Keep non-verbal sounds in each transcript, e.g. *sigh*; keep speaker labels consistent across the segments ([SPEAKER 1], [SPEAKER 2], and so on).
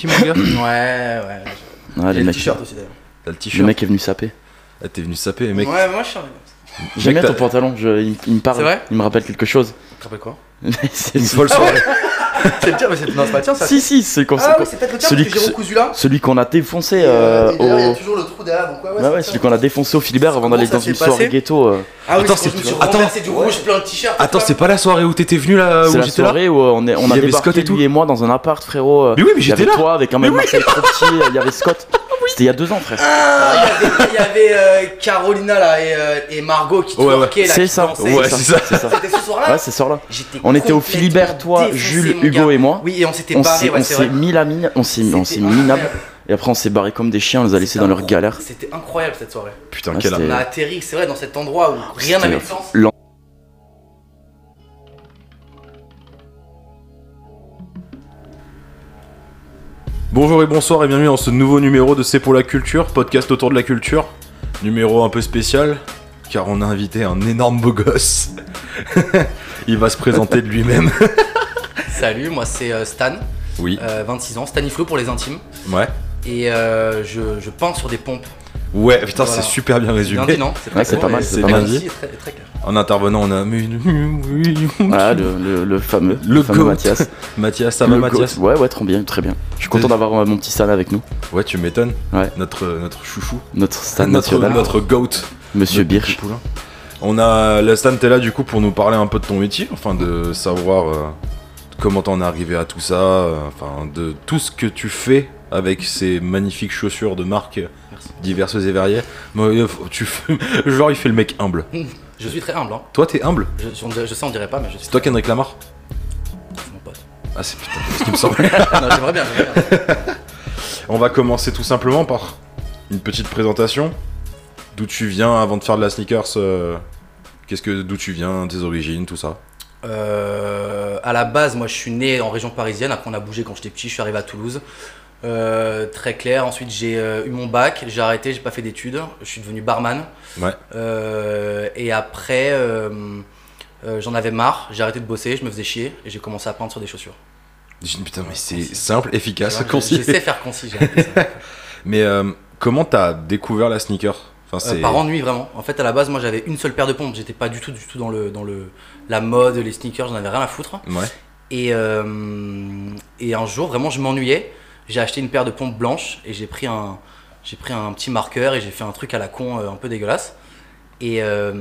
[SPEAKER 1] Petit manga
[SPEAKER 2] *coughs*
[SPEAKER 3] Ouais, ouais.
[SPEAKER 2] Ouais,
[SPEAKER 3] J'ai
[SPEAKER 2] le,
[SPEAKER 3] le
[SPEAKER 2] mec,
[SPEAKER 3] t-shirt aussi d'ailleurs.
[SPEAKER 1] T'as le
[SPEAKER 2] le
[SPEAKER 1] t-shirt.
[SPEAKER 2] mec est venu saper.
[SPEAKER 1] Ah, t'es venu saper, mec.
[SPEAKER 3] Ouais, moi je suis arrivé.
[SPEAKER 2] J'aime
[SPEAKER 1] Mec,
[SPEAKER 2] bien ton
[SPEAKER 1] t'as-
[SPEAKER 2] pantalon, je- il, il me parle.
[SPEAKER 3] C'est vrai
[SPEAKER 2] il me rappelle quelque chose. *laughs*
[SPEAKER 3] Tu te rappelles quoi
[SPEAKER 2] C'est-
[SPEAKER 1] Une folle
[SPEAKER 3] Ah ouais
[SPEAKER 1] soirée.
[SPEAKER 3] C'est le tien, mais c'est non, c'est pas le tien ça.
[SPEAKER 2] si, si, c'est quand
[SPEAKER 3] Ah
[SPEAKER 2] c'est-
[SPEAKER 3] oui, c'est peut-être le tien
[SPEAKER 2] celui
[SPEAKER 3] parce que
[SPEAKER 2] que-
[SPEAKER 3] j'ai recousu là.
[SPEAKER 2] celui qu'on a défoncé
[SPEAKER 3] Et,
[SPEAKER 2] euh,
[SPEAKER 3] euh, et d'ailleurs, il y
[SPEAKER 2] au. Bah
[SPEAKER 3] a toujours le trou derrière, donc ouais, ouais.
[SPEAKER 2] Ouais,
[SPEAKER 3] c'est
[SPEAKER 2] ouais, celui
[SPEAKER 3] le tien.
[SPEAKER 2] qu'on a défoncé au Philibert avant
[SPEAKER 3] Comment
[SPEAKER 2] d'aller
[SPEAKER 3] ça
[SPEAKER 2] dans
[SPEAKER 3] s'est
[SPEAKER 2] une soirée
[SPEAKER 3] passé
[SPEAKER 2] ghetto. euh.
[SPEAKER 3] Ah oui,
[SPEAKER 1] Attends,
[SPEAKER 3] c'est
[SPEAKER 1] c'est-
[SPEAKER 3] quand je me suis
[SPEAKER 1] attends.
[SPEAKER 3] renversé du rouge plein de t-shirts.
[SPEAKER 1] Attends,
[SPEAKER 3] quoi.
[SPEAKER 1] c'est pas la soirée où t'étais venu
[SPEAKER 3] Ah,
[SPEAKER 1] là
[SPEAKER 2] C'est
[SPEAKER 1] où
[SPEAKER 2] la
[SPEAKER 1] j'étais là
[SPEAKER 2] soirée où euh, on, est, on
[SPEAKER 1] Il y
[SPEAKER 2] a
[SPEAKER 1] avait
[SPEAKER 2] débarqué
[SPEAKER 1] Scott et tout.
[SPEAKER 2] lui et moi dans un appart, frérot. euh,
[SPEAKER 1] Mais oui, mais
[SPEAKER 2] il y
[SPEAKER 1] j'étais
[SPEAKER 2] avait
[SPEAKER 1] là.
[SPEAKER 2] toi avec un mec
[SPEAKER 1] Mais oui.
[SPEAKER 2] marqué trop petit, euh, il y avait Scott. C'était il y a deux ans, frère.
[SPEAKER 3] Ah, il y avait- il y avait euh, Carolina là et, euh, et Margot qui
[SPEAKER 1] Ouais, ouais.
[SPEAKER 3] twerkaient là.
[SPEAKER 2] C'est
[SPEAKER 3] qui
[SPEAKER 2] ça.
[SPEAKER 3] dansaient.
[SPEAKER 1] Ouais, c'est ça.
[SPEAKER 2] C'est ça.
[SPEAKER 3] C'était ce soir-là
[SPEAKER 2] Ouais, c'est ça là.
[SPEAKER 3] J'étais
[SPEAKER 2] On était au
[SPEAKER 3] complètement
[SPEAKER 2] Philibert, toi,
[SPEAKER 3] défoncé,
[SPEAKER 2] Jules,
[SPEAKER 3] mon
[SPEAKER 2] Hugo
[SPEAKER 3] gars.
[SPEAKER 2] et moi.
[SPEAKER 3] Oui, et on s'était
[SPEAKER 2] On
[SPEAKER 3] barré,
[SPEAKER 2] s'est
[SPEAKER 3] ouais,
[SPEAKER 2] on
[SPEAKER 3] c'est vrai.
[SPEAKER 2] s'est mis la mine, on s'est on s'est
[SPEAKER 3] C'était
[SPEAKER 2] mis nabre.
[SPEAKER 3] incroyable.
[SPEAKER 2] Et après on s'est barré comme des chiens, on les a laissés dans leur
[SPEAKER 3] C'était
[SPEAKER 2] galère.
[SPEAKER 1] *laughs*
[SPEAKER 3] C'était incroyable cette soirée.
[SPEAKER 1] Putain,
[SPEAKER 2] Ouais,
[SPEAKER 1] quel
[SPEAKER 2] Ah, c'était-
[SPEAKER 3] On a atterri, c'est vrai, dans cet endroit où rien
[SPEAKER 2] C'était
[SPEAKER 3] n'avait de sens.
[SPEAKER 2] lent.
[SPEAKER 1] Bonjour et bonsoir et bienvenue dans ce nouveau numéro de C'est pour la culture, podcast autour de la culture. Numéro un peu spécial, car on a invité un énorme beau gosse. *laughs* Il va se présenter de
[SPEAKER 2] *laughs*
[SPEAKER 1] lui-même.
[SPEAKER 3] Salut, moi c'est euh, Stan,
[SPEAKER 1] Oui.
[SPEAKER 3] euh, 26 ans, Staniflo pour les intimes.
[SPEAKER 1] Ouais.
[SPEAKER 3] Et euh, je, je peins sur des pompes.
[SPEAKER 1] Ouais, putain,
[SPEAKER 3] Voilà.
[SPEAKER 1] c'est super bien
[SPEAKER 3] Bien
[SPEAKER 1] résumé.
[SPEAKER 3] dit, non C'est
[SPEAKER 2] Ouais, c'est
[SPEAKER 3] clair.
[SPEAKER 2] pas mal,
[SPEAKER 3] Et
[SPEAKER 2] c'est
[SPEAKER 1] c'est
[SPEAKER 2] pas
[SPEAKER 1] bien
[SPEAKER 2] mal.
[SPEAKER 1] dit.
[SPEAKER 3] précis et très- et très clair.
[SPEAKER 1] En intervenant, on a. mais- oui,
[SPEAKER 2] Voilà, le, le- le fameux,
[SPEAKER 1] Le
[SPEAKER 2] le fameux
[SPEAKER 1] goat.
[SPEAKER 2] Mathias.
[SPEAKER 1] Mathias, ça va,
[SPEAKER 2] Le
[SPEAKER 1] Mathias
[SPEAKER 2] goat. Ouais, ouais, trop bien, très bien. Je suis content d'avoir euh, mon petit Stan avec nous,
[SPEAKER 1] Ouais, tu m'étonnes.
[SPEAKER 2] Ouais.
[SPEAKER 1] Notre, notre chouchou.
[SPEAKER 2] notre Stan
[SPEAKER 1] notre,
[SPEAKER 2] national,
[SPEAKER 1] notre goat.
[SPEAKER 2] Monsieur
[SPEAKER 1] Notre
[SPEAKER 2] Birch.
[SPEAKER 1] petit poulain. On a. La Stan, t'es là du coup pour nous parler un peu de ton métier, enfin de savoir euh, comment t'en es arrivé à tout ça, euh, enfin de tout ce que tu fais avec ces magnifiques chaussures de marque
[SPEAKER 3] Merci.
[SPEAKER 1] diverses et variées. Mais, euh, faut- tu fais- *laughs* Genre, il fait le mec humble.
[SPEAKER 3] Je suis très humble, hein.
[SPEAKER 1] Toi, t'es humble
[SPEAKER 3] Je, je- je sais, on dirait pas, mais je suis
[SPEAKER 1] C'est toi qu'Henrik Lamarre
[SPEAKER 3] mon pote. Ah,
[SPEAKER 1] Ah, c'est putain, c'est ce qui me semblait.
[SPEAKER 3] non, j'aimerais bien, j'aimerais bien.
[SPEAKER 1] On va commencer tout simplement par une petite présentation. D'où tu viens avant de faire de la sneakers euh, Qu'est-ce que d'où tu viens, tes origines, tout ça.
[SPEAKER 3] Euh, à la base, moi, je suis né en région parisienne. Après, on a bougé quand j'étais petit. Je suis arrivé à Toulouse. Euh, très clair. Ensuite, j'ai euh, eu mon bac. J'ai arrêté. J'ai pas fait d'études. Je suis devenu barman.
[SPEAKER 1] Ouais.
[SPEAKER 3] Euh, et après, euh, euh, j'en avais marre. J'ai arrêté de bosser. Je me faisais chier. Et j'ai commencé à peindre sur des chaussures.
[SPEAKER 1] J'ai dit, putain, mais c'est simple, efficace,
[SPEAKER 3] J'ai-
[SPEAKER 1] concis.
[SPEAKER 3] Je sais faire Euh, concis. j'ai appris ça.
[SPEAKER 1] Mais euh, comment t'as découvert la sneaker enfin,
[SPEAKER 3] Euh,
[SPEAKER 1] c'est-
[SPEAKER 3] par ennui vraiment. En fait à la base moi j'avais une seule paire de pompes, j'étais pas du tout du tout dans le dans le la mode, les sneakers, j'en avais rien à foutre.
[SPEAKER 1] Ouais.
[SPEAKER 3] Et, euh, et un jour, vraiment, je m'ennuyais. J'ai acheté une paire de pompes blanches et j'ai pris un, j'ai pris un petit marqueur et j'ai fait un truc à la con euh, un peu dégueulasse. Et, euh,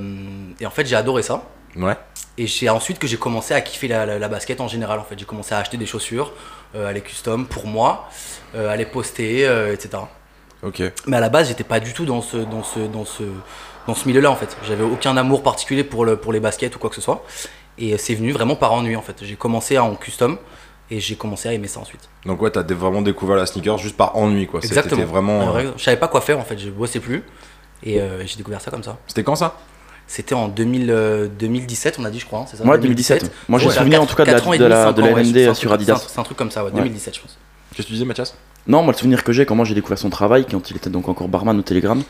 [SPEAKER 3] et en fait, j'ai adoré ça.
[SPEAKER 1] Ouais.
[SPEAKER 3] Et c'est ensuite que j'ai commencé à kiffer la, la- la basket en général. En fait, j'ai commencé à acheter des chaussures, euh, à les custom pour moi, euh, à les poster, euh, etc.
[SPEAKER 1] Ok.
[SPEAKER 3] Mais à la base, j'étais pas du tout dans ce, dans ce, dans ce, dans ce milieu-là en fait. J'avais aucun amour particulier pour, le, pour les baskets ou quoi que ce soit. Et c'est venu vraiment par ennui en fait. J'ai commencé à en custom et j'ai commencé à aimer ça ensuite.
[SPEAKER 1] Donc ouais, t'as dé- vraiment découvert la sneaker juste par ennui, quoi. C'était-
[SPEAKER 3] Exactement.
[SPEAKER 1] C'était vraiment.
[SPEAKER 3] En
[SPEAKER 1] euh,
[SPEAKER 3] vrai, je savais pas quoi faire en fait. Je bossais plus et euh, j'ai découvert ça comme ça.
[SPEAKER 1] C'était quand ça
[SPEAKER 3] C'était en 2000, euh, 2017, on a dit je crois. hein, c'est ça
[SPEAKER 2] Ouais, 2017. Moi, j'ai
[SPEAKER 3] Ouais.
[SPEAKER 2] souvenir, en tout cas, de la-
[SPEAKER 3] Quatre ans et
[SPEAKER 2] de la-
[SPEAKER 3] demi,
[SPEAKER 2] de
[SPEAKER 3] cinq
[SPEAKER 2] la
[SPEAKER 3] ans, ouais,
[SPEAKER 2] LND
[SPEAKER 3] c'est un
[SPEAKER 2] sur
[SPEAKER 3] truc-
[SPEAKER 2] Adidas.
[SPEAKER 3] c'est un- C'est un truc comme ça, ouais,
[SPEAKER 2] Ouais.
[SPEAKER 3] 2017 je pense.
[SPEAKER 1] Qu'est-ce que tu disais, Mathias
[SPEAKER 2] Non, moi, le souvenir que j'ai, comment j'ai découvert son travail, quand il était donc encore barman au Telegram,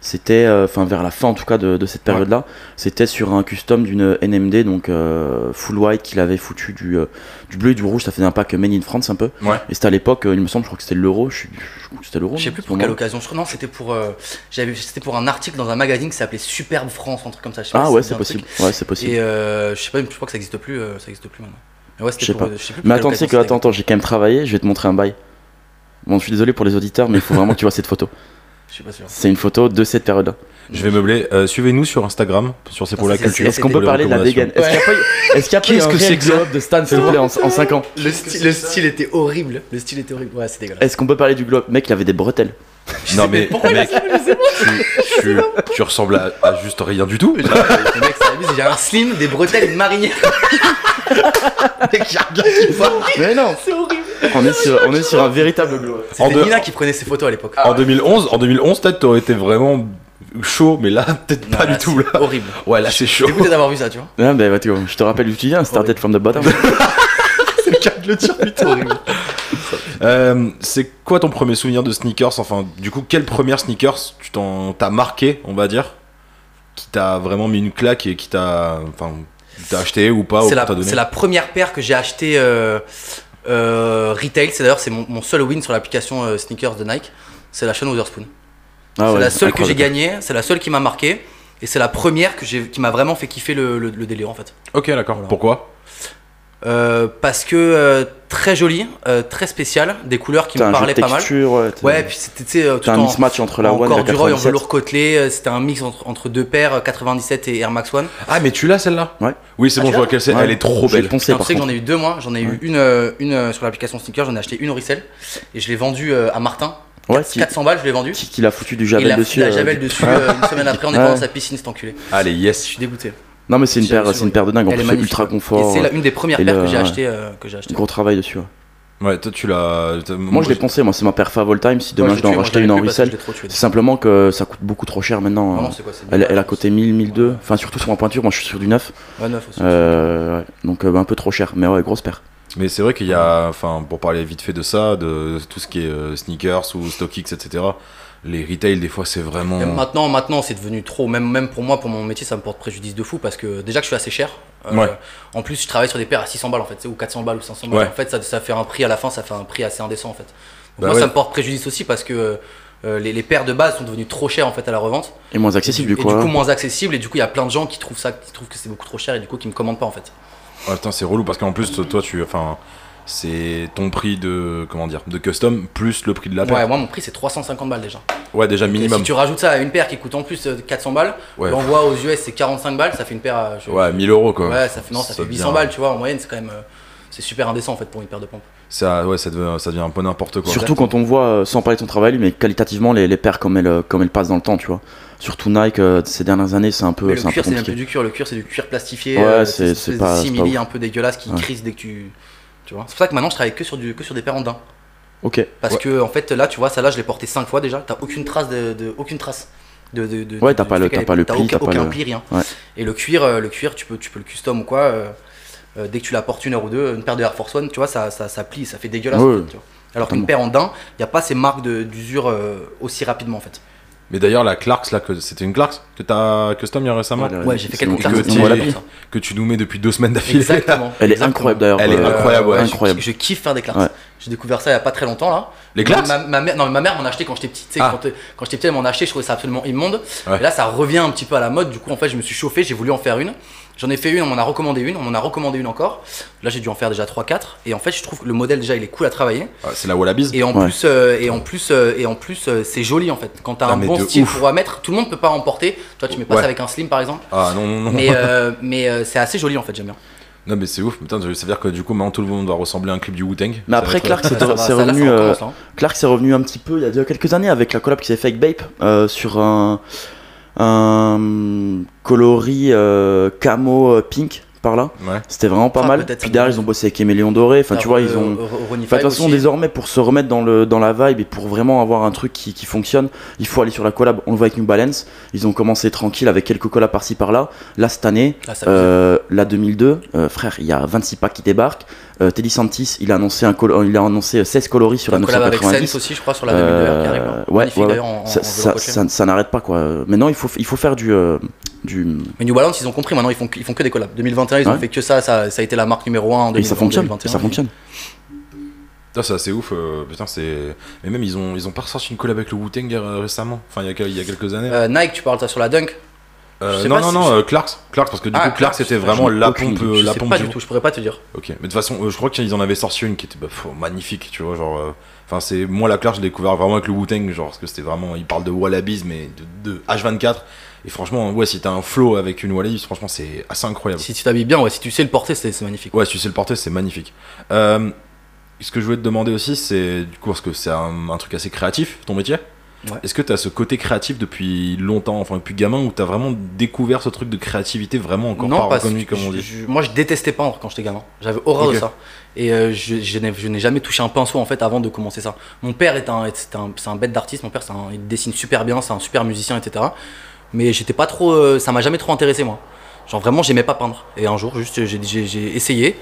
[SPEAKER 2] c'était, euh, enfin, vers la fin en tout cas de, de cette période-là, c'était sur un custom d'une NMD, donc euh, full white, qu'il avait foutu du, euh, du bleu et du rouge, ça faisait un pack euh, Made in France un peu.
[SPEAKER 1] Ouais.
[SPEAKER 2] Et c'était à l'époque, euh, il me semble, je crois que c'était l'euro, je, suis- je crois que c'était l'euro.
[SPEAKER 3] Je sais
[SPEAKER 2] non,
[SPEAKER 3] plus
[SPEAKER 2] ce
[SPEAKER 3] pour
[SPEAKER 2] moment-là.
[SPEAKER 3] quelle occasion. Je crois non, c'était pour euh, j'avais c'était pour un article dans un magazine qui s'appelait Superbe France, un truc comme ça. je sais pas
[SPEAKER 2] Ah
[SPEAKER 3] si
[SPEAKER 2] ouais,
[SPEAKER 3] dit
[SPEAKER 2] c'est
[SPEAKER 3] un truc.
[SPEAKER 2] possible. Ouais, c'est possible.
[SPEAKER 3] Et euh, je sais pas, je crois que ça existe plus, euh, ça existe plus maintenant. Mais ouais, c'était
[SPEAKER 2] Je sais
[SPEAKER 3] pour-
[SPEAKER 2] pas.
[SPEAKER 3] sais plus pour
[SPEAKER 2] Mais
[SPEAKER 3] quelle
[SPEAKER 2] attends, tu sais que,
[SPEAKER 3] occasion
[SPEAKER 2] attends, attends, j'ai quand même travaillé, je vais te montrer un bail. Bon, je suis désolé pour les auditeurs, mais il faut vraiment que tu vois
[SPEAKER 3] *laughs*
[SPEAKER 2] cette photo.
[SPEAKER 3] c'était. Je suis pas sûr.
[SPEAKER 2] C'est une photo de cette période-là.
[SPEAKER 1] Je vais meubler. Euh, Suivez-nous sur Instagram, sur C'est pour la
[SPEAKER 3] Ça, c'est-
[SPEAKER 1] culture.
[SPEAKER 2] Est-ce qu'on
[SPEAKER 1] Pour les
[SPEAKER 2] peut parler de la dégaine
[SPEAKER 1] recommandations.
[SPEAKER 2] Est-ce qu'il y a pas- est-ce qu'il y a pas eu
[SPEAKER 1] Qu'est-ce
[SPEAKER 2] un
[SPEAKER 1] que
[SPEAKER 2] réel
[SPEAKER 1] c'est que ça
[SPEAKER 2] globe de Stan, s'il vous plaît, en, 5 ans
[SPEAKER 3] Le style, le style était horrible. Le style était horrible. Ouais, c'est dégueulasse.
[SPEAKER 2] Est-ce qu'on peut parler du globe Mec, il avait des bretelles.
[SPEAKER 1] Non mais
[SPEAKER 3] Pourquoi il a
[SPEAKER 1] mec,
[SPEAKER 3] ça Je sais pas.
[SPEAKER 1] tu,
[SPEAKER 3] *laughs*
[SPEAKER 1] tu- tu ressembles à, à juste rien du tout.
[SPEAKER 3] Le mec, ça abuse. J'ai un slim, des bretelles, une *laughs* marinière. Mec, j'ai rien qui me va.
[SPEAKER 2] Mais non
[SPEAKER 3] C'est horrible.
[SPEAKER 2] On est sur, on est sur un véritable globe.
[SPEAKER 1] En
[SPEAKER 3] C'était
[SPEAKER 1] deux-
[SPEAKER 3] Nina qui prenait ses photos à l'époque.
[SPEAKER 1] En 2011, en 2011, peut-être t'aurais été vraiment chaud, mais là peut-être
[SPEAKER 3] Non,
[SPEAKER 1] pas
[SPEAKER 3] là,
[SPEAKER 1] du tout.
[SPEAKER 3] c'est
[SPEAKER 1] Là. *laughs*
[SPEAKER 3] Horrible.
[SPEAKER 1] Ouais, là c'est chaud.
[SPEAKER 3] Dégoûté d'avoir vu ça, tu vois.
[SPEAKER 2] Ah, bah, bah, tu vois, je te rappelle d'où tu viens, started from the bottom.
[SPEAKER 1] C'est le cas de le dire, putain.
[SPEAKER 3] Horrible.
[SPEAKER 1] Euh, c'est quoi ton premier souvenir de sneakers Enfin, du coup, quelle première sneakers tu t'en t'as marqué, on va dire, qui t'a vraiment mis une claque et qui t'a, enfin, t'as acheté ou pas ou
[SPEAKER 3] c'est la,
[SPEAKER 1] t'as donné
[SPEAKER 3] c'est la première paire que j'ai achetée euh, Euh, retail, c'est d'ailleurs c'est mon, mon seul win sur l'application euh, sneakers de Nike, c'est la chaîne Witherspoon.
[SPEAKER 2] Ah
[SPEAKER 3] c'est
[SPEAKER 2] ouais,
[SPEAKER 3] la seule que
[SPEAKER 2] incroyable.
[SPEAKER 3] j'ai gagnée, c'est la seule qui m'a marqué, et c'est la première que j'ai, qui m'a vraiment fait kiffer le, le- le délire en fait.
[SPEAKER 1] Ok, d'accord.
[SPEAKER 3] Voilà.
[SPEAKER 1] Pourquoi
[SPEAKER 3] Euh, parce que euh, très jolie, euh, très spéciale, des couleurs qui
[SPEAKER 2] T'as
[SPEAKER 3] me
[SPEAKER 2] un jeu de
[SPEAKER 3] parlaient pas mal.
[SPEAKER 2] texture, ouais, t'as-
[SPEAKER 3] Ouais, puis c'était tu sais, euh, tout
[SPEAKER 2] t'as un
[SPEAKER 3] en,
[SPEAKER 2] mismatch entre la
[SPEAKER 3] en
[SPEAKER 2] One et la
[SPEAKER 3] corduroy, en
[SPEAKER 2] 97.
[SPEAKER 3] velours côtelé, euh, c'était un mix entre, entre deux paires, euh, 97 et Air Max One.
[SPEAKER 1] Ah, mais tu l'as celle-là
[SPEAKER 2] Ouais.
[SPEAKER 1] Oui, c'est
[SPEAKER 3] Ah,
[SPEAKER 1] bon, je
[SPEAKER 3] tu l'as
[SPEAKER 1] vois qu'elle c'est.
[SPEAKER 2] Ouais.
[SPEAKER 1] Elle est trop
[SPEAKER 2] Je l'ai
[SPEAKER 1] belle.
[SPEAKER 2] poncé,
[SPEAKER 3] Tu
[SPEAKER 2] par
[SPEAKER 3] sais que j'en
[SPEAKER 2] contre.
[SPEAKER 3] ai eu deux moi, j'en ai
[SPEAKER 2] Ouais.
[SPEAKER 3] eu une, euh, une euh, sur l'application Sneaker, j'en ai acheté une au resell et je l'ai vendue euh, à Martin.
[SPEAKER 2] Ouais,
[SPEAKER 3] 4-
[SPEAKER 2] qui,
[SPEAKER 3] 400 balles, je l'ai vendue.
[SPEAKER 2] qui, qui l'a foutu du
[SPEAKER 3] Et il
[SPEAKER 2] javel
[SPEAKER 3] a
[SPEAKER 2] dessus.
[SPEAKER 3] dessus, la
[SPEAKER 2] euh,
[SPEAKER 3] javel
[SPEAKER 2] du-
[SPEAKER 3] dessus euh, une semaine
[SPEAKER 2] *laughs*
[SPEAKER 3] après, on est
[SPEAKER 2] Ouais.
[SPEAKER 3] pas dans sa piscine, cet enculé.
[SPEAKER 1] Allez,
[SPEAKER 3] Je
[SPEAKER 1] yes.
[SPEAKER 3] suis dégoûté.
[SPEAKER 2] Non, mais c'est une
[SPEAKER 3] J'ai-
[SPEAKER 2] paire,
[SPEAKER 3] j'ai-
[SPEAKER 2] c'est une paire de dingue. En
[SPEAKER 3] Elle est
[SPEAKER 2] plus, c'est
[SPEAKER 3] magnifique.
[SPEAKER 2] ultra
[SPEAKER 3] Et
[SPEAKER 2] confort.
[SPEAKER 3] c'est
[SPEAKER 2] euh,
[SPEAKER 3] la- une des premières
[SPEAKER 2] et
[SPEAKER 3] paires
[SPEAKER 2] le-
[SPEAKER 3] que j'ai
[SPEAKER 2] ouais.
[SPEAKER 3] acheté. euh, que j'ai acheté.
[SPEAKER 2] Gros travail dessus. ouais.
[SPEAKER 1] Ouais, toi, tu l'as. t'as-
[SPEAKER 2] Moi, je l'ai poncé. Moi, c'est ma paire Fall All Time. Si
[SPEAKER 3] Moi,
[SPEAKER 2] demain
[SPEAKER 3] l'ai
[SPEAKER 2] je dois en
[SPEAKER 3] tué, moi,
[SPEAKER 2] racheter
[SPEAKER 3] l'avais
[SPEAKER 2] une en
[SPEAKER 3] plus parce que
[SPEAKER 2] resell,
[SPEAKER 3] je l'ai trop tué.
[SPEAKER 2] c'est simplement que ça coûte beaucoup trop cher
[SPEAKER 3] Ah
[SPEAKER 2] maintenant.
[SPEAKER 3] non,
[SPEAKER 2] euh,
[SPEAKER 3] c'est quoi, c'est
[SPEAKER 2] Elle,
[SPEAKER 3] neuf,
[SPEAKER 2] elle est à
[SPEAKER 3] je
[SPEAKER 2] côté 1000, 1002. Enfin, surtout sur ma pointure. Moi, je suis sur du 9.
[SPEAKER 3] pense. Ouais, neuf aussi.
[SPEAKER 2] Euh, ouais. Donc, euh, un peu trop cher. Mais ouais, grosse paire.
[SPEAKER 1] Mais c'est vrai qu'il y a, enfin, pour parler vite fait de ça, de tout ce qui est euh, sneakers ou StockX, etc. Les retail, des fois, c'est vraiment.
[SPEAKER 3] Et Maintenant, maintenant, c'est devenu trop. Même, même pour moi, pour mon métier, ça me porte préjudice de fou parce que déjà que je suis assez cher. euh,
[SPEAKER 1] Ouais.
[SPEAKER 3] En plus, je travaille sur des paires à 600 balles en fait, c'est- ou 400 balles ou 500 balles.
[SPEAKER 1] Ouais.
[SPEAKER 3] En fait, ça, ça fait un prix à la fin, ça fait un prix assez indécent en fait. Donc
[SPEAKER 1] Bah
[SPEAKER 3] moi,
[SPEAKER 1] ouais.
[SPEAKER 3] ça me porte préjudice aussi parce que euh, les, les paires de base sont devenues trop chères en fait à la revente.
[SPEAKER 2] Et moins accessible,
[SPEAKER 3] et
[SPEAKER 2] du coup. hein.
[SPEAKER 3] du
[SPEAKER 2] ouais.
[SPEAKER 3] coup, moins accessible. Et du coup, il y a plein de gens qui trouvent ça, qui trouvent que c'est beaucoup trop cher et du coup, qui me commandent pas en fait.
[SPEAKER 1] Ah, putain, c'est relou parce qu'en plus, toi, tu, enfin, c'est ton prix de, comment dire, de custom plus le prix
[SPEAKER 2] Ah,
[SPEAKER 1] de la
[SPEAKER 3] Ouais,
[SPEAKER 1] paire.
[SPEAKER 3] moi mon prix c'est 350 balles déjà.
[SPEAKER 1] Ouais, déjà minimum.
[SPEAKER 3] Et si tu rajoutes ça à une paire qui coûte en plus euh, 400 balles,
[SPEAKER 1] Ouais.
[SPEAKER 3] l'envoi aux US c'est 45 balles, ça fait une paire. euh, je-
[SPEAKER 1] Ouais, 1000 euros quoi.
[SPEAKER 3] Ouais, ça fait, non, ça, fait
[SPEAKER 1] devient-
[SPEAKER 3] 800 balles, tu vois, en moyenne c'est quand même. euh, c'est super indécent en fait pour une paire de pompes.
[SPEAKER 1] Ça, ouais, ça devient, ça devient un peu n'importe quoi.
[SPEAKER 2] Surtout quand on voit, euh, sans parler de ton travail, lui, mais qualitativement, les, les paires comme elles, euh, comme elles passent dans le temps, tu vois. Surtout Nike, euh, ces dernières années, c'est un
[SPEAKER 3] Mais
[SPEAKER 2] peu,
[SPEAKER 3] le
[SPEAKER 2] c'est un peu
[SPEAKER 3] cuir c'est même
[SPEAKER 2] compliqué.
[SPEAKER 3] plus du cuir, le cuir c'est du cuir plastifié,
[SPEAKER 2] Ouais,
[SPEAKER 3] euh,
[SPEAKER 2] c'est-
[SPEAKER 3] cette
[SPEAKER 2] c'est
[SPEAKER 3] espèce
[SPEAKER 2] pas-
[SPEAKER 3] de
[SPEAKER 2] c'est pas
[SPEAKER 3] simili
[SPEAKER 2] ouf.
[SPEAKER 3] un peu dégueulasse qui
[SPEAKER 2] Ouais.
[SPEAKER 3] crise dès que tu. Tu vois. C'est pour ça que maintenant je travaille que sur, du, que sur des paires en daim.
[SPEAKER 2] Ok.
[SPEAKER 3] Parce
[SPEAKER 1] Ouais.
[SPEAKER 3] que en fait là tu vois, ça là je l'ai porté 5 fois déjà, t'as aucune trace de, de- aucune trace de, de, de-
[SPEAKER 2] Ouais,
[SPEAKER 3] de-
[SPEAKER 2] t'as
[SPEAKER 3] du
[SPEAKER 2] pas le-
[SPEAKER 3] fait qu'elle
[SPEAKER 2] t'as
[SPEAKER 3] est-
[SPEAKER 2] pas le pli,
[SPEAKER 3] aucun,
[SPEAKER 2] t'as pas
[SPEAKER 3] aucun
[SPEAKER 2] le-
[SPEAKER 3] pli, rien.
[SPEAKER 2] Ouais.
[SPEAKER 3] Et le cuir, euh, le cuir, tu peux, tu peux le custom ou quoi. euh, euh, dès que tu la portes une heure ou deux, une paire de Air Force One, tu vois, ça, ça, ça plie, ça fait dégueulasse.
[SPEAKER 2] Ouais.
[SPEAKER 3] en fait, tu vois. Alors qu'une
[SPEAKER 2] Totalement.
[SPEAKER 3] paire en daim, il n'y a pas ces marques de- d'usure euh, aussi rapidement en fait.
[SPEAKER 1] Mais d'ailleurs, la Clarks, là, que c'était une Clarks que t'as custom il y a récemment,
[SPEAKER 2] Ouais,
[SPEAKER 3] Ouais, j'ai fait
[SPEAKER 2] Euh, c'est
[SPEAKER 3] quelques
[SPEAKER 2] mon-
[SPEAKER 3] classes
[SPEAKER 1] que
[SPEAKER 3] de
[SPEAKER 1] t'es-
[SPEAKER 2] mon- mon-
[SPEAKER 3] Clarks
[SPEAKER 2] mon-
[SPEAKER 3] pour
[SPEAKER 1] Exactement.
[SPEAKER 3] ça.
[SPEAKER 1] que tu nous mets depuis deux semaines d'affilée.
[SPEAKER 3] Exactement.
[SPEAKER 2] Elle est
[SPEAKER 3] exactement.
[SPEAKER 2] incroyable d'ailleurs.
[SPEAKER 1] Elle est
[SPEAKER 2] euh,
[SPEAKER 1] incroyable, ouais.
[SPEAKER 3] je-
[SPEAKER 2] incroyable.
[SPEAKER 3] Je, kiffe faire des Clarks.
[SPEAKER 2] Ouais.
[SPEAKER 3] J'ai découvert ça il n'y a pas très longtemps là.
[SPEAKER 1] *laughs* Les
[SPEAKER 3] Ma-
[SPEAKER 1] Clarks
[SPEAKER 3] ma, ma mère, non, mais ma mère m'en achetait quand j'étais petite. tu sais,
[SPEAKER 1] Ah.
[SPEAKER 3] Quand, euh, quand j'étais petite, elle m'en achetait, je trouvais ça absolument immonde.
[SPEAKER 1] Ouais.
[SPEAKER 3] Et là, ça revient un petit peu à la mode. Du coup, en fait, je me suis chauffé, j'ai voulu en faire une. J'en ai fait une, on m'en a recommandé une, on m'en a recommandé une encore. Là, j'ai dû en faire déjà 3-4. Et en fait, je trouve que le modèle, déjà, il est cool à travailler.
[SPEAKER 1] Ah, C'est la Wallabies.
[SPEAKER 3] Et en
[SPEAKER 2] Ouais.
[SPEAKER 3] plus, euh, et en plus, euh, et en plus, euh, c'est joli en fait. Quand t'as
[SPEAKER 1] Ah,
[SPEAKER 3] un
[SPEAKER 1] mais
[SPEAKER 3] bon
[SPEAKER 1] de
[SPEAKER 3] style
[SPEAKER 1] ouf.
[SPEAKER 3] pour à mettre, tout le monde peut pas en porter. Toi, tu mets pas
[SPEAKER 1] Ouais.
[SPEAKER 3] ça avec un slim
[SPEAKER 1] *laughs*
[SPEAKER 3] par exemple.
[SPEAKER 1] Ah non, non, non.
[SPEAKER 3] Mais, euh, mais euh, c'est assez joli en fait, j'aime bien.
[SPEAKER 1] Non, mais c'est ouf. Putain, ça veut dire que du coup, maintenant tout le monde va ressembler à un clip du Wu-Tang.
[SPEAKER 2] Mais
[SPEAKER 1] Ça va
[SPEAKER 2] après,
[SPEAKER 1] être-
[SPEAKER 2] Clark, c'est
[SPEAKER 3] Ça va,
[SPEAKER 2] c'est
[SPEAKER 3] ça, là, ça
[SPEAKER 2] revenu, euh,
[SPEAKER 3] recommence, là, hein.
[SPEAKER 2] Clark, c'est revenu un petit peu il y a déjà quelques années avec la collab qui s'est fait avec Bape euh, sur un, un coloris euh, camo euh, pink par là.
[SPEAKER 1] Ouais.
[SPEAKER 2] C'était vraiment pas
[SPEAKER 3] Ah,
[SPEAKER 2] mal.
[SPEAKER 3] peut-être,
[SPEAKER 2] Puis
[SPEAKER 3] ça
[SPEAKER 2] derrière,
[SPEAKER 3] me-
[SPEAKER 2] ils ont bossé avec Eméléon Doré. Enfin, tu vois, ils
[SPEAKER 3] Euh,
[SPEAKER 2] ont.
[SPEAKER 3] euh, Ronnie
[SPEAKER 2] Enfin, de toute
[SPEAKER 3] Five
[SPEAKER 2] façon,
[SPEAKER 3] aussi.
[SPEAKER 2] désormais, pour se remettre dans, le, dans la vibe et pour vraiment avoir un truc qui, qui fonctionne, il faut aller sur la collab. On le voit avec New Balance. Ils ont commencé tranquille avec quelques collabs par-ci par-là. Là, cette année,
[SPEAKER 3] Là, Ah, ça
[SPEAKER 2] euh, la 2002, euh, frère, il y a 26 packs qui débarquent. Euh, Teddy Santis, il a annoncé, un col- euh, il a annoncé 16 coloris sur la
[SPEAKER 3] collab avec Sense
[SPEAKER 2] 990.
[SPEAKER 3] aussi, je crois, sur la 2000
[SPEAKER 2] Euh,
[SPEAKER 3] qui arrive. là.
[SPEAKER 2] ouais,
[SPEAKER 3] Magnifique
[SPEAKER 2] ouais,
[SPEAKER 3] d'ailleurs en, en
[SPEAKER 2] Ça,
[SPEAKER 3] vélo
[SPEAKER 2] ça,
[SPEAKER 3] coaché.
[SPEAKER 2] ça- ça n'arrête pas quoi. Maintenant, il faut, il faut faire du. euh, du...
[SPEAKER 3] Mais New Balance, ils ont compris. Maintenant, ils font, que- ils font que des collabs. 2021, ils ont
[SPEAKER 2] Ouais.
[SPEAKER 3] fait que ça, ça. ça a été la marque numéro 1 en
[SPEAKER 2] Et ça
[SPEAKER 3] 2020,
[SPEAKER 2] fonctionne.
[SPEAKER 3] 2021.
[SPEAKER 2] et ça fonctionne.
[SPEAKER 1] Putain, c'est assez ouf. euh, putain, c'est. Mais même, ils ont, ils ont pas ressorti une collab avec le Wu-Tang euh, récemment. Enfin, il y a, que- il y a quelques années.
[SPEAKER 3] Euh, Nike, tu parles ça sur la Dunk
[SPEAKER 1] Euh,
[SPEAKER 3] je sais
[SPEAKER 1] non,
[SPEAKER 3] pas
[SPEAKER 1] non,
[SPEAKER 3] si-
[SPEAKER 1] non, euh, Clarks. Clarks, parce que du
[SPEAKER 3] Ah,
[SPEAKER 1] coup, Clarks,
[SPEAKER 3] Clarks,
[SPEAKER 1] c'était
[SPEAKER 3] je-
[SPEAKER 1] vraiment
[SPEAKER 2] j'en ai
[SPEAKER 1] la
[SPEAKER 2] aucune
[SPEAKER 1] pompe,
[SPEAKER 2] idée.
[SPEAKER 1] euh,
[SPEAKER 3] Je
[SPEAKER 1] la
[SPEAKER 3] sais
[SPEAKER 1] pompe
[SPEAKER 3] pas
[SPEAKER 1] du
[SPEAKER 3] du tout, je pourrais pas te dire.
[SPEAKER 1] Ok, mais de toute façon, euh, je crois qu'ils en avaient sorti une qui était bah, pff, magnifique, tu vois, genre. euh, Enfin, c'est moi la Clark, je l'ai découvert vraiment avec le Wu-Tang, genre parce que c'était vraiment, ils parlent de Wallabies, mais de, de H24. Et franchement, ouais, si t'as un flow avec une Wallabies, franchement, c'est assez incroyable.
[SPEAKER 3] Si tu t'habilles bien, ouais, si tu sais le porter, c'est c'est magnifique.
[SPEAKER 1] Ouais, si tu sais le porter, c'est magnifique. Euh, ce que je voulais te demander aussi, c'est du coup parce que c'est un, un truc assez créatif, ton métier.
[SPEAKER 3] Ouais.
[SPEAKER 1] Est-ce que t'as ce côté créatif depuis longtemps, enfin depuis gamin, où t'as vraiment découvert ce truc de créativité vraiment encore
[SPEAKER 3] non,
[SPEAKER 1] pas
[SPEAKER 3] parce
[SPEAKER 1] reconnu,
[SPEAKER 3] que
[SPEAKER 1] comme on
[SPEAKER 3] je-
[SPEAKER 1] dit
[SPEAKER 3] je- moi je détestais peindre quand j'étais gamin. J'avais horreur
[SPEAKER 1] Ok.
[SPEAKER 3] de ça. Et euh, je, je n'ai, je n'ai jamais touché un pinceau en fait avant de commencer ça. Mon père est un, c'est un, c'est un bête d'artiste. Mon père, c'est un- il dessine super bien, c'est un super musicien, etc. Mais j'étais pas trop, euh, ça m'a jamais trop intéressé moi. Genre vraiment, j'aimais pas peindre. Et un jour, juste, j'ai, j'ai- j'ai essayé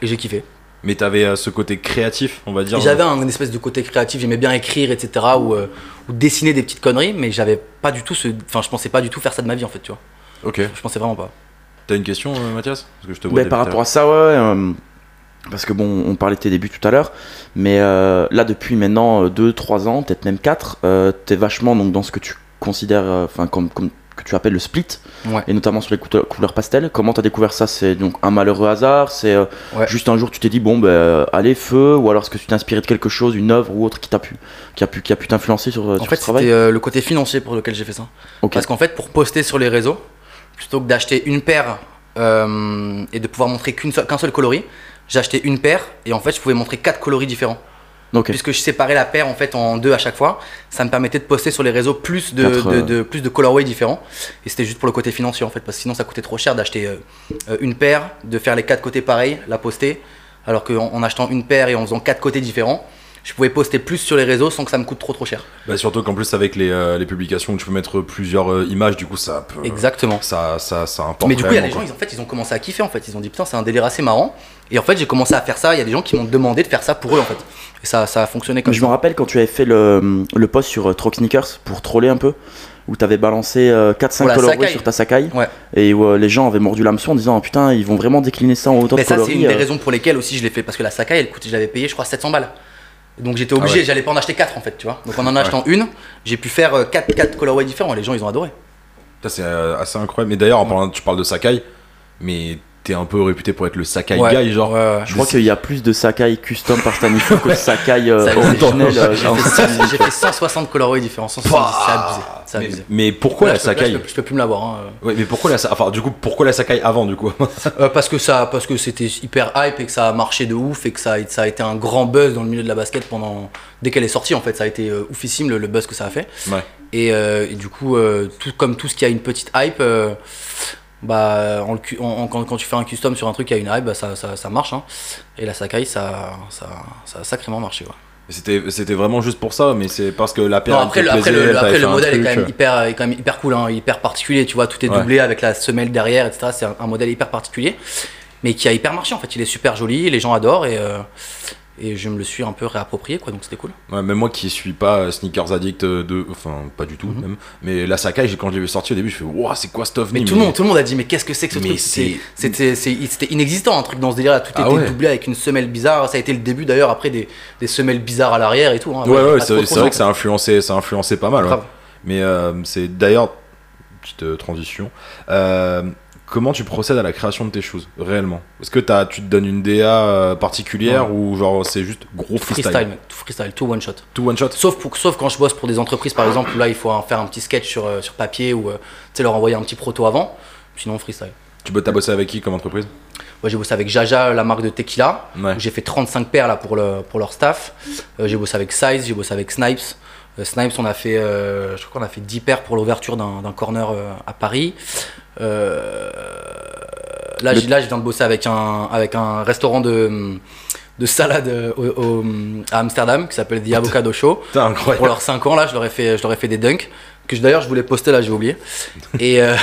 [SPEAKER 3] et j'ai kiffé.
[SPEAKER 1] Mais t'avais euh, ce côté créatif, on va dire.
[SPEAKER 3] Et J'avais un une espèce de côté créatif, j'aimais bien écrire, etc. Ou, euh, ou dessiner des petites conneries, mais j'avais pas du tout ce, enfin, je pensais pas du tout faire ça de ma vie en fait, tu vois.
[SPEAKER 1] Ok.
[SPEAKER 3] Je pensais vraiment pas.
[SPEAKER 1] T'as une question, euh, Mathias Parce que je te vois
[SPEAKER 2] Ben,
[SPEAKER 1] depuis
[SPEAKER 2] par
[SPEAKER 1] tout à
[SPEAKER 2] rapport à ça, ouais, ouais, euh, Parce que bon, on parlait de tes débuts tout à l'heure, mais euh, là depuis maintenant 2-3 ans, peut-être même 4, t'es vachement donc, dans ce que tu considères, euh, enfin comme, comme que tu appelles le split,
[SPEAKER 3] Ouais.
[SPEAKER 2] et notamment sur les coute- couleurs pastel. Comment t'as découvert ça C'est donc un malheureux hasard C'est euh,
[SPEAKER 3] Ouais.
[SPEAKER 2] juste un jour tu t'es dit bon ben euh, allez feu, ou alors est-ce que tu t'es inspiré de quelque chose, une œuvre ou autre qui t'a pu, qui a pu, qui a pu t'influencer sur, euh,
[SPEAKER 3] En
[SPEAKER 2] sur
[SPEAKER 3] fait,
[SPEAKER 2] ce travail
[SPEAKER 3] c'était euh, le côté financier pour lequel j'ai fait ça.
[SPEAKER 2] Ok.
[SPEAKER 3] Parce qu'en fait, pour poster sur les réseaux, plutôt que d'acheter une paire euh, et de pouvoir montrer qu'une seule- qu'un seul coloris, j'ai acheté une paire et en fait, je pouvais montrer quatre coloris différents.
[SPEAKER 2] Ok.
[SPEAKER 3] Puisque je séparais la paire en fait en deux à chaque fois, ça me permettait de poster sur les réseaux plus de,
[SPEAKER 2] Quatre,
[SPEAKER 3] de-
[SPEAKER 2] euh,
[SPEAKER 3] de- plus de colorways différents. Et c'était juste pour le côté financier en fait, parce que sinon ça coûtait trop cher d'acheter euh, euh, une paire, de faire les quatre côtés pareils, la poster. Alors qu'en en achetant une paire et en faisant quatre côtés différents, je pouvais poster plus sur les réseaux sans que ça me coûte trop trop cher.
[SPEAKER 1] Bah, surtout qu'en plus, avec les, euh, les publications où tu peux mettre plusieurs euh, images, du coup, ça peut.
[SPEAKER 3] Exactement.
[SPEAKER 1] Ça, ça, ça importe.
[SPEAKER 3] Mais du coup, il y a des gens,
[SPEAKER 1] réellement,
[SPEAKER 3] ils, en fait, ils ont commencé à kiffer. En fait, ils ont dit putain, c'est un délire assez marrant. Et en fait, j'ai commencé à faire ça. Il y a des gens qui m'ont demandé de faire ça pour eux, en fait. Et ça, ça a fonctionné comme
[SPEAKER 2] Je me rappelle quand tu avais fait le, le post sur euh, Troc Sneakers pour troller un peu, où tu avais balancé euh, 4-5
[SPEAKER 3] Pour la
[SPEAKER 2] coloris
[SPEAKER 3] Sakai.
[SPEAKER 2] sur ta Sakai,
[SPEAKER 3] Ouais.
[SPEAKER 2] et où euh, les gens avaient mordu l'hameçon en disant Ah, putain, ils vont vraiment décliner ça en autant
[SPEAKER 3] Mais
[SPEAKER 2] de
[SPEAKER 3] ça,
[SPEAKER 2] coloris.
[SPEAKER 3] c'est une des
[SPEAKER 2] euh.
[SPEAKER 3] raisons pour lesquelles aussi je l'ai fait. Parce que la Sakai, elle coûte, je l'avais payée, je crois, 700 balles. Donc j'étais obligé,
[SPEAKER 1] Ah ouais.
[SPEAKER 3] j'allais pas en acheter 4 en fait, tu vois. Donc en en achetant une, j'ai pu faire 4 quatre, quatre colorways différents. Les gens, ils ont adoré.
[SPEAKER 1] Ça, c'est euh, assez incroyable. Mais d'ailleurs, en parlant, tu parles de Sakai, mais t'es un peu réputé pour être le Sakai
[SPEAKER 3] Ouais.
[SPEAKER 1] guy, genre.
[SPEAKER 2] Je crois qu'il y a plus de Sakai custom par Stanifu que
[SPEAKER 3] *laughs*
[SPEAKER 2] de Sakai euh,
[SPEAKER 3] Ça, c'est-
[SPEAKER 2] originelle.
[SPEAKER 3] j'ai
[SPEAKER 2] euh,
[SPEAKER 3] fait,
[SPEAKER 2] genre.
[SPEAKER 3] j'ai fait 160 colorways différents, 170, c'est abusé. C'est
[SPEAKER 1] mais,
[SPEAKER 3] abusé.
[SPEAKER 1] mais Bah. pourquoi
[SPEAKER 3] Là,
[SPEAKER 1] la
[SPEAKER 3] je peux- là,
[SPEAKER 1] Sakai
[SPEAKER 3] je peux- Je peux plus me l'avoir. hein.
[SPEAKER 1] Ouais, mais pourquoi la Sa- enfin du coup pourquoi la Sakai avant du coup *laughs*
[SPEAKER 3] Euh, parce que ça, parce que c'était hyper hype et que ça a marché de ouf et que ça, a- ça a été un grand buzz dans le milieu de la basket pendant dès qu'elle est sortie en fait, ça a été euh, oufissime le, le buzz que ça a fait.
[SPEAKER 1] Ouais.
[SPEAKER 3] Et, euh, et du coup, euh, tout comme tout ce qui a une petite hype, euh, bah en le cu- en- en- quand, quand tu fais un custom sur un truc qui a une hype, bah, ça, ça, ça marche. hein. Et la Sakai, ça, ça, ça a sacrément marché. quoi.
[SPEAKER 1] C'était c'était vraiment juste pour ça, mais c'est parce que la paire
[SPEAKER 3] Non,
[SPEAKER 1] elle
[SPEAKER 3] après,
[SPEAKER 1] te
[SPEAKER 3] le, après,
[SPEAKER 1] plaisait,
[SPEAKER 3] le-
[SPEAKER 1] t'avais
[SPEAKER 3] après,
[SPEAKER 1] fait
[SPEAKER 3] le
[SPEAKER 1] un
[SPEAKER 3] modèle est
[SPEAKER 1] truc,
[SPEAKER 3] quand,
[SPEAKER 1] euh.
[SPEAKER 3] même hyper, est quand même hyper cool, hein, hyper particulier, tu vois, tout est
[SPEAKER 1] Ouais.
[SPEAKER 3] doublé avec la semelle derrière, etc. C'est un, un modèle hyper particulier, mais qui a hyper marché en fait. Il est super joli, les gens adorent et, euh, et je me le suis un peu réapproprié, quoi, donc c'était cool.
[SPEAKER 1] euh, Ouais, même moi qui suis pas euh, sneakers addict euh, de enfin pas du tout
[SPEAKER 3] Mhm.
[SPEAKER 1] même, mais la Sakai j'ai- quand je l'ai vu sortir au début, je fais waouh, c'est quoi cette ovni
[SPEAKER 3] Mais, tout, le monde, tout le monde a dit, mais qu'est-ce que c'est que ce
[SPEAKER 1] mais
[SPEAKER 3] truc
[SPEAKER 1] c'est-
[SPEAKER 3] C'était- C'était c'est- c'était inexistant un truc dans ce délire là, tout
[SPEAKER 1] Ah
[SPEAKER 3] était
[SPEAKER 1] ouais.
[SPEAKER 3] doublé avec une semelle bizarre. Ça a été le début d'ailleurs, après des, des semelles bizarres à l'arrière et tout. hein.
[SPEAKER 1] Ouais ouais,
[SPEAKER 3] Après, pas
[SPEAKER 1] c'est
[SPEAKER 3] trop,
[SPEAKER 1] c'est
[SPEAKER 3] trop
[SPEAKER 1] vrai
[SPEAKER 3] ça,
[SPEAKER 1] que ça a influencé ça hein. a influencé pas mal. ouais.
[SPEAKER 3] Grave.
[SPEAKER 1] Mais euh, c'est d'ailleurs petite euh, transition. euh, comment tu procèdes à la création de tes choses réellement Est-ce que t'as- tu te donnes une DA euh, particulière ou genre c'est juste gros freestyle,
[SPEAKER 3] Freestyle, mec, tout freestyle, tout one shot.
[SPEAKER 1] Tout one shot
[SPEAKER 3] Sauf, pour, sauf quand je bosse pour des entreprises,
[SPEAKER 1] Ah.
[SPEAKER 3] par exemple, où là, il faut en faire un petit sketch sur, euh, sur papier ou euh, tu sais, leur envoyer un petit proto avant. Sinon, freestyle.
[SPEAKER 1] Tu peux t'as bossé avec qui comme entreprise
[SPEAKER 3] Moi, j'ai bossé avec Jaja, la marque de Tequila.
[SPEAKER 1] Ouais.
[SPEAKER 3] où J'ai fait 35 paires là, pour, le, pour leur staff. Euh, j'ai bossé avec Size, j'ai bossé avec Snipes. Euh, Snipes, on a fait, euh, je crois qu'on a fait 10 paires pour l'ouverture d'un d'un corner euh, à Paris. Euh, là,
[SPEAKER 2] Le-
[SPEAKER 3] j'ai- là, je viens de bosser avec un, avec un restaurant de, de salade euh, au- au- à Amsterdam qui s'appelle The Avocado Show
[SPEAKER 1] Putain, incroyable.
[SPEAKER 3] pour leurs 5 ans là je leur ai fait je leur ai fait des dunks que je- d'ailleurs je voulais poster là
[SPEAKER 1] *laughs*
[SPEAKER 3] j'ai oublié et euh,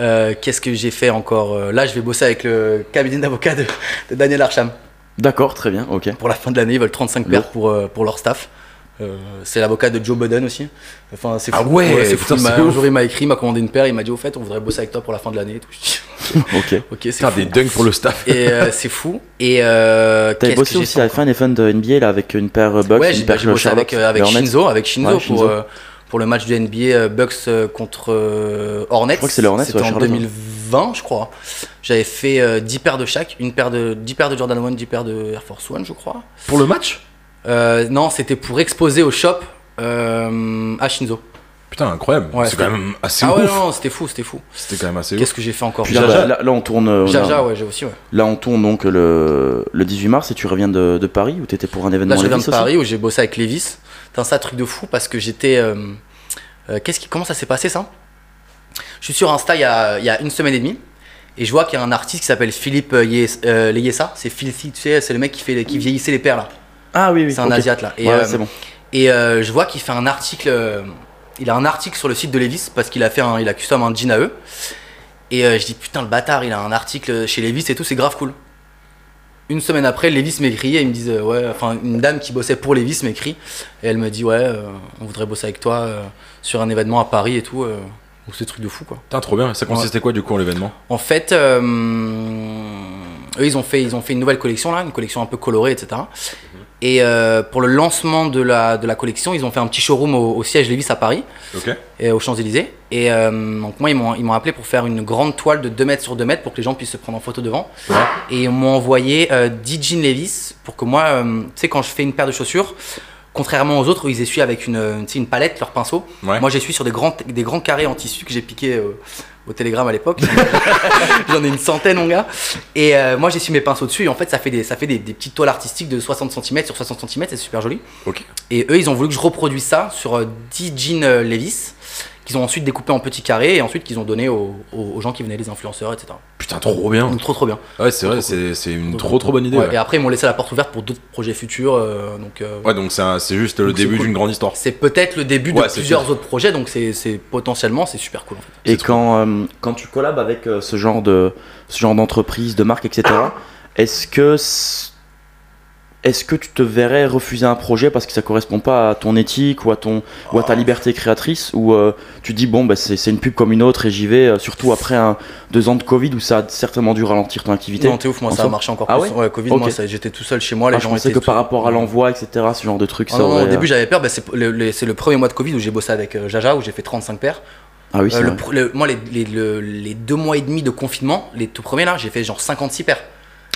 [SPEAKER 3] euh, qu'est-ce que j'ai fait encore Euh, là je vais bosser avec le cabinet d'avocats de, de Daniel Archam
[SPEAKER 2] D'accord, très bien, ok.
[SPEAKER 3] pour la fin de l'année ils veulent 35 paires pour, euh, pour leur staff Euh, c'est l'avocat de Joe Budden aussi. Enfin, c'est fou.
[SPEAKER 1] Ah ouais,
[SPEAKER 3] c'est
[SPEAKER 1] putain,
[SPEAKER 3] fou. Il m'a-
[SPEAKER 1] c'est
[SPEAKER 3] un
[SPEAKER 1] ouf.
[SPEAKER 3] jour, il m'a écrit, il m'a commandé une paire. Il m'a dit Au fait, on voudrait bosser avec toi pour la fin de l'année. et tout. *laughs* Je dis,
[SPEAKER 2] ok.
[SPEAKER 3] Ok, c'est
[SPEAKER 1] Putain,
[SPEAKER 3] fou.
[SPEAKER 1] des dunks pour le staff.
[SPEAKER 3] Et euh, c'est fun Et euh,
[SPEAKER 2] T'avais
[SPEAKER 3] qu'est-ce
[SPEAKER 2] bossé
[SPEAKER 3] que j'ai
[SPEAKER 2] aussi
[SPEAKER 3] fait
[SPEAKER 2] à la fin des fans de NBA là, avec une paire euh, Bucks,
[SPEAKER 3] ouais, j'ai
[SPEAKER 2] une paire
[SPEAKER 3] j'ai bossé
[SPEAKER 2] Charlotte,
[SPEAKER 3] avec, euh, avec
[SPEAKER 2] les Hornets.
[SPEAKER 3] Shinzo, avec Shinzo
[SPEAKER 2] Ouais,
[SPEAKER 3] pour,
[SPEAKER 2] Shinzo.
[SPEAKER 3] euh, pour le match du NBA euh, Bucks euh, contre euh, Hornets.
[SPEAKER 2] Je crois que c'est les Hornets,
[SPEAKER 3] C'était
[SPEAKER 2] ouais,
[SPEAKER 3] en
[SPEAKER 2] Charlotte,
[SPEAKER 3] 2020, je crois. J'avais fait euh, 10 paires de chaque, une paire de 10 paires de Jordan 1, 10 paires de Air Force One, je crois.
[SPEAKER 1] Pour le match
[SPEAKER 3] Euh, non, c'était pour exposer au shop euh, à Shinzo.
[SPEAKER 1] Putain, incroyable.
[SPEAKER 3] Ouais,
[SPEAKER 1] c'est
[SPEAKER 3] c'était-
[SPEAKER 1] quand même assez
[SPEAKER 3] Ah ouais,
[SPEAKER 1] ouf.
[SPEAKER 3] non, non, c'était fou, c'était fou.
[SPEAKER 1] C'était quand même assez ouf.
[SPEAKER 3] Qu'est-ce que j'ai fait encore
[SPEAKER 2] Puis là,
[SPEAKER 1] Jaja.
[SPEAKER 2] bah, là- là, on tourne, euh,
[SPEAKER 3] Jaja,
[SPEAKER 2] là,
[SPEAKER 3] ouais, j'ai aussi, ouais.
[SPEAKER 2] là, on tourne donc euh, le, le 18 mars et tu reviens de, de Paris où t'étais pour un événement
[SPEAKER 3] Là, je reviens
[SPEAKER 2] Levi's
[SPEAKER 3] de
[SPEAKER 2] aussi
[SPEAKER 3] Paris où j'ai bossé avec Lévis. Putain, ça, truc de fou parce que j'étais. euh, euh, qu'est-ce qui, comment ça s'est passé ça Je suis sur Insta il y, a, il y a une semaine et demie et je vois qu'il y a un artiste qui s'appelle Philippe euh, Yes- euh, Leyessa. C'est Filthy, tu sais, c'est le mec qui, fait, qui vieillissait les pères là.
[SPEAKER 2] Ah oui, oui.
[SPEAKER 3] C'est un
[SPEAKER 2] ok.
[SPEAKER 3] Asiate là. Et,
[SPEAKER 2] ouais,
[SPEAKER 3] euh,
[SPEAKER 2] c'est bon.
[SPEAKER 3] et euh, je vois qu'il fait un article. euh, il a un article sur le site de Levis parce qu'il a fait un, il a custom un jean à eux. Et euh, je dis putain le bâtard, il a un article chez Levis et tout, c'est grave cool. Une semaine après, Levis m'écrit et ils me disent euh, ouais, enfin une dame qui bossait pour Levis m'écrit et elle me dit ouais, euh, on voudrait bosser avec toi euh, sur un événement à Paris et tout. euh. donc c'est truc de fou quoi.
[SPEAKER 1] Putain, trop bien. Ça consistait quoi du coup en l'événement
[SPEAKER 3] En fait, euh, Eux, ils ont fait, ils ont fait une nouvelle collection là, une collection un peu colorée, etc. Et euh, pour le lancement de la, de la collection, ils ont fait un petit showroom au, au siège Lévis à Paris,
[SPEAKER 1] Ok.
[SPEAKER 3] et aux Champs-Élysées. Et euh, donc, moi, ils m'ont, ils m'ont appelé pour faire une grande toile de 2 mètres sur 2 mètres pour que les gens puissent se prendre en photo devant.
[SPEAKER 1] Ouais.
[SPEAKER 3] Et ils m'ont envoyé euh, 10 jeans Levis pour que moi, euh, tu sais, quand je fais une paire de chaussures, contrairement aux autres où ils essuient avec une, euh, tu sais, une palette leur pinceau,
[SPEAKER 1] Ouais.
[SPEAKER 3] moi j'essuie sur des grands, des grands carrés en tissu que j'ai piqué euh, au télégramme
[SPEAKER 1] *laughs*
[SPEAKER 3] à l'époque. J'en ai une centaine, mon gars. Et euh, moi j'essuie mes pinceaux dessus et en fait ça fait des, ça fait des, des petites toiles artistiques de 60 cm sur 60 cm, c'est super joli.
[SPEAKER 1] Ok.
[SPEAKER 3] Et eux, ils ont voulu que je reproduise ça sur euh, 10 jeans euh, Levis qu'ils ont ensuite découpé en petits carrés et ensuite qu'ils ont donné aux, aux- aux gens qui venaient, les influenceurs, etc.
[SPEAKER 1] Putain, trop
[SPEAKER 2] Oh.
[SPEAKER 1] bien.
[SPEAKER 3] Donc trop trop bien.
[SPEAKER 1] Ouais, c'est vrai,
[SPEAKER 3] Trop cool.
[SPEAKER 1] c'est c'est une trop trop bonne idée.
[SPEAKER 3] Ouais,
[SPEAKER 1] ouais.
[SPEAKER 3] Et après, ils m'ont laissé la porte ouverte pour d'autres projets futurs. euh, donc, euh,
[SPEAKER 1] Ouais, donc c'est un- c'est juste le
[SPEAKER 3] Donc, c'est
[SPEAKER 1] début
[SPEAKER 3] cool.
[SPEAKER 1] d'une grande histoire.
[SPEAKER 3] c'est peut-être le début
[SPEAKER 1] Ouais,
[SPEAKER 3] de
[SPEAKER 1] c'est
[SPEAKER 3] plusieurs
[SPEAKER 1] sûr.
[SPEAKER 3] autres projets. Donc, c'est c'est- potentiellement, c'est super cool. en fait.
[SPEAKER 1] C'est
[SPEAKER 2] Et
[SPEAKER 1] trop
[SPEAKER 2] quand, euh, quand tu collabes avec euh, ce genre de ce genre d'entreprise, de marque, etc., est-ce que c- est-ce que tu te verrais refuser un projet parce que ça correspond pas à ton éthique ou à ton ou à
[SPEAKER 3] Oh.
[SPEAKER 2] ta liberté créatrice ou euh, tu dis bon bah c'est c'est une pub comme une autre et j'y vais euh, surtout après un, deux ans de Covid où ça a certainement dû ralentir ton activité.
[SPEAKER 3] Non, t'es ouf, moi,
[SPEAKER 2] en
[SPEAKER 3] ça a
[SPEAKER 2] soi-
[SPEAKER 3] marché encore
[SPEAKER 2] Ah
[SPEAKER 3] plus.
[SPEAKER 2] ouais
[SPEAKER 3] Covid,
[SPEAKER 2] Ok.
[SPEAKER 3] moi, ça- j'étais tout seul chez moi. Les
[SPEAKER 2] Ah, je
[SPEAKER 3] gens
[SPEAKER 2] pensais
[SPEAKER 3] étaient
[SPEAKER 2] que par
[SPEAKER 3] tout-
[SPEAKER 2] rapport à l'envoi, etc., ce genre de truc,
[SPEAKER 3] Ah
[SPEAKER 2] ça
[SPEAKER 3] non, non,
[SPEAKER 2] aurait,
[SPEAKER 3] au début,
[SPEAKER 2] euh,
[SPEAKER 3] j'avais peur. bah, c'est le, le- c'est le premier mois de Covid où j'ai bossé avec euh, Jaja, où j'ai fait 35 paires.
[SPEAKER 2] ah oui, c'est
[SPEAKER 3] Euh, le
[SPEAKER 2] vrai.
[SPEAKER 3] pr- le- moi, les, les- le- les deux mois et demi de confinement, les tout premiers là, j'ai fait genre 56 paires.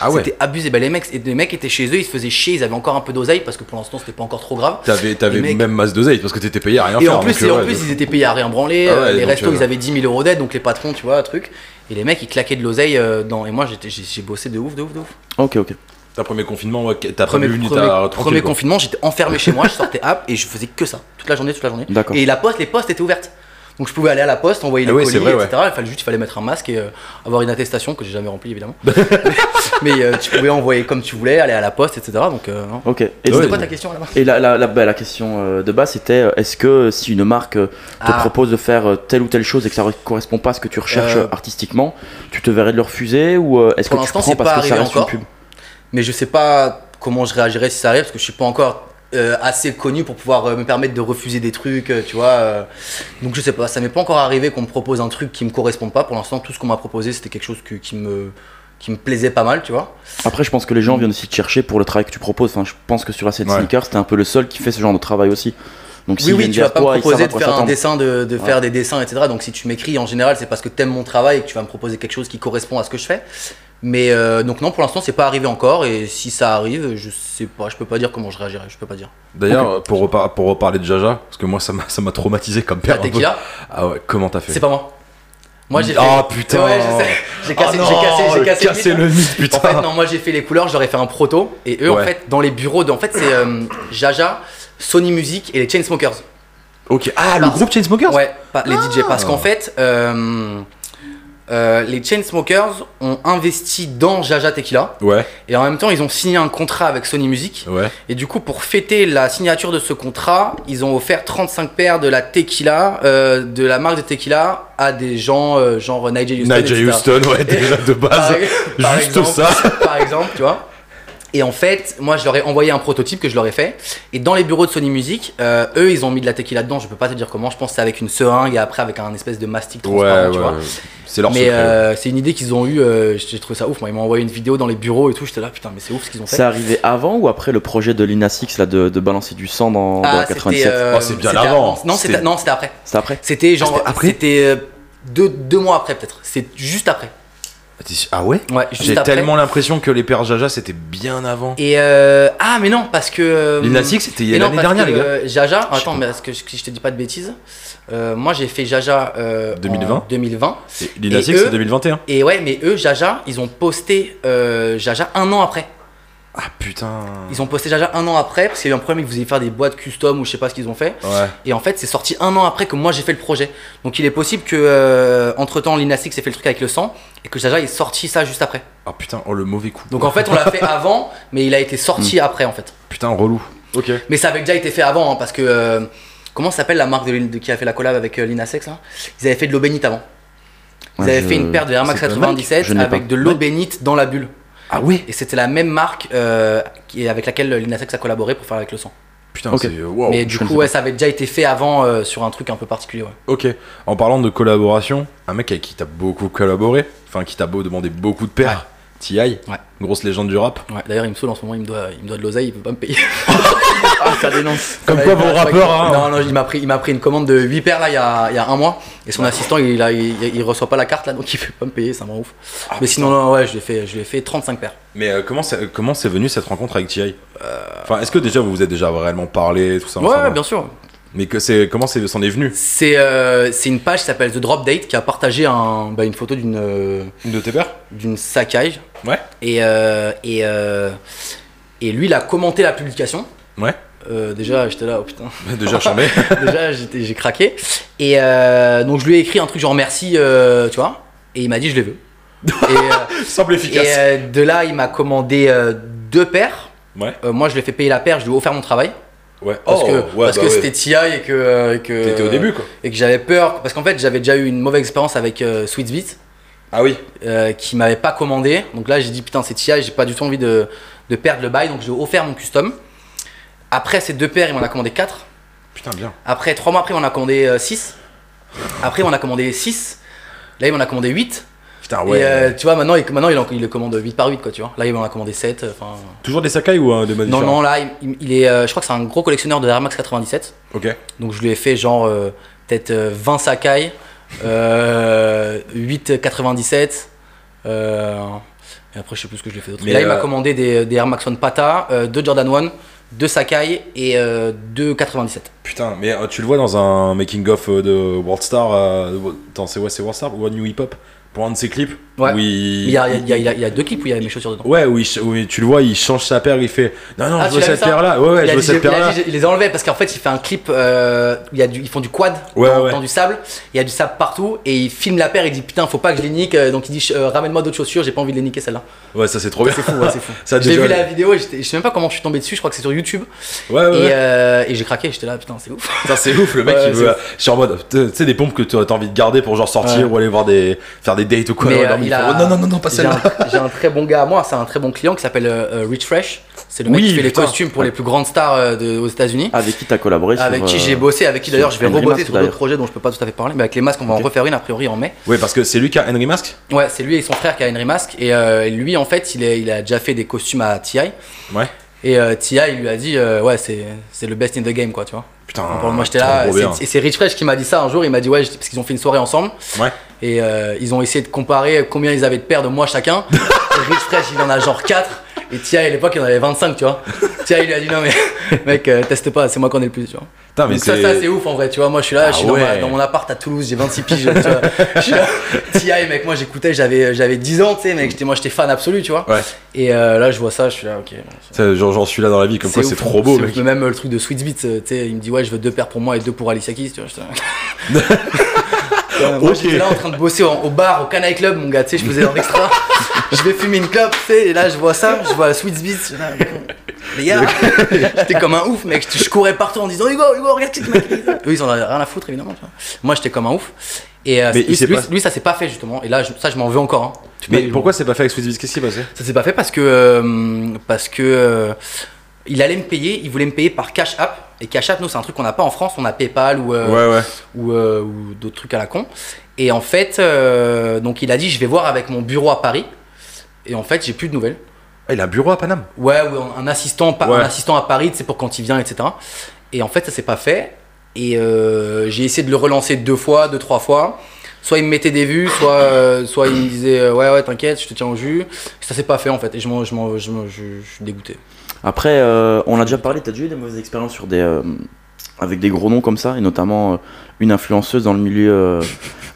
[SPEAKER 1] Ah ouais.
[SPEAKER 3] C'était abusé. Bah, les, mecs, les mecs étaient chez eux, ils se faisaient chier, ils avaient encore un peu d'oseille parce que pour l'instant, c'était pas encore trop grave.
[SPEAKER 1] T'avais t'avais
[SPEAKER 3] Les mecs-
[SPEAKER 1] même masse d'oseille parce que t'étais payé à rien
[SPEAKER 3] Et
[SPEAKER 1] faire.
[SPEAKER 3] en plus,
[SPEAKER 1] donc, euh,
[SPEAKER 3] et en
[SPEAKER 1] ouais,
[SPEAKER 3] plus
[SPEAKER 1] de-
[SPEAKER 3] ils étaient payés à rien branler.
[SPEAKER 1] Ah
[SPEAKER 3] euh,
[SPEAKER 1] ouais,
[SPEAKER 3] les
[SPEAKER 1] donc,
[SPEAKER 3] restos,
[SPEAKER 1] euh,
[SPEAKER 3] ils avaient 10 000 euros d'aide, donc les patrons, tu vois, truc. Et les mecs, ils claquaient de l'oseille euh, dans. Et moi, j'étais- j'ai j'ai bossé de ouf, de ouf, de ouf.
[SPEAKER 2] Ok, ok.
[SPEAKER 1] T'as premier confinement, ouais, t'as pas
[SPEAKER 3] Premier,
[SPEAKER 1] bu ni
[SPEAKER 3] premier-
[SPEAKER 1] t'as
[SPEAKER 3] premier
[SPEAKER 1] tranquille, quoi.
[SPEAKER 3] confinement, j'étais enfermé chez moi, je sortais app et je faisais que ça. Toute la journée, toute la journée.
[SPEAKER 2] D'accord.
[SPEAKER 3] Et la poste, les postes étaient ouvertes. Donc je pouvais aller à la poste, envoyer
[SPEAKER 1] Ah
[SPEAKER 3] les
[SPEAKER 1] ouais,
[SPEAKER 3] colis,
[SPEAKER 1] c'est vrai, ouais.
[SPEAKER 3] etc. Il fallait juste, il fallait mettre un masque et euh, avoir une attestation que j'ai jamais remplie
[SPEAKER 1] *laughs*
[SPEAKER 3] évidemment. mais mais, euh, tu pouvais envoyer comme tu voulais, aller à la poste, etc. Donc euh, non.
[SPEAKER 2] Ok. Et
[SPEAKER 1] Ouais,
[SPEAKER 3] C'était
[SPEAKER 2] donc-
[SPEAKER 3] quoi ta question là-bas
[SPEAKER 2] Et la, la, la, bah, la question euh, de base, c'était euh, est-ce que si une marque euh, te
[SPEAKER 3] Ah.
[SPEAKER 2] propose de faire euh, telle ou telle chose et que ça ne correspond pas à ce que tu recherches
[SPEAKER 3] Euh.
[SPEAKER 2] euh, artistiquement, tu te verrais de le refuser ou euh, est-ce que
[SPEAKER 3] Pour
[SPEAKER 2] tu
[SPEAKER 3] l'instant,
[SPEAKER 2] prends
[SPEAKER 3] c'est
[SPEAKER 2] parce
[SPEAKER 3] pas
[SPEAKER 2] que ça
[SPEAKER 3] arrivé
[SPEAKER 2] reste
[SPEAKER 3] encore.
[SPEAKER 2] une pub
[SPEAKER 3] mais je sais pas comment je réagirais si ça arrive parce que je suis pas encore euh, assez connu pour pouvoir euh, me permettre de refuser des trucs, euh, tu vois. euh. donc je sais pas, ça m'est pas encore arrivé qu'on me propose un truc qui me correspond pas. Pour l'instant, tout ce qu'on m'a proposé, c'était quelque chose que- qui me qui me plaisait pas mal, tu vois.
[SPEAKER 2] Après, je pense que les gens viennent aussi te chercher pour le travail que tu proposes. Enfin, je pense que sur la scène
[SPEAKER 1] Ouais.
[SPEAKER 2] sneakers, t'es un peu le seul qui fait ce genre de travail aussi. Donc,
[SPEAKER 3] oui,
[SPEAKER 2] s'ils
[SPEAKER 3] oui,
[SPEAKER 2] viennent
[SPEAKER 3] tu vas
[SPEAKER 2] vers
[SPEAKER 3] pas me
[SPEAKER 2] toi, ils savent
[SPEAKER 3] proposer
[SPEAKER 2] à
[SPEAKER 3] de
[SPEAKER 2] quoi
[SPEAKER 3] faire un
[SPEAKER 2] s'attendre.
[SPEAKER 3] dessin, de, de faire des dessins, etc. Donc si tu m'écris, en général, c'est parce que t'aimes mon travail et que tu vas me proposer quelque chose qui correspond à ce que je fais. Mais euh, donc non, pour l'instant, c'est pas arrivé encore. Et si ça arrive, je sais pas, je peux pas dire comment je réagirais, je peux pas dire.
[SPEAKER 1] D'ailleurs, pour, repar- pour reparler de Jaja, parce que moi ça m'a ça m'a traumatisé comme
[SPEAKER 3] La
[SPEAKER 1] père. un peu.
[SPEAKER 3] tequila,
[SPEAKER 1] Ah ouais, comment t'as fait
[SPEAKER 3] c'est pas moi. Moi, j'ai fait.
[SPEAKER 1] Ah putain
[SPEAKER 3] Ouais, je sais. J'ai cassé,
[SPEAKER 1] Oh
[SPEAKER 3] j'ai
[SPEAKER 1] non,
[SPEAKER 3] cassé, j'ai
[SPEAKER 1] j'ai
[SPEAKER 3] cassé,
[SPEAKER 1] cassé
[SPEAKER 3] mythe.
[SPEAKER 1] le mythe, putain.
[SPEAKER 3] En fait, non, moi j'ai fait les couleurs, j'aurais fait un proto. Et eux,
[SPEAKER 1] Ouais.
[SPEAKER 3] en fait, dans les bureaux, de, en fait, c'est euh, Jaja, Sony Music et les Chainsmokers.
[SPEAKER 1] Ok, ah, le
[SPEAKER 3] Parce-
[SPEAKER 1] groupe Chainsmokers
[SPEAKER 3] Ouais, pas les DJ.
[SPEAKER 1] Ah.
[SPEAKER 3] Parce qu'en fait, euh, euh, les Chainsmokers ont investi dans Jaja Tequila.
[SPEAKER 1] Ouais,
[SPEAKER 3] Et en même temps, ils ont signé un contrat avec Sony Music.
[SPEAKER 1] ouais.
[SPEAKER 3] Et du coup, pour fêter la signature de ce contrat, ils ont offert 35 paires de la tequila, euh, de la marque de tequila, à des gens euh, genre Nigel Houston.
[SPEAKER 1] Nigel
[SPEAKER 3] etc.
[SPEAKER 1] Houston, ouais, déjà de
[SPEAKER 3] Par-
[SPEAKER 1] base.
[SPEAKER 3] par
[SPEAKER 1] Juste
[SPEAKER 3] exemple,
[SPEAKER 1] ça.
[SPEAKER 3] Par exemple, tu vois. Et en fait, moi, je leur ai envoyé un prototype que je leur ai fait. Et dans les bureaux de Sony Music, euh, eux, ils ont mis de la tequila dedans. Je peux pas te dire comment. Je pense que c'est avec une seringue et après avec un espèce de mastic transparent,
[SPEAKER 1] Ouais,
[SPEAKER 3] tu vois.
[SPEAKER 1] ouais. C'est leur
[SPEAKER 3] mais
[SPEAKER 1] secret. ouais.
[SPEAKER 3] euh, c'est une idée qu'ils ont eue. euh, J'ai trouvé ça ouf. Moi, ils m'ont envoyé une vidéo dans les bureaux et tout. J'étais là, putain, mais c'est ouf ce qu'ils ont fait.
[SPEAKER 2] C'est arrivé avant ou après le projet de Lina Six là, de, de balancer du sang dans, dans
[SPEAKER 3] Ah,
[SPEAKER 2] 97
[SPEAKER 3] c'était, euh,
[SPEAKER 1] Oh, c'est bien
[SPEAKER 3] c'était
[SPEAKER 1] avant.
[SPEAKER 3] Non, c'était
[SPEAKER 1] C'est-
[SPEAKER 3] non, c'était après.
[SPEAKER 2] C'est après
[SPEAKER 3] C'était genre,
[SPEAKER 1] Ah, c'était après
[SPEAKER 3] c'était euh, deux, deux mois après peut-être. C'est juste après.
[SPEAKER 1] Ah ouais
[SPEAKER 3] Ouais, euh, juste
[SPEAKER 1] J'ai
[SPEAKER 3] après.
[SPEAKER 1] tellement l'impression que les pères Jaja c'était bien avant.
[SPEAKER 3] Et euh, ah, mais non, parce que euh,
[SPEAKER 1] Lina Six, c'était
[SPEAKER 3] mais non,
[SPEAKER 1] l'année
[SPEAKER 3] parce
[SPEAKER 1] dernière,
[SPEAKER 3] que,
[SPEAKER 1] les gars.
[SPEAKER 3] euh, Jaja,
[SPEAKER 1] Je sais
[SPEAKER 3] attends,
[SPEAKER 1] pas.
[SPEAKER 3] mais parce que si je te dis pas de bêtises, euh, moi j'ai fait Jaja euh,
[SPEAKER 1] 2020.
[SPEAKER 3] en 2020.
[SPEAKER 1] Et Lina
[SPEAKER 3] euh, et
[SPEAKER 1] Six, c'est
[SPEAKER 3] eux-
[SPEAKER 1] 2021.
[SPEAKER 3] Et ouais, mais eux, Jaja, ils ont posté euh, Jaja un an après.
[SPEAKER 1] Ah putain.
[SPEAKER 3] Ils ont posté Jaja un an après parce qu'il y a eu un problème, ils voulaient faire des boîtes custom ou je sais pas ce qu'ils ont fait.
[SPEAKER 1] Ouais.
[SPEAKER 3] Et en fait, c'est sorti un an après que moi j'ai fait le projet. Donc il est possible que euh, entre temps, Lina Six ait fait le truc avec le sang et que Jaja ait sorti ça juste après.
[SPEAKER 1] Ah putain, oh le mauvais coup.
[SPEAKER 3] Donc en fait, on l'a
[SPEAKER 2] *laughs*
[SPEAKER 3] fait avant, mais il a été sorti
[SPEAKER 2] Mm.
[SPEAKER 3] après en fait.
[SPEAKER 1] Putain, relou. Ok.
[SPEAKER 3] Mais ça avait déjà été fait avant, hein, parce que. euh, comment s'appelle la marque de, l'île de- qui a fait la collab avec euh, Lina Sex là Ils avaient fait de l'eau bénite avant. Ils
[SPEAKER 2] Ouais,
[SPEAKER 3] avaient
[SPEAKER 2] je-
[SPEAKER 3] fait une paire de Air Max
[SPEAKER 1] c'est pas
[SPEAKER 3] 97
[SPEAKER 2] Je ne l'ai
[SPEAKER 3] avec
[SPEAKER 2] pas.
[SPEAKER 3] de l'eau bénite dans la bulle.
[SPEAKER 1] Ah ouais
[SPEAKER 3] Et c'était la même marque euh, qui- avec laquelle Lina Sex a collaboré pour faire avec le sang.
[SPEAKER 1] Putain,
[SPEAKER 2] Ok.
[SPEAKER 1] c'est. Wow.
[SPEAKER 3] Mais du
[SPEAKER 2] Oh, je ne
[SPEAKER 3] coup,
[SPEAKER 2] sais
[SPEAKER 3] ouais, ça avait déjà été fait avant euh, sur un truc un peu particulier. ouais.
[SPEAKER 1] Ok. En parlant de collaboration, un mec avec qui t'as beaucoup collaboré, enfin qui t'a beau demandé beaucoup de paires, T.I. Grosse légende du rap.
[SPEAKER 3] Ouais, D'ailleurs, il me saoule en ce moment, il me doit, il me doit de l'oseille, il peut pas
[SPEAKER 1] *laughs*
[SPEAKER 3] me payer.
[SPEAKER 2] Ah, ça dénonce.
[SPEAKER 1] Comme
[SPEAKER 3] Ouais,
[SPEAKER 1] quoi
[SPEAKER 3] il m'a
[SPEAKER 1] vos
[SPEAKER 3] respecté.
[SPEAKER 1] rappeurs, hein.
[SPEAKER 3] Non, non, il m'a pris, il m'a pris une commande de 8 paires là il y a, il y a un mois et son assistant il, a, il, il reçoit pas la carte là donc il peut pas me payer, ça me rend ouf.
[SPEAKER 1] Ah,
[SPEAKER 3] Mais sinon, non, ouais, je l'ai fait, je lui ai fait 35 paires.
[SPEAKER 1] Mais euh, comment c'est comment c'est venu cette rencontre avec T.I. Enfin, est-ce que déjà vous vous êtes déjà réellement parlé, tout ça
[SPEAKER 3] Euh. ouais,
[SPEAKER 1] ensemble
[SPEAKER 3] bien sûr.
[SPEAKER 1] Mais que c'est comment c'est s'en est venu
[SPEAKER 3] C'est, euh, c'est une page qui s'appelle The Drop Date qui a partagé un, bah, une photo d'une, euh,
[SPEAKER 1] De tes pères
[SPEAKER 3] d'une Sakai
[SPEAKER 1] Ouais.
[SPEAKER 3] et euh, et euh, et lui il a commenté la publication.
[SPEAKER 1] Ouais.
[SPEAKER 3] Euh, déjà, j'étais là, oh putain.
[SPEAKER 1] *laughs* Déjà chambé.
[SPEAKER 3] Déjà, j'étais- j'ai craqué. Et euh, donc, je lui ai écrit un truc genre merci, euh, tu vois. Et il m'a dit, je
[SPEAKER 1] *laughs*
[SPEAKER 3] les veux. Et, euh,
[SPEAKER 1] Simple
[SPEAKER 3] *laughs* et,
[SPEAKER 1] efficace.
[SPEAKER 3] euh, de là, il m'a commandé euh, deux paires.
[SPEAKER 1] Ouais.
[SPEAKER 3] Euh, moi, je lui ai fait payer la paire, je lui ai offert mon travail.
[SPEAKER 1] Ouais.
[SPEAKER 3] euh, Parce
[SPEAKER 1] Oh,
[SPEAKER 3] que
[SPEAKER 1] ouais,
[SPEAKER 3] parce
[SPEAKER 1] bah
[SPEAKER 3] que
[SPEAKER 1] ouais.
[SPEAKER 3] c'était TI et que. euh, et que
[SPEAKER 1] T'étais au début quoi.
[SPEAKER 3] Et que j'avais peur. Parce qu'en fait, j'avais déjà eu une mauvaise expérience avec euh, Sweetsbeat
[SPEAKER 1] Ah oui.
[SPEAKER 3] euh, qui m'avait pas commandé. Donc là, j'ai dit putain, c'est TI, j'ai pas du tout envie de, de perdre le bail. Donc, j'ai offert mon custom. Après ces deux paires, il m'en a commandé quatre.
[SPEAKER 1] Putain bien.
[SPEAKER 3] Après, trois mois après, on a commandé 6. Après, on a commandé 6. Là, il m'en a commandé 8.
[SPEAKER 1] Putain Ah ouais.
[SPEAKER 3] Et euh, tu vois, maintenant, il, maintenant il, en- il le commande 8 par 8, quoi, tu vois. Là, il m'en a commandé 7. Enfin,
[SPEAKER 1] Toujours des Sakai ou euh, des
[SPEAKER 3] non,
[SPEAKER 1] modifiants
[SPEAKER 3] non, là, il, il est, euh, je crois que c'est un gros collectionneur de Air Max 97.
[SPEAKER 1] Ok.
[SPEAKER 3] Donc, je lui ai fait genre euh, peut-être euh, 20 Sakai, euh, 8 97. euh, et après, je sais plus ce que je lui ai fait d'autre.
[SPEAKER 1] Mais,
[SPEAKER 3] Là, il m'a
[SPEAKER 1] euh,
[SPEAKER 3] commandé des, des Air Max One Pata, 2 Jordan 1, 2 Sakai et euh, 2 97.
[SPEAKER 1] Putain mais euh, tu le vois dans un making of euh, de Worldstar. Euh, attends c'est ouais c'est Worldstar ou New Hip Hop pour un de ses clips.
[SPEAKER 3] Ouais.
[SPEAKER 1] Où
[SPEAKER 3] Il y a, il y a- il y a- il y a deux clips où il y a mes chaussures dedans.
[SPEAKER 1] Ouais, oui, tu le vois, il change sa paire, il fait Non, non,
[SPEAKER 3] Ah,
[SPEAKER 1] je veux
[SPEAKER 3] tu l'as vu
[SPEAKER 1] cette
[SPEAKER 3] ça
[SPEAKER 1] paire-là. Ouais, ouais,
[SPEAKER 3] il, a
[SPEAKER 1] je veux
[SPEAKER 3] dit-
[SPEAKER 1] cette
[SPEAKER 3] il a
[SPEAKER 1] paire-là.
[SPEAKER 3] dit- il les a enlevés parce qu'en fait, il fait un clip. euh, il y a du, ils font du quad
[SPEAKER 1] Ouais,
[SPEAKER 3] dans,
[SPEAKER 1] ouais.
[SPEAKER 3] dans du sable. Il y a du sable partout et il filme la paire. Il dit putain, faut pas que je les nique. euh, Donc il dit ch- euh, ramène-moi d'autres chaussures. J'ai pas envie de les niquer celle-là.
[SPEAKER 1] Ouais, ça c'est trop bien.
[SPEAKER 3] *laughs* C'est fou, ouais,
[SPEAKER 1] *laughs*
[SPEAKER 3] c'est fou.
[SPEAKER 1] Ça,
[SPEAKER 3] J'ai
[SPEAKER 1] déjà,
[SPEAKER 3] vu la vidéo. et j'étais- Je sais même pas comment je suis tombé dessus. Je crois que c'est sur YouTube.
[SPEAKER 1] Ouais, ouais,
[SPEAKER 3] Et,
[SPEAKER 1] ouais.
[SPEAKER 3] euh, et j'ai craqué. J'étais là putain, c'est ouf.
[SPEAKER 1] Putain, c'est ouf, le mec,
[SPEAKER 3] Ouais,
[SPEAKER 1] il
[SPEAKER 3] c'est
[SPEAKER 1] veut. Je suis en mode, tu sais, des pompes que t'as t'as envie de garder pour genre sortir
[SPEAKER 3] Ouais.
[SPEAKER 1] ou aller voir des. faire des dates ou quoi.
[SPEAKER 3] Mais,
[SPEAKER 1] ouais,
[SPEAKER 3] euh,
[SPEAKER 1] non, mais
[SPEAKER 3] il
[SPEAKER 1] il
[SPEAKER 3] a-
[SPEAKER 1] fait, oh, non, non, non, non, pas
[SPEAKER 3] J'ai un,
[SPEAKER 1] celle-là.
[SPEAKER 3] *laughs* j'ai un très bon gars à moi. C'est un très bon client qui s'appelle euh, euh, Rich Fresh. C'est le mec
[SPEAKER 1] Oui,
[SPEAKER 3] qui fait les
[SPEAKER 1] putain. Ah,
[SPEAKER 3] costumes pour les plus grandes stars euh, de- aux États-Unis.
[SPEAKER 2] Avec qui t'as collaboré sur,
[SPEAKER 3] Avec qui
[SPEAKER 2] euh,
[SPEAKER 3] j'ai bossé, avec qui
[SPEAKER 2] sur
[SPEAKER 3] d'ailleurs je vais
[SPEAKER 2] Henry
[SPEAKER 3] rebosser
[SPEAKER 2] Mask,
[SPEAKER 3] sur d'autres
[SPEAKER 2] d'ailleurs.
[SPEAKER 3] projets dont je peux pas tout à fait parler, mais avec les masques on va en
[SPEAKER 2] Ok.
[SPEAKER 3] refaire une a priori en mai.
[SPEAKER 1] Ouais, parce que c'est lui qui a Henry Mask
[SPEAKER 3] Ouais, c'est lui et son frère qui a Henry Mask. Et euh, lui, en fait, il, est- il a déjà fait des costumes à T.I.
[SPEAKER 1] Ouais.
[SPEAKER 3] Et euh, T.I. il lui a dit, euh, ouais, c'est c'est le best in the game, quoi, tu vois.
[SPEAKER 1] Putain.
[SPEAKER 3] Pour moi, j'étais
[SPEAKER 1] trop
[SPEAKER 3] là.
[SPEAKER 1] Ah, trop bien.
[SPEAKER 3] c'est- Et c'est Rich Fresh qui m'a dit ça un jour. Il m'a dit, ouais, j'étais- parce qu'ils ont fait une soirée ensemble.
[SPEAKER 1] Ouais.
[SPEAKER 3] Et euh, ils ont essayé de comparer combien ils avaient de paires de
[SPEAKER 1] *laughs*
[SPEAKER 3] moi chacun. et Rich Fresh, il en a genre 4. Et T.I. à l'époque, il en avait 25, tu vois. T.I. lui a dit, non, mais *laughs* mec, euh, teste pas, c'est moi qu'on est le plus, tu vois.
[SPEAKER 1] Putain, mais
[SPEAKER 3] Donc ça, ça, c'est
[SPEAKER 1] c'est.
[SPEAKER 3] ouf en vrai, tu vois. Moi, je suis là,
[SPEAKER 1] Ah
[SPEAKER 3] je suis dans, ma-
[SPEAKER 1] ouais.
[SPEAKER 3] dans mon appart à Toulouse, j'ai 26 piges, tu
[SPEAKER 1] *laughs*
[SPEAKER 3] vois. Je suis là, T.I., mec, moi j'écoutais, j'avais, j'avais 10 ans, tu sais, mec, j'étais, moi j'étais fan absolu, tu vois.
[SPEAKER 1] Ouais.
[SPEAKER 3] Et euh, là, je vois ça, je suis là, ok.
[SPEAKER 1] Ça, genre, J'en suis là dans la vie, comme quoi
[SPEAKER 3] ouf.
[SPEAKER 1] c'est trop beau, mec.
[SPEAKER 3] ouf. Même euh, le truc de Sweet Beats, euh, tu sais, il me dit, ouais, je veux deux paires pour moi et deux pour Alicia Keys, tu vois. j'étais là.
[SPEAKER 1] *laughs*
[SPEAKER 3] Ouais, *laughs* Moi
[SPEAKER 1] Ok.
[SPEAKER 3] j'étais là en train de bosser en- au bar, au Canaille Club, mon gars, tu sais, je faisais un
[SPEAKER 1] *laughs*
[SPEAKER 3] extra. je vais fumer une clope, tu sais, et là je vois ça, je vois Sweet Beats, je suis là,
[SPEAKER 1] *laughs*
[SPEAKER 3] les gars, j'étais comme un ouf, mec. Je courais partout en disant Hugo, Hugo, regarde ce que tu m'as dit. Eux, ils en avaient rien à foutre, évidemment. tu vois. Moi, j'étais comme un ouf. Et euh,
[SPEAKER 1] Mais
[SPEAKER 3] lui,
[SPEAKER 1] il s'est
[SPEAKER 3] lui-
[SPEAKER 1] pas-
[SPEAKER 3] lui, ça s'est pas fait, justement. Et là, je- ça, je m'en veux encore. hein. Tu
[SPEAKER 1] Mais
[SPEAKER 3] peux-
[SPEAKER 1] pourquoi c'est pas fait avec Sweet Beats Qu'est-ce qui s'est passé
[SPEAKER 3] Ça s'est pas fait parce que. euh, parce que. euh, il allait me payer, il voulait me payer par Cash App. Et Cash App, nous, c'est un truc qu'on n'a pas en France. On a PayPal ou, euh,
[SPEAKER 1] Ouais, ouais.
[SPEAKER 3] ou, euh, ou d'autres trucs à la con. Et en fait, euh, donc il a dit Je vais voir avec mon bureau à Paris. Et en fait, j'ai plus de nouvelles.
[SPEAKER 1] Ah, il a un bureau à Paname.
[SPEAKER 3] Ouais, ou un- un assistant, pa-
[SPEAKER 1] Ouais.
[SPEAKER 3] un assistant à Paris, c'est pour quand il vient, etc. Et en fait, ça s'est pas fait. Et euh, j'ai essayé de le relancer deux fois, deux, trois fois. Soit il me mettait des vues, soit, euh, soit il me disait euh, Ouais, ouais, t'inquiète, je te tiens au jus. Ça s'est pas fait en fait. Et je, m'en- je, m'en- je, m'en- je- je suis dégoûté.
[SPEAKER 2] Après, euh, on a déjà parlé, t'as déjà eu des mauvaises expériences sur des, euh, avec des gros noms comme ça, et notamment euh, une influenceuse dans le milieu euh,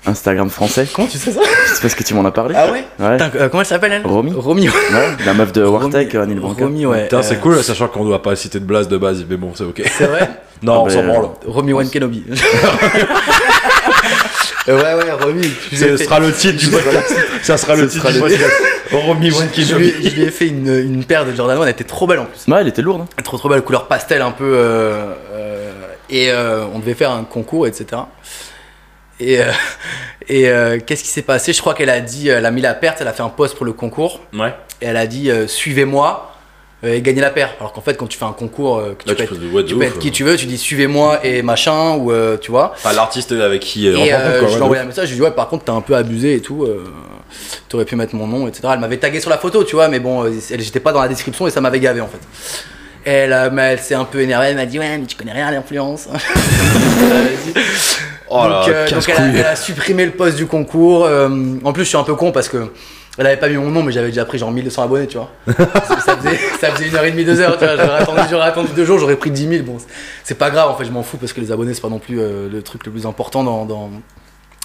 [SPEAKER 2] Instagram français.
[SPEAKER 3] Comment tu sais ça
[SPEAKER 2] C'est parce que tu m'en as parlé
[SPEAKER 3] Ah ouais
[SPEAKER 2] Ouais,
[SPEAKER 3] Putain, euh, Comment elle s'appelle elle
[SPEAKER 2] Romy.
[SPEAKER 3] Romy, ouais.
[SPEAKER 2] ouais, la meuf de Wartek,
[SPEAKER 3] Romy-
[SPEAKER 2] Anil Branca.
[SPEAKER 3] Romy, ouais.
[SPEAKER 1] Putain,
[SPEAKER 3] Euh,
[SPEAKER 1] c'est cool, sachant qu'on doit pas citer de blase de base, mais bon, c'est ok.
[SPEAKER 3] C'est vrai
[SPEAKER 1] Non, euh, on
[SPEAKER 2] bah,
[SPEAKER 1] s'en branle.
[SPEAKER 3] Romy One
[SPEAKER 2] *laughs*
[SPEAKER 3] Kenobi. Euh, ouais, ouais, Romy. tu
[SPEAKER 1] Ce
[SPEAKER 3] l'as fait.
[SPEAKER 1] sera le titre du podcast. Ça sera le titre du podcast.
[SPEAKER 3] *laughs*
[SPEAKER 1] Romy
[SPEAKER 3] Je
[SPEAKER 1] Wankinobi.
[SPEAKER 3] lui, je lui ai fait une, une paire de Jordan 1, elle était trop belle en plus.
[SPEAKER 2] Ouais, elle était lourde. hein.
[SPEAKER 3] Trop trop belle, couleur pastel un peu. euh, euh, et euh, on devait faire un concours, etc. Et, euh, *laughs* et euh, qu'est-ce qui s'est passé Je crois qu'elle a dit, euh, elle a mis la perte, elle a fait un post pour le concours,
[SPEAKER 1] Ouais.
[SPEAKER 3] et elle a dit euh, suivez-moi euh, et gagnez la paire. Alors qu'en fait, quand tu fais un concours, euh, que tu,
[SPEAKER 1] Là,
[SPEAKER 3] peux
[SPEAKER 1] tu
[SPEAKER 3] être,
[SPEAKER 1] peux, ouais, de
[SPEAKER 3] tu peux
[SPEAKER 1] ouf,
[SPEAKER 3] être
[SPEAKER 1] euh.
[SPEAKER 3] qui tu veux, tu dis suivez-moi et machin, ou euh, tu vois.
[SPEAKER 1] Enfin, l'artiste avec qui
[SPEAKER 3] Et
[SPEAKER 1] on
[SPEAKER 3] euh, je lui ai envoyé un message, je lui ai dit ouais, par contre, t'as un peu abusé et tout. euh, t'aurais pu mettre mon nom, etc. Elle m'avait tagué sur la photo, tu vois, mais bon, euh, elle- j'étais pas dans la description et ça m'avait gavé en fait. Elle, euh, m'a- elle s'est un peu énervée, elle m'a dit Ouais, mais tu connais rien à l'influence.
[SPEAKER 1] Oh là,
[SPEAKER 3] donc, euh, donc elle, a,
[SPEAKER 1] casse-couille.
[SPEAKER 3] elle a supprimé le poste du concours. euh, en plus, je suis un peu con parce que elle avait pas mis mon nom, mais j'avais déjà pris genre 1200 abonnés, tu vois. *laughs* ça, ça faisait, ça faisait une heure et demie, deux heures. tu vois, J'aurais attendu, j'aurais attendu deux jours, j'aurais pris 10 000. Bon, c'est- c'est pas grave, en fait, je m'en fous parce que les abonnés, c'est pas non plus euh, le truc le plus important dans, dans,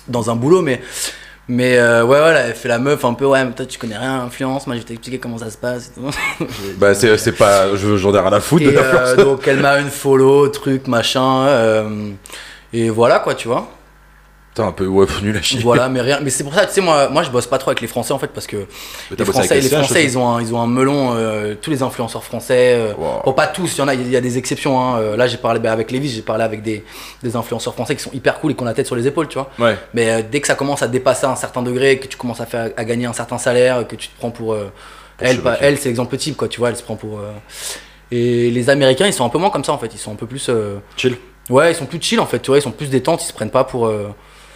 [SPEAKER 3] dans un boulot, mais. Mais euh, ouais, voilà, elle fait la meuf un peu, ouais, mais toi tu connais rien à l'influence, moi je vais t'expliquer comment ça se passe. et tout.
[SPEAKER 1] *laughs* Bah, c'est c'est pas. je- J'en ai rien à foutre de
[SPEAKER 3] Et
[SPEAKER 1] la
[SPEAKER 3] euh,
[SPEAKER 1] personne.
[SPEAKER 3] donc elle m'a une follow, truc, machin. euh, et voilà quoi, tu vois.
[SPEAKER 1] Putain, un peu ouais, pff, nul à chier.
[SPEAKER 3] *laughs* Voilà, mais rien. Mais c'est pour ça, tu sais, moi, moi je bosse pas trop avec les Français en fait, parce que
[SPEAKER 1] Mais t'as
[SPEAKER 3] les
[SPEAKER 1] bossé avec
[SPEAKER 3] Français, les
[SPEAKER 1] SCH,
[SPEAKER 3] Français
[SPEAKER 1] aussi.
[SPEAKER 3] ils, ont un, ils ont un melon, euh, tous les influenceurs français. euh,
[SPEAKER 1] Wow.
[SPEAKER 3] Bon, pas tous, il y en a, il y a des exceptions. hein, euh, Là, j'ai parlé ben, avec Lévis, j'ai parlé avec des, des influenceurs français qui sont hyper cool et qui ont la tête sur les épaules, tu vois.
[SPEAKER 1] Ouais.
[SPEAKER 3] Mais euh, dès que ça commence à dépasser un certain degré, que tu commences à, faire, à gagner un certain salaire, que tu te prends pour. euh,
[SPEAKER 1] Pour
[SPEAKER 3] elle,
[SPEAKER 1] Chewbacca.
[SPEAKER 3] pas- elle c'est l'exemple type, quoi, tu vois, elle se prend pour. euh, Et les Américains, ils sont un peu moins comme ça, en fait. Ils sont un peu plus. euh,
[SPEAKER 1] Chill.
[SPEAKER 3] Ouais, ils sont plus chill, en fait, tu vois, ils sont plus détentes, ils se prennent pas pour. euh,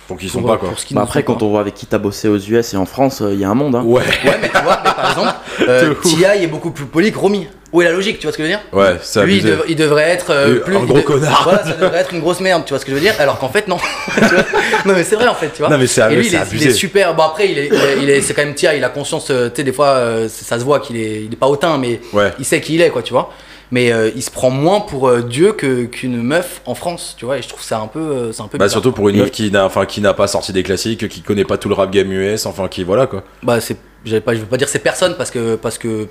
[SPEAKER 1] Donc ils
[SPEAKER 3] pour,
[SPEAKER 1] sont pas
[SPEAKER 3] euh,
[SPEAKER 1] quoi.
[SPEAKER 3] pour ce qu'ils
[SPEAKER 2] Bah
[SPEAKER 3] nous
[SPEAKER 2] après,
[SPEAKER 3] font,
[SPEAKER 2] quand
[SPEAKER 3] quoi.
[SPEAKER 2] on voit avec qui t'as bossé aux US et en France, il y a un monde. Hein.
[SPEAKER 1] Ouais.
[SPEAKER 3] Ouais, mais tu vois, mais par exemple, euh,
[SPEAKER 1] *laughs* De ouf.
[SPEAKER 3] T.I. est beaucoup plus poli que Romy. Où est la logique, tu vois ce que je veux dire
[SPEAKER 1] Ouais, ça
[SPEAKER 3] Lui, il, dev- il devrait être euh,
[SPEAKER 1] Lui,
[SPEAKER 3] plus.
[SPEAKER 1] un
[SPEAKER 3] il
[SPEAKER 1] gros
[SPEAKER 3] de-
[SPEAKER 1] connard.
[SPEAKER 3] Voilà, ça devrait être une grosse merde, tu vois ce que je veux dire Alors qu'en fait, non. *laughs* Tu vois non, mais c'est vrai, en fait, tu vois.
[SPEAKER 1] Non, mais c'est
[SPEAKER 3] Et lui,
[SPEAKER 1] abusé.
[SPEAKER 3] il
[SPEAKER 1] c'est
[SPEAKER 3] est, il
[SPEAKER 1] abusé.
[SPEAKER 3] est super. Bon, après, il est, il est- il est- c'est quand même Tia, il a conscience. euh, Tu sais, des fois, euh, c'est- ça se voit qu'il est, il est pas hautain, mais
[SPEAKER 1] Ouais.
[SPEAKER 3] il sait qui il est, quoi, tu vois. Mais euh, il se prend moins pour euh, Dieu que, qu'une meuf en France, tu vois. Et je trouve ça un peu. euh, c'est un peu
[SPEAKER 1] Bah
[SPEAKER 3] bizarre,
[SPEAKER 1] surtout
[SPEAKER 3] quoi.
[SPEAKER 1] pour une
[SPEAKER 2] Et-
[SPEAKER 1] meuf qui n'a enfin qui n'a pas sorti des classiques, qui connaît pas tout le rap game US, enfin qui voilà quoi.
[SPEAKER 3] Bah, c'est. j'allais Pas, je veux pas dire c'est personne parce que. Parce que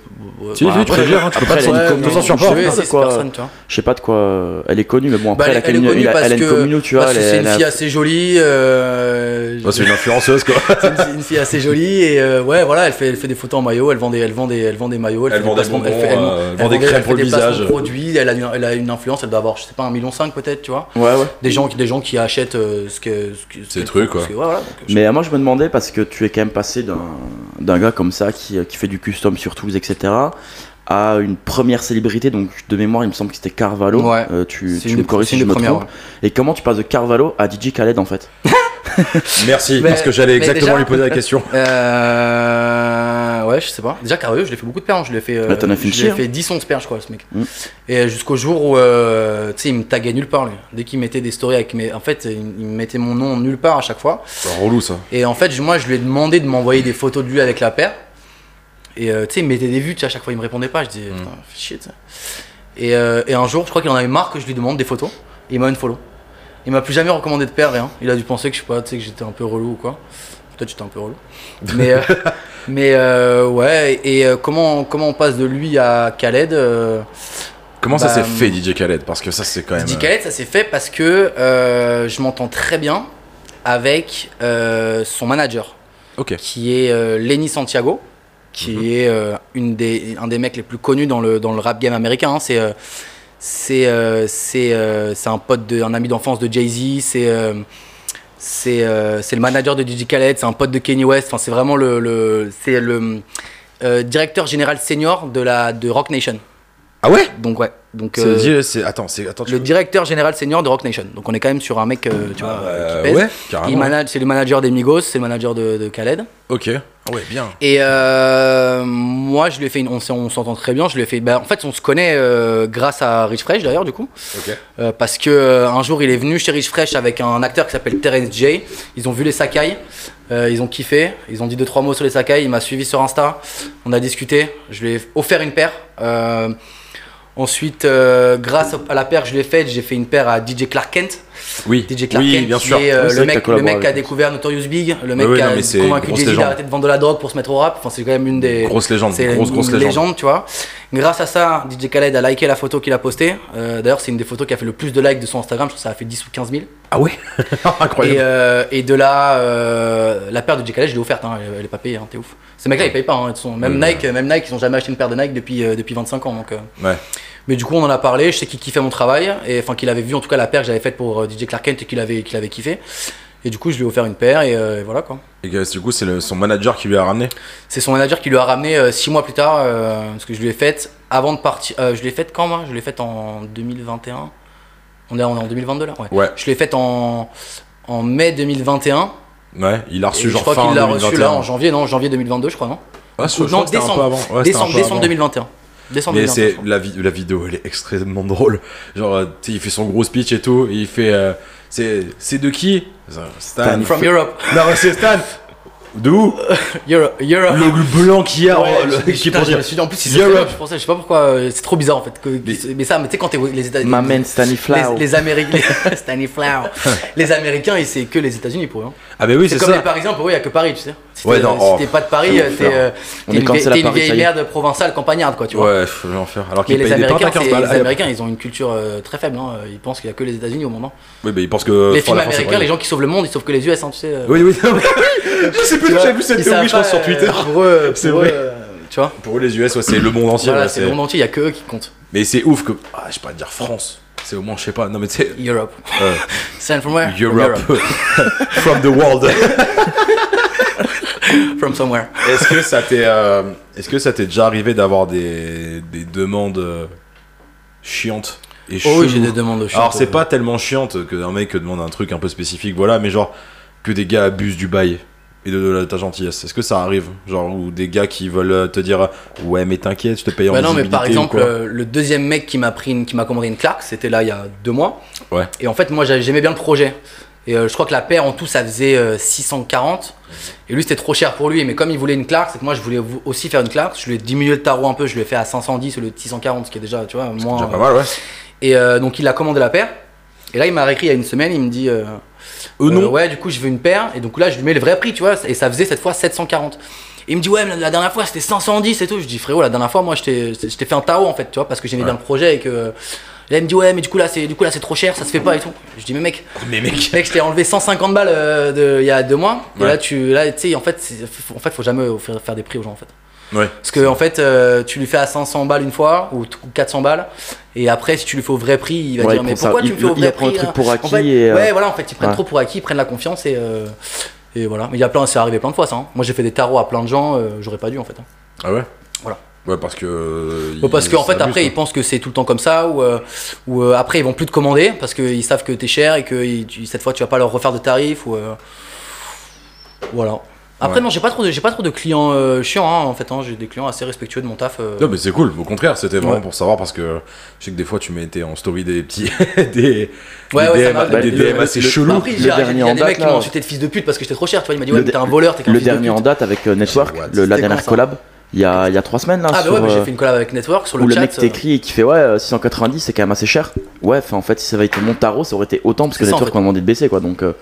[SPEAKER 1] Si,
[SPEAKER 3] bah,
[SPEAKER 1] si, tu
[SPEAKER 3] après-
[SPEAKER 1] peux dire, hein, tu peux pas
[SPEAKER 2] après,
[SPEAKER 1] te sentir
[SPEAKER 2] elle a
[SPEAKER 1] comme
[SPEAKER 2] une communauté
[SPEAKER 1] ça sur
[SPEAKER 2] sur
[SPEAKER 1] port.
[SPEAKER 2] Twitter.
[SPEAKER 3] Ouais, c'est
[SPEAKER 2] quoi.
[SPEAKER 3] personne, tu vois.
[SPEAKER 2] Je sais pas de quoi. euh, Elle est connue, mais bon, après,
[SPEAKER 3] Bah,
[SPEAKER 2] elle, a quand même une-
[SPEAKER 3] connue
[SPEAKER 2] elle a-
[SPEAKER 3] parce
[SPEAKER 2] elle a une
[SPEAKER 3] que-
[SPEAKER 2] commune, tu vois.
[SPEAKER 3] parce que
[SPEAKER 2] elle-
[SPEAKER 3] c'est
[SPEAKER 2] elle
[SPEAKER 3] une
[SPEAKER 2] a-
[SPEAKER 3] fille assez jolie. euh,
[SPEAKER 1] Ah, c'est une influenceuse quoi.
[SPEAKER 3] C'est une, c'est une fille assez jolie et euh, ouais voilà elle fait elle fait des photos en maillot elle vend des elle vend des elle vend des maillots
[SPEAKER 1] Elle
[SPEAKER 3] fait
[SPEAKER 1] vend des
[SPEAKER 3] placements-
[SPEAKER 1] bonbons,
[SPEAKER 3] fait-
[SPEAKER 1] euh, elle vend des
[SPEAKER 3] vend
[SPEAKER 1] crèmes
[SPEAKER 3] elle fait
[SPEAKER 1] pour le
[SPEAKER 3] des placements de
[SPEAKER 1] visage.
[SPEAKER 3] produits elle a une, elle a une influence elle doit avoir je sais pas un million cinq peut-être tu vois
[SPEAKER 2] Ouais, ouais.
[SPEAKER 3] des gens qui des gens qui achètent euh, ce que ce que ce
[SPEAKER 1] Ces
[SPEAKER 3] qu'elle
[SPEAKER 1] trucs,
[SPEAKER 3] propose,
[SPEAKER 1] quoi.
[SPEAKER 3] que- ouais, voilà, donc, je-
[SPEAKER 2] Mais euh, moi, je me demandais parce que tu es quand même passé d'un d'un gars comme ça qui, euh, qui fait du custom sur Tools, etc., à une première célébrité. Donc, de mémoire, il me semble que c'était Carvalho.
[SPEAKER 3] Ouais.
[SPEAKER 2] Euh, tu
[SPEAKER 3] c'est
[SPEAKER 2] tu
[SPEAKER 3] une
[SPEAKER 2] me
[SPEAKER 3] des-
[SPEAKER 2] corriges
[SPEAKER 3] c'est
[SPEAKER 2] si
[SPEAKER 3] une
[SPEAKER 2] je
[SPEAKER 3] des
[SPEAKER 2] me
[SPEAKER 3] premières,
[SPEAKER 2] trompe. Et comment tu passes de Carvalho à DJ Khaled en fait
[SPEAKER 1] Merci
[SPEAKER 3] Mais-
[SPEAKER 1] parce que j'allais
[SPEAKER 3] mais
[SPEAKER 1] exactement
[SPEAKER 3] déjà-
[SPEAKER 1] lui poser la
[SPEAKER 3] *laughs*
[SPEAKER 1] question.
[SPEAKER 3] ouais. Euh, ouais je sais pas déjà Cario je l'ai fait beaucoup de paires hein, je l'ai fait euh,
[SPEAKER 2] Bah, t'en as fait une
[SPEAKER 3] je l'ai
[SPEAKER 2] chier,
[SPEAKER 3] fait 10 11 paires je crois ce mec
[SPEAKER 2] Mm.
[SPEAKER 3] et jusqu'au jour où euh, tu sais il me taguait nulle part lui dès qu'il mettait des stories avec mes en fait il il me mettait mon nom nulle part à chaque fois
[SPEAKER 1] Bah, relou ça.
[SPEAKER 3] Et en fait, je- moi, je lui ai demandé de m'envoyer des photos de lui avec la paire. Et euh, tu sais, il mettait des vues, tu sais, à chaque fois, il me répondait pas. Je disais, putain, fais chier, tu sais. Et, euh, et un jour, je crois qu'il en avait marre que je lui demande des photos. Et il m'a une follow. Il m'a plus jamais recommandé de paire, rien. Il a dû penser que je sais pas, tu sais, que j'étais un peu relou ou quoi. Peut-être que j'étais un peu relou. Mais, euh, mais euh, ouais, et euh, comment, comment on passe de lui à Khaled euh,
[SPEAKER 1] Comment ça
[SPEAKER 3] Bah,
[SPEAKER 1] s'est fait DJ Khaled Parce que ça c'est quand même.
[SPEAKER 3] Didi
[SPEAKER 1] euh,
[SPEAKER 3] Khaled, ça s'est fait parce que euh, je m'entends très bien avec euh, son manager.
[SPEAKER 1] Ok.
[SPEAKER 3] qui est euh, Lenny Santiago, qui
[SPEAKER 1] Mhm.
[SPEAKER 3] est euh, une des, un des mecs les plus connus dans le, dans le rap game américain. hein. C'est euh, c'est euh, c'est euh, c'est un pote, de, un ami d'enfance de Jay-Z, c'est euh, c'est euh, c'est le manager de DJ Khaled, c'est un pote de Kanye West, enfin, c'est vraiment le, le, c'est le euh, directeur général senior de, la, de Rock Nation.
[SPEAKER 1] Ah ouais
[SPEAKER 3] Donc ouais, donc,
[SPEAKER 1] C'est DJ,
[SPEAKER 3] euh,
[SPEAKER 1] c'est- attends, c'est attends. tu
[SPEAKER 3] le
[SPEAKER 1] peux-
[SPEAKER 3] directeur général senior de Rock Nation. Donc on est quand même sur un mec, euh, tu vois,
[SPEAKER 1] Euh,
[SPEAKER 3] qui pèse.
[SPEAKER 1] ouais,
[SPEAKER 3] Il
[SPEAKER 1] carrément.
[SPEAKER 3] manage, c'est le manager des Migos, c'est le manager de, de Khaled.
[SPEAKER 1] Ok. Ah Ouais, bien.
[SPEAKER 3] Et euh, moi, je lui ai fait une, on s'est- on s'entend très bien. Je lui ai fait, bah, en fait, on se connaît euh, grâce à Rich Fresh d'ailleurs, du coup,
[SPEAKER 1] Ok.
[SPEAKER 3] Euh, parce que euh, un jour, il est venu chez Rich Fresh avec un acteur qui s'appelle Terence J. Ils ont vu les Sakai, euh, ils ont kiffé, ils ont dit deux trois mots sur les Sakai. Il m'a suivi sur Insta, on a discuté. Je lui ai offert une paire. Euh, ensuite, euh, grâce à la paire que je lui ai faite, j'ai fait une paire à DJ Clark Kent.
[SPEAKER 1] Oui.
[SPEAKER 3] DJ Clark
[SPEAKER 1] oui,
[SPEAKER 3] Kent,
[SPEAKER 1] bien
[SPEAKER 3] qui
[SPEAKER 1] sûr.
[SPEAKER 3] est, euh,
[SPEAKER 2] Oui, c'est
[SPEAKER 3] le,
[SPEAKER 2] vrai que t'as
[SPEAKER 3] mec, le
[SPEAKER 2] collaboré
[SPEAKER 3] mec qui a
[SPEAKER 2] avec lui.
[SPEAKER 3] découvert Notorious Big, le mec
[SPEAKER 1] oui,
[SPEAKER 3] qui
[SPEAKER 1] non, mais c'est
[SPEAKER 3] a
[SPEAKER 1] une
[SPEAKER 3] convaincu
[SPEAKER 1] grosse
[SPEAKER 3] Jay-Z
[SPEAKER 1] légende.
[SPEAKER 3] d'arrêter de vendre de la drogue pour se mettre au rap. Enfin, c'est quand même une des.
[SPEAKER 1] Grosse légende.
[SPEAKER 3] C'est
[SPEAKER 1] Grosse
[SPEAKER 3] une
[SPEAKER 1] grosse
[SPEAKER 3] légende.
[SPEAKER 1] légende.
[SPEAKER 3] tu vois. Grâce à ça, DJ Khaled a liké la photo qu'il a postée. Euh, D'ailleurs, c'est une des photos qui a fait le plus de likes de son Instagram. Je crois que ça a fait 10 ou 15 000.
[SPEAKER 1] Ah ouais. *laughs*
[SPEAKER 3] Et,
[SPEAKER 1] Incroyable.
[SPEAKER 3] euh, et de là, euh, la paire de DJ Khaled, je l'ai offerte. hein. Elle- Elle est pas payée, hein, t'es ouf. Ces mecs-là, ils payent pas. hein. Ils sont- même,
[SPEAKER 1] Ouais.
[SPEAKER 3] Nike, même Nike, ils ont jamais acheté une paire de Nike depuis, euh, depuis 25 ans. Donc, euh,
[SPEAKER 1] Ouais.
[SPEAKER 3] mais du coup, on en a parlé. Je sais qu'il kiffait mon travail, et enfin qu'il avait vu en tout cas la paire que j'avais faite pour euh, DJ Clark Kent et qu'il avait, qu'il avait kiffé. Et du coup, je lui ai offert une paire, et, euh, et voilà quoi.
[SPEAKER 1] Et que, du coup, c'est le- son manager qui lui a ramené.
[SPEAKER 3] C'est son manager qui lui a ramené euh, six mois plus tard, euh, parce que je lui ai faite avant de partir. euh, je l'ai faite quand moi Je l'ai faite en 2021. On est, on est en 2022 là Ouais.
[SPEAKER 1] Ouais.
[SPEAKER 3] Je l'ai faite en, en mai 2021.
[SPEAKER 1] Ouais, il a
[SPEAKER 3] Et
[SPEAKER 1] reçu
[SPEAKER 3] Ah je
[SPEAKER 1] genre
[SPEAKER 3] crois
[SPEAKER 1] fin
[SPEAKER 3] qu'il l'a reçu
[SPEAKER 1] 2021.
[SPEAKER 3] là en janvier, non, en janvier 2022, je crois, non
[SPEAKER 1] Ah, je- je
[SPEAKER 3] ou-
[SPEAKER 1] crois
[SPEAKER 3] non,
[SPEAKER 1] que c'était un peu
[SPEAKER 3] décembre.
[SPEAKER 1] avant. Ouais, c'était un
[SPEAKER 3] Décembre,
[SPEAKER 1] peu
[SPEAKER 3] décembre
[SPEAKER 1] avant.
[SPEAKER 3] 2021. Décembre
[SPEAKER 1] Mais
[SPEAKER 3] 2021. je
[SPEAKER 1] c'est
[SPEAKER 3] crois.
[SPEAKER 1] la, vi- la vidéo, elle est extrêmement drôle. *laughs* Genre, euh, tu sais, il fait son gros speech et tout. et il fait. euh, c'est c'est de qui Stan.
[SPEAKER 2] Stan.
[SPEAKER 3] From Europe. *laughs*
[SPEAKER 1] Non, mais c'est Stan. De où
[SPEAKER 3] Euro- Europe.
[SPEAKER 1] Le blanc qu'il y a.
[SPEAKER 3] Ouais,
[SPEAKER 1] oh, le-
[SPEAKER 3] je-
[SPEAKER 1] qui
[SPEAKER 3] putain,
[SPEAKER 1] pense-
[SPEAKER 3] je me suis dit, en plus, ils
[SPEAKER 1] Europe.
[SPEAKER 3] je pensais, je sais pas pourquoi, euh, c'est trop bizarre en fait. que-
[SPEAKER 1] Mais-
[SPEAKER 3] mais, ça, mais tu sais, quand t'es aux- les États-Unis.
[SPEAKER 2] Ma man Stanislaw.
[SPEAKER 3] Les, les
[SPEAKER 1] *laughs*
[SPEAKER 3] Américains, *laughs* Stanislaw. les Américains, et c'est que les États-Unis pour eux. hein.
[SPEAKER 1] Ah, mais oui,
[SPEAKER 3] C'est
[SPEAKER 1] c'est
[SPEAKER 3] comme les
[SPEAKER 1] ça.
[SPEAKER 3] Parisiens, pour eux, il y a que Paris, tu sais. Si
[SPEAKER 1] Ouais,
[SPEAKER 3] t'es
[SPEAKER 1] non,
[SPEAKER 3] si
[SPEAKER 1] oh,
[SPEAKER 3] t'es pas de Paris,
[SPEAKER 2] c'est
[SPEAKER 3] euh,
[SPEAKER 2] l'enfer.
[SPEAKER 3] t'es euh,
[SPEAKER 2] On
[SPEAKER 3] t'es
[SPEAKER 2] est
[SPEAKER 3] une,
[SPEAKER 2] cancel à
[SPEAKER 3] vieille- t'es une
[SPEAKER 2] Paris, ça
[SPEAKER 3] vieille
[SPEAKER 2] y est.
[SPEAKER 3] merde provinciale campagnarde, quoi, tu vois.
[SPEAKER 1] Ouais, je vais en faire. Alors
[SPEAKER 3] Mais
[SPEAKER 1] qu'il
[SPEAKER 3] les
[SPEAKER 1] paye des pains
[SPEAKER 3] Américains,
[SPEAKER 1] à 15
[SPEAKER 3] c'est-
[SPEAKER 1] balles.
[SPEAKER 3] les
[SPEAKER 1] Ah, y a-
[SPEAKER 3] Américains, ils ont une culture euh, très faible. hein. Ils pensent qu'il y a que les États-Unis au moment.
[SPEAKER 1] Oui, mais il pense que.
[SPEAKER 3] les
[SPEAKER 1] enfin,
[SPEAKER 3] films
[SPEAKER 1] Euh, la France, c'est
[SPEAKER 3] américains,
[SPEAKER 1] vrai.
[SPEAKER 3] les gens qui sauvent le monde, ils sauvent que les US, hein, tu sais. euh.
[SPEAKER 1] Oui, oui, *laughs* je sais
[SPEAKER 3] Tu
[SPEAKER 1] plus,
[SPEAKER 3] vois,
[SPEAKER 1] j'ai vu cette
[SPEAKER 3] ils
[SPEAKER 1] théorie,
[SPEAKER 3] savent
[SPEAKER 1] je pense,
[SPEAKER 3] pas,
[SPEAKER 1] sur
[SPEAKER 3] euh,
[SPEAKER 1] Twitter.
[SPEAKER 3] pour eux, pour
[SPEAKER 1] C'est
[SPEAKER 3] eux,
[SPEAKER 1] vrai.
[SPEAKER 3] euh, Tu vois
[SPEAKER 1] Pour eux, les US, ouais, c'est le monde entier.
[SPEAKER 3] Voilà,
[SPEAKER 1] ouais,
[SPEAKER 3] c'est
[SPEAKER 1] c'est-
[SPEAKER 3] le monde entier, il y a que eux qui comptent.
[SPEAKER 1] Mais c'est ouf que. Ah, je vais pas dire France. C'est au moins, je sais pas. Non, mais tu sais.
[SPEAKER 3] Europe. *laughs*
[SPEAKER 1] euh,
[SPEAKER 3] Send from where
[SPEAKER 1] Europe. *laughs* From the world.
[SPEAKER 3] From somewhere.
[SPEAKER 1] Est-ce que ça t'est euh, est-ce que ça t'est déjà arrivé d'avoir des, des demandes euh, chiantes et
[SPEAKER 3] Oh oui, j'ai
[SPEAKER 1] cheloues
[SPEAKER 3] des demandes euh. de chute.
[SPEAKER 1] Alors c'est pas tellement chiante que un mec demande un truc un peu spécifique, voilà, mais genre que des gars abusent du bail et de, de ta gentillesse. Est-ce que ça arrive genre ou des gars qui veulent euh, te dire ouais mais t'inquiète, je te paye en
[SPEAKER 3] Bah non, mais
[SPEAKER 1] visibilité
[SPEAKER 3] par
[SPEAKER 1] ou
[SPEAKER 3] exemple,
[SPEAKER 1] quoi
[SPEAKER 3] euh, le deuxième mec qui m'a pris, une- qui m'a commandé une Clark, c'était là il y a deux mois.
[SPEAKER 1] Ouais.
[SPEAKER 3] Et en fait, moi, j'avais- j'aimais bien le projet. Et euh, je crois que la paire en tout, ça faisait euh, 640. Et lui, c'était trop cher pour lui. Mais comme il voulait une Clark, c'est que moi, je voulais vou- aussi faire une Clark. Je lui ai diminué le tarot un peu. Je lui ai fait à 510 au lieu de 640, ce qui est déjà, tu vois, moins.
[SPEAKER 1] Déjà
[SPEAKER 3] euh,
[SPEAKER 1] pas mal, ouais.
[SPEAKER 3] Et euh, donc il a commandé la paire. Et là il m'a réécrit il y a une semaine, il me dit euh,
[SPEAKER 1] Eux, non.
[SPEAKER 3] ouais du coup je veux une paire et donc là je lui mets le vrai prix tu vois et ça faisait cette fois 740. Et il me dit ouais mais la dernière fois c'était 510 et tout. Je dis frérot la dernière fois moi je t'ai je t'ai fait un tarot en fait tu vois parce que j'aimais bien le projet et que là il me dit ouais mais du coup là c'est du coup là c'est trop cher ça se fait pas et tout. Je dis mais mec
[SPEAKER 1] Mais *laughs* mec,
[SPEAKER 3] mec je t'ai enlevé 150 balles euh, de- il y a deux mois et
[SPEAKER 1] Ouais.
[SPEAKER 3] là tu là tu sais en fait c'est- faut- en fait faut jamais faire, faire des prix aux gens en fait.
[SPEAKER 1] ouais.
[SPEAKER 3] Parce que en fait, euh, tu lui fais à 500 balles une fois ou t- ou 400 balles, et après, si tu lui fais au vrai prix, il va
[SPEAKER 2] Ouais,
[SPEAKER 3] dire
[SPEAKER 2] il
[SPEAKER 3] mais
[SPEAKER 2] prend ça-
[SPEAKER 3] pourquoi
[SPEAKER 2] il-
[SPEAKER 3] tu me fais au
[SPEAKER 2] il
[SPEAKER 3] vrai
[SPEAKER 2] prend le
[SPEAKER 3] prix
[SPEAKER 2] truc
[SPEAKER 3] hein
[SPEAKER 2] pour
[SPEAKER 3] En
[SPEAKER 2] acquis
[SPEAKER 3] fait,
[SPEAKER 2] et, euh,
[SPEAKER 3] ouais, voilà, en fait, ils prennent
[SPEAKER 2] ouais.
[SPEAKER 3] trop pour acquis, ils prennent la confiance et euh, et voilà. Mais il y a plein, c'est arrivé plein de fois ça. hein. Moi, j'ai fait des tarots à plein de gens, euh, j'aurais pas dû en fait. hein.
[SPEAKER 1] Ah ouais.
[SPEAKER 3] Voilà.
[SPEAKER 1] Ouais parce que euh,
[SPEAKER 3] Bon, parce
[SPEAKER 1] ils-
[SPEAKER 3] qu'en
[SPEAKER 1] ça
[SPEAKER 3] fait,
[SPEAKER 1] abuse,
[SPEAKER 3] après,
[SPEAKER 1] quoi.
[SPEAKER 3] ils pensent que c'est tout le temps comme ça, ou, euh, ou euh, après, ils vont plus te commander parce qu'ils savent que t'es cher et que ils- tu- cette fois, tu vas pas leur refaire de tarif. Ou, euh, Voilà. Après,
[SPEAKER 1] Ouais.
[SPEAKER 3] non, j'ai pas, trop de- j'ai pas trop de clients euh, chiants hein, en fait. hein. J'ai des clients assez respectueux de mon taf. euh.
[SPEAKER 1] Non mais c'est cool, au contraire, c'était vraiment
[SPEAKER 3] Ouais.
[SPEAKER 1] pour savoir parce que je sais que des fois tu mettais en story des petits *laughs* des,
[SPEAKER 3] Ouais,
[SPEAKER 1] des
[SPEAKER 3] ouais, ça
[SPEAKER 1] DM,
[SPEAKER 3] m'arrive.
[SPEAKER 1] des
[SPEAKER 2] Le-
[SPEAKER 1] DM
[SPEAKER 2] le-
[SPEAKER 1] assez
[SPEAKER 2] le-
[SPEAKER 3] Bah
[SPEAKER 1] chelous.
[SPEAKER 3] après,
[SPEAKER 2] Le
[SPEAKER 3] il y a, il y a
[SPEAKER 2] dernier en
[SPEAKER 3] des
[SPEAKER 2] date,
[SPEAKER 3] mecs qui
[SPEAKER 2] là.
[SPEAKER 3] m'ont insulté de fils de pute parce que j'étais trop cher, tu vois. Il m'a dit, ouais,
[SPEAKER 2] Le
[SPEAKER 3] mais t'es un
[SPEAKER 2] de-
[SPEAKER 3] voleur, t'es qu'un
[SPEAKER 2] Le
[SPEAKER 3] fils de pute.
[SPEAKER 2] dernier en date avec euh, Network,
[SPEAKER 1] What
[SPEAKER 2] le- la
[SPEAKER 3] C'était
[SPEAKER 2] dernière
[SPEAKER 3] quand, ça
[SPEAKER 2] collab, il y a, il y a trois semaines là.
[SPEAKER 3] Ah, bah
[SPEAKER 2] sur,
[SPEAKER 3] ouais, mais j'ai
[SPEAKER 2] euh,
[SPEAKER 3] fait une collab avec Network sur
[SPEAKER 2] où
[SPEAKER 3] le
[SPEAKER 2] le
[SPEAKER 3] chat.
[SPEAKER 2] mec
[SPEAKER 3] euh,
[SPEAKER 2] t'écrit et qui fait ouais euh, 690 c'est quand même assez cher. Ouais, enfin en fait si ça avait été mon tarot ça aurait été autant parce que
[SPEAKER 3] C'est ça, en
[SPEAKER 2] Network
[SPEAKER 3] fait.
[SPEAKER 2] m'a demandé de baisser quoi donc euh,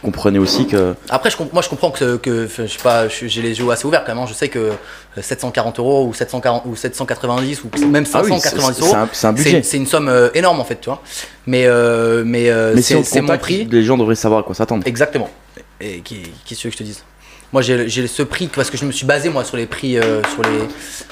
[SPEAKER 2] comprenez aussi que
[SPEAKER 3] Après, je comp- moi, je comprends que, que enfin, je sais pas, je- j'ai les yeux assez ouverts quand même. hein. Je sais que euh, 740 euros ou 740 ou 790 ou même
[SPEAKER 2] Ah oui,
[SPEAKER 3] 590
[SPEAKER 2] c'est-
[SPEAKER 3] euros,
[SPEAKER 2] c'est un- c'est un budget.
[SPEAKER 3] C'est une somme euh, énorme en fait, tu vois. Mais euh, mais euh,
[SPEAKER 2] mais si on
[SPEAKER 3] c'est
[SPEAKER 2] te
[SPEAKER 3] c'est mon
[SPEAKER 2] contacte,
[SPEAKER 3] prix.
[SPEAKER 2] les gens devraient savoir à quoi s'attendre.
[SPEAKER 3] Exactement. Et qui, qui ce que je te dise Moi, j'ai j'ai ce prix parce que je me suis basé moi sur les prix euh, sur les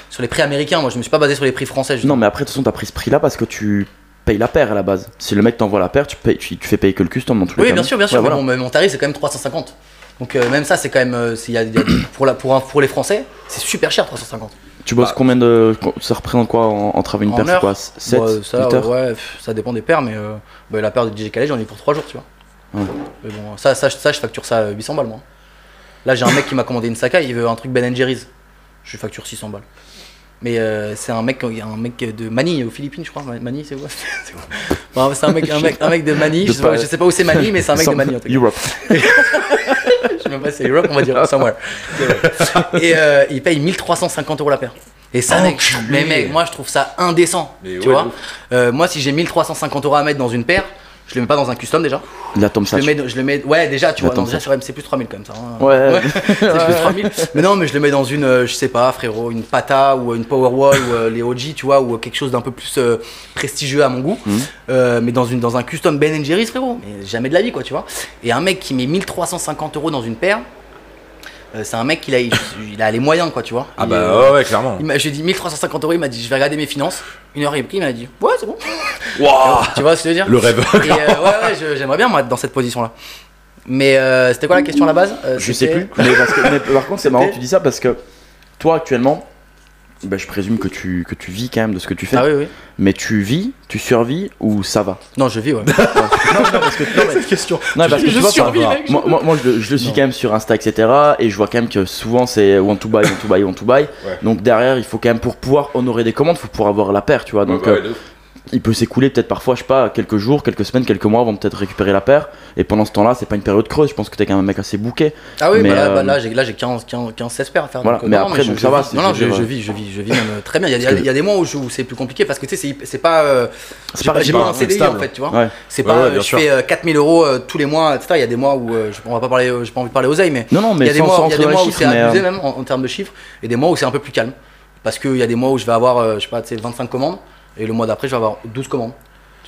[SPEAKER 3] sur les prix américains. Moi, je me suis pas basé sur les prix français. justement.
[SPEAKER 2] Non mais après de toute façon t'as pris ce prix là parce que tu payes la paire à la base. Si le mec t'envoie la paire tu, payes, tu, tu fais payer que le custom dans tous les
[SPEAKER 3] Oui,
[SPEAKER 2] cas.
[SPEAKER 3] bien
[SPEAKER 2] non
[SPEAKER 3] sûr, bien sûr.
[SPEAKER 2] Ouais,
[SPEAKER 3] mais
[SPEAKER 2] voilà.
[SPEAKER 3] bon, mais mon tarif, c'est quand même 350. Donc, euh, même ça, c'est quand même. euh, c'est- il y a- il y a- pour, la, pour, un- pour les Français, c'est super cher 350.
[SPEAKER 2] Tu bosses
[SPEAKER 1] Bah.
[SPEAKER 2] combien de ça représente quoi en, en travail
[SPEAKER 3] En
[SPEAKER 2] une paire c'est
[SPEAKER 3] heure
[SPEAKER 2] quoi 7
[SPEAKER 3] Bon, euh, ça,
[SPEAKER 2] 8 heures
[SPEAKER 3] ouais, pff, ça dépend des paires, mais euh, bah, la paire de DJ Khaled, j'en ai pour 3 jours, tu vois.
[SPEAKER 2] Ouais.
[SPEAKER 3] Mais bon, ça, ça, ça, je facture ça euh, 800 balles, moi. Là, j'ai un mec qui m'a commandé une Saka, il veut un truc Ben Jerry's. Je lui facture 600 balles. Mais euh, c'est un mec, un mec de Manille aux Philippines, je crois. Manille, c'est quoi *laughs* C'est quoi Bon, C'est un mec, un mec, un mec de Manille.
[SPEAKER 2] De
[SPEAKER 3] Je, sais pas-
[SPEAKER 2] pas-
[SPEAKER 3] je sais pas où c'est Manille, mais c'est un mec de
[SPEAKER 2] Some-
[SPEAKER 3] Manille. en tout cas.
[SPEAKER 2] Europe.
[SPEAKER 3] Je sais même pas si c'est Europe, on va dire somewhere. Et euh, il paye 1350 euros la paire. Et ça, mec, je-
[SPEAKER 1] Enculé.
[SPEAKER 3] mais mec, moi je trouve ça indécent.
[SPEAKER 1] Mais
[SPEAKER 3] tu
[SPEAKER 1] ouais, de
[SPEAKER 3] vois
[SPEAKER 1] ouf.
[SPEAKER 3] Euh, Moi, si j'ai 1350 euros à mettre dans une paire, je le mets pas dans un custom déjà.
[SPEAKER 2] La tombe
[SPEAKER 3] Je le mets, je le mets, ouais, déjà, tu vois,
[SPEAKER 2] Attends,
[SPEAKER 3] non, déjà sur
[SPEAKER 2] ça.
[SPEAKER 3] MC plus 3000 quand même ça. hein.
[SPEAKER 2] Ouais.
[SPEAKER 1] *laughs*
[SPEAKER 3] *laughs* c'est plus 3000. Mais non, mais je le mets dans une, euh, je sais pas, frérot, une Pata ou une Powerwall ou euh, les OG, tu vois, ou quelque chose d'un peu plus euh, prestigieux à mon goût.
[SPEAKER 1] Mhm.
[SPEAKER 3] Euh, mais dans, une, dans un custom Ben Jerry's, frérot, mais jamais de la vie, quoi, tu vois. Et un mec qui met 1350 euros dans une paire, euh, c'est un mec qui a, il, *laughs* il a les moyens, quoi, tu vois.
[SPEAKER 1] Ah
[SPEAKER 3] Il,
[SPEAKER 1] bah
[SPEAKER 3] euh,
[SPEAKER 1] ouais, ouais, clairement.
[SPEAKER 3] il m'a- J'ai dit 1350 euros, il m'a dit je vais regarder mes finances. Une heure il pris, il m'a dit ouais, c'est bon.
[SPEAKER 1] Wouah
[SPEAKER 3] tu vois ce que je veux dire
[SPEAKER 1] Le
[SPEAKER 3] *laughs*
[SPEAKER 1] rêve.
[SPEAKER 3] et euh, ouais, ouais, je- j'aimerais bien moi être dans cette position là. Mais euh, c'était quoi la question à la base Euh,
[SPEAKER 2] Je sais
[SPEAKER 3] c'était-
[SPEAKER 2] plus. Mais, parce que- mais par contre, c'est marrant que tu dis ça parce que toi, actuellement, Bah, je présume que tu, que tu vis quand même de ce que tu fais.
[SPEAKER 3] Ah oui, oui.
[SPEAKER 2] Mais tu vis, tu survis ou ça va
[SPEAKER 3] Non, je vis, ouais.
[SPEAKER 2] Ah Non, non, parce que, non, mais-
[SPEAKER 1] Cette question.
[SPEAKER 2] non, parce que
[SPEAKER 3] Je
[SPEAKER 2] tu vois,
[SPEAKER 3] survis,
[SPEAKER 2] par-
[SPEAKER 3] mec, je-
[SPEAKER 2] moi, moi, moi, je, le- je le suis
[SPEAKER 3] Non.
[SPEAKER 2] quand même sur Insta, etc. Et je vois quand même que souvent c'est want to buy, want to buy, want to buy. Donc derrière, il faut quand même pour pouvoir honorer des commandes, faut pouvoir avoir la paire, tu vois. Donc
[SPEAKER 1] Ouais, bah ouais,
[SPEAKER 2] euh,
[SPEAKER 1] de-
[SPEAKER 2] il peut s'écouler peut-être parfois, je sais pas, quelques jours, quelques semaines, quelques mois avant de peut-être récupérer la paire. Et pendant ce temps-là, c'est pas une période creuse. Je pense que t'es quand même un mec assez bouquet.
[SPEAKER 3] Ah oui,
[SPEAKER 2] Mais,
[SPEAKER 3] bah là,
[SPEAKER 2] euh,
[SPEAKER 3] bah là, j'ai là, j'ai 15, 15, 15, 16 paires à faire.
[SPEAKER 2] Voilà,
[SPEAKER 3] euh,
[SPEAKER 2] mais
[SPEAKER 3] non,
[SPEAKER 2] après,
[SPEAKER 3] je-
[SPEAKER 2] donc
[SPEAKER 3] je
[SPEAKER 2] ça va,
[SPEAKER 3] vis-
[SPEAKER 2] c'est-
[SPEAKER 3] Non, non,
[SPEAKER 2] je veux
[SPEAKER 3] je,
[SPEAKER 2] dire,
[SPEAKER 3] je
[SPEAKER 2] euh,
[SPEAKER 3] vis, je vis, je vis même euh, très bien. Il y a, des-
[SPEAKER 2] Parce que-
[SPEAKER 3] il y a des mois où, je- où c'est plus compliqué parce que tu sais, c'est- c'est pas. euh,
[SPEAKER 2] C'est
[SPEAKER 3] j'ai
[SPEAKER 2] pas
[SPEAKER 3] pas, j'ai pas
[SPEAKER 2] régulier,
[SPEAKER 3] un
[SPEAKER 2] hein,
[SPEAKER 3] CDI
[SPEAKER 1] stable.
[SPEAKER 3] en fait, tu vois.
[SPEAKER 2] Ouais.
[SPEAKER 3] C'est
[SPEAKER 1] Ouais,
[SPEAKER 3] pas.
[SPEAKER 1] ouais,
[SPEAKER 3] euh,
[SPEAKER 1] bien
[SPEAKER 3] je
[SPEAKER 1] sûr.
[SPEAKER 3] fais 4000 euros euh, tous les mois, etc. Il y a des mois où. euh, je- on va pas parler, euh, j'ai pas envie de parler aux mais.
[SPEAKER 2] Non, non,
[SPEAKER 3] Il y
[SPEAKER 2] mais
[SPEAKER 3] a des
[SPEAKER 2] sans,
[SPEAKER 3] mois,
[SPEAKER 2] sans
[SPEAKER 3] il y a
[SPEAKER 2] rentrer
[SPEAKER 3] des
[SPEAKER 2] dans les
[SPEAKER 3] mois où
[SPEAKER 2] chiffres,
[SPEAKER 3] c'est
[SPEAKER 2] mais, euh,
[SPEAKER 3] abusé même en, en termes de chiffres et des mois où c'est un peu plus calme. Parce qu'il y a des mois où je vais avoir, euh, je sais pas, tu sais, 25 commandes et le mois d'après je vais avoir 12 commandes.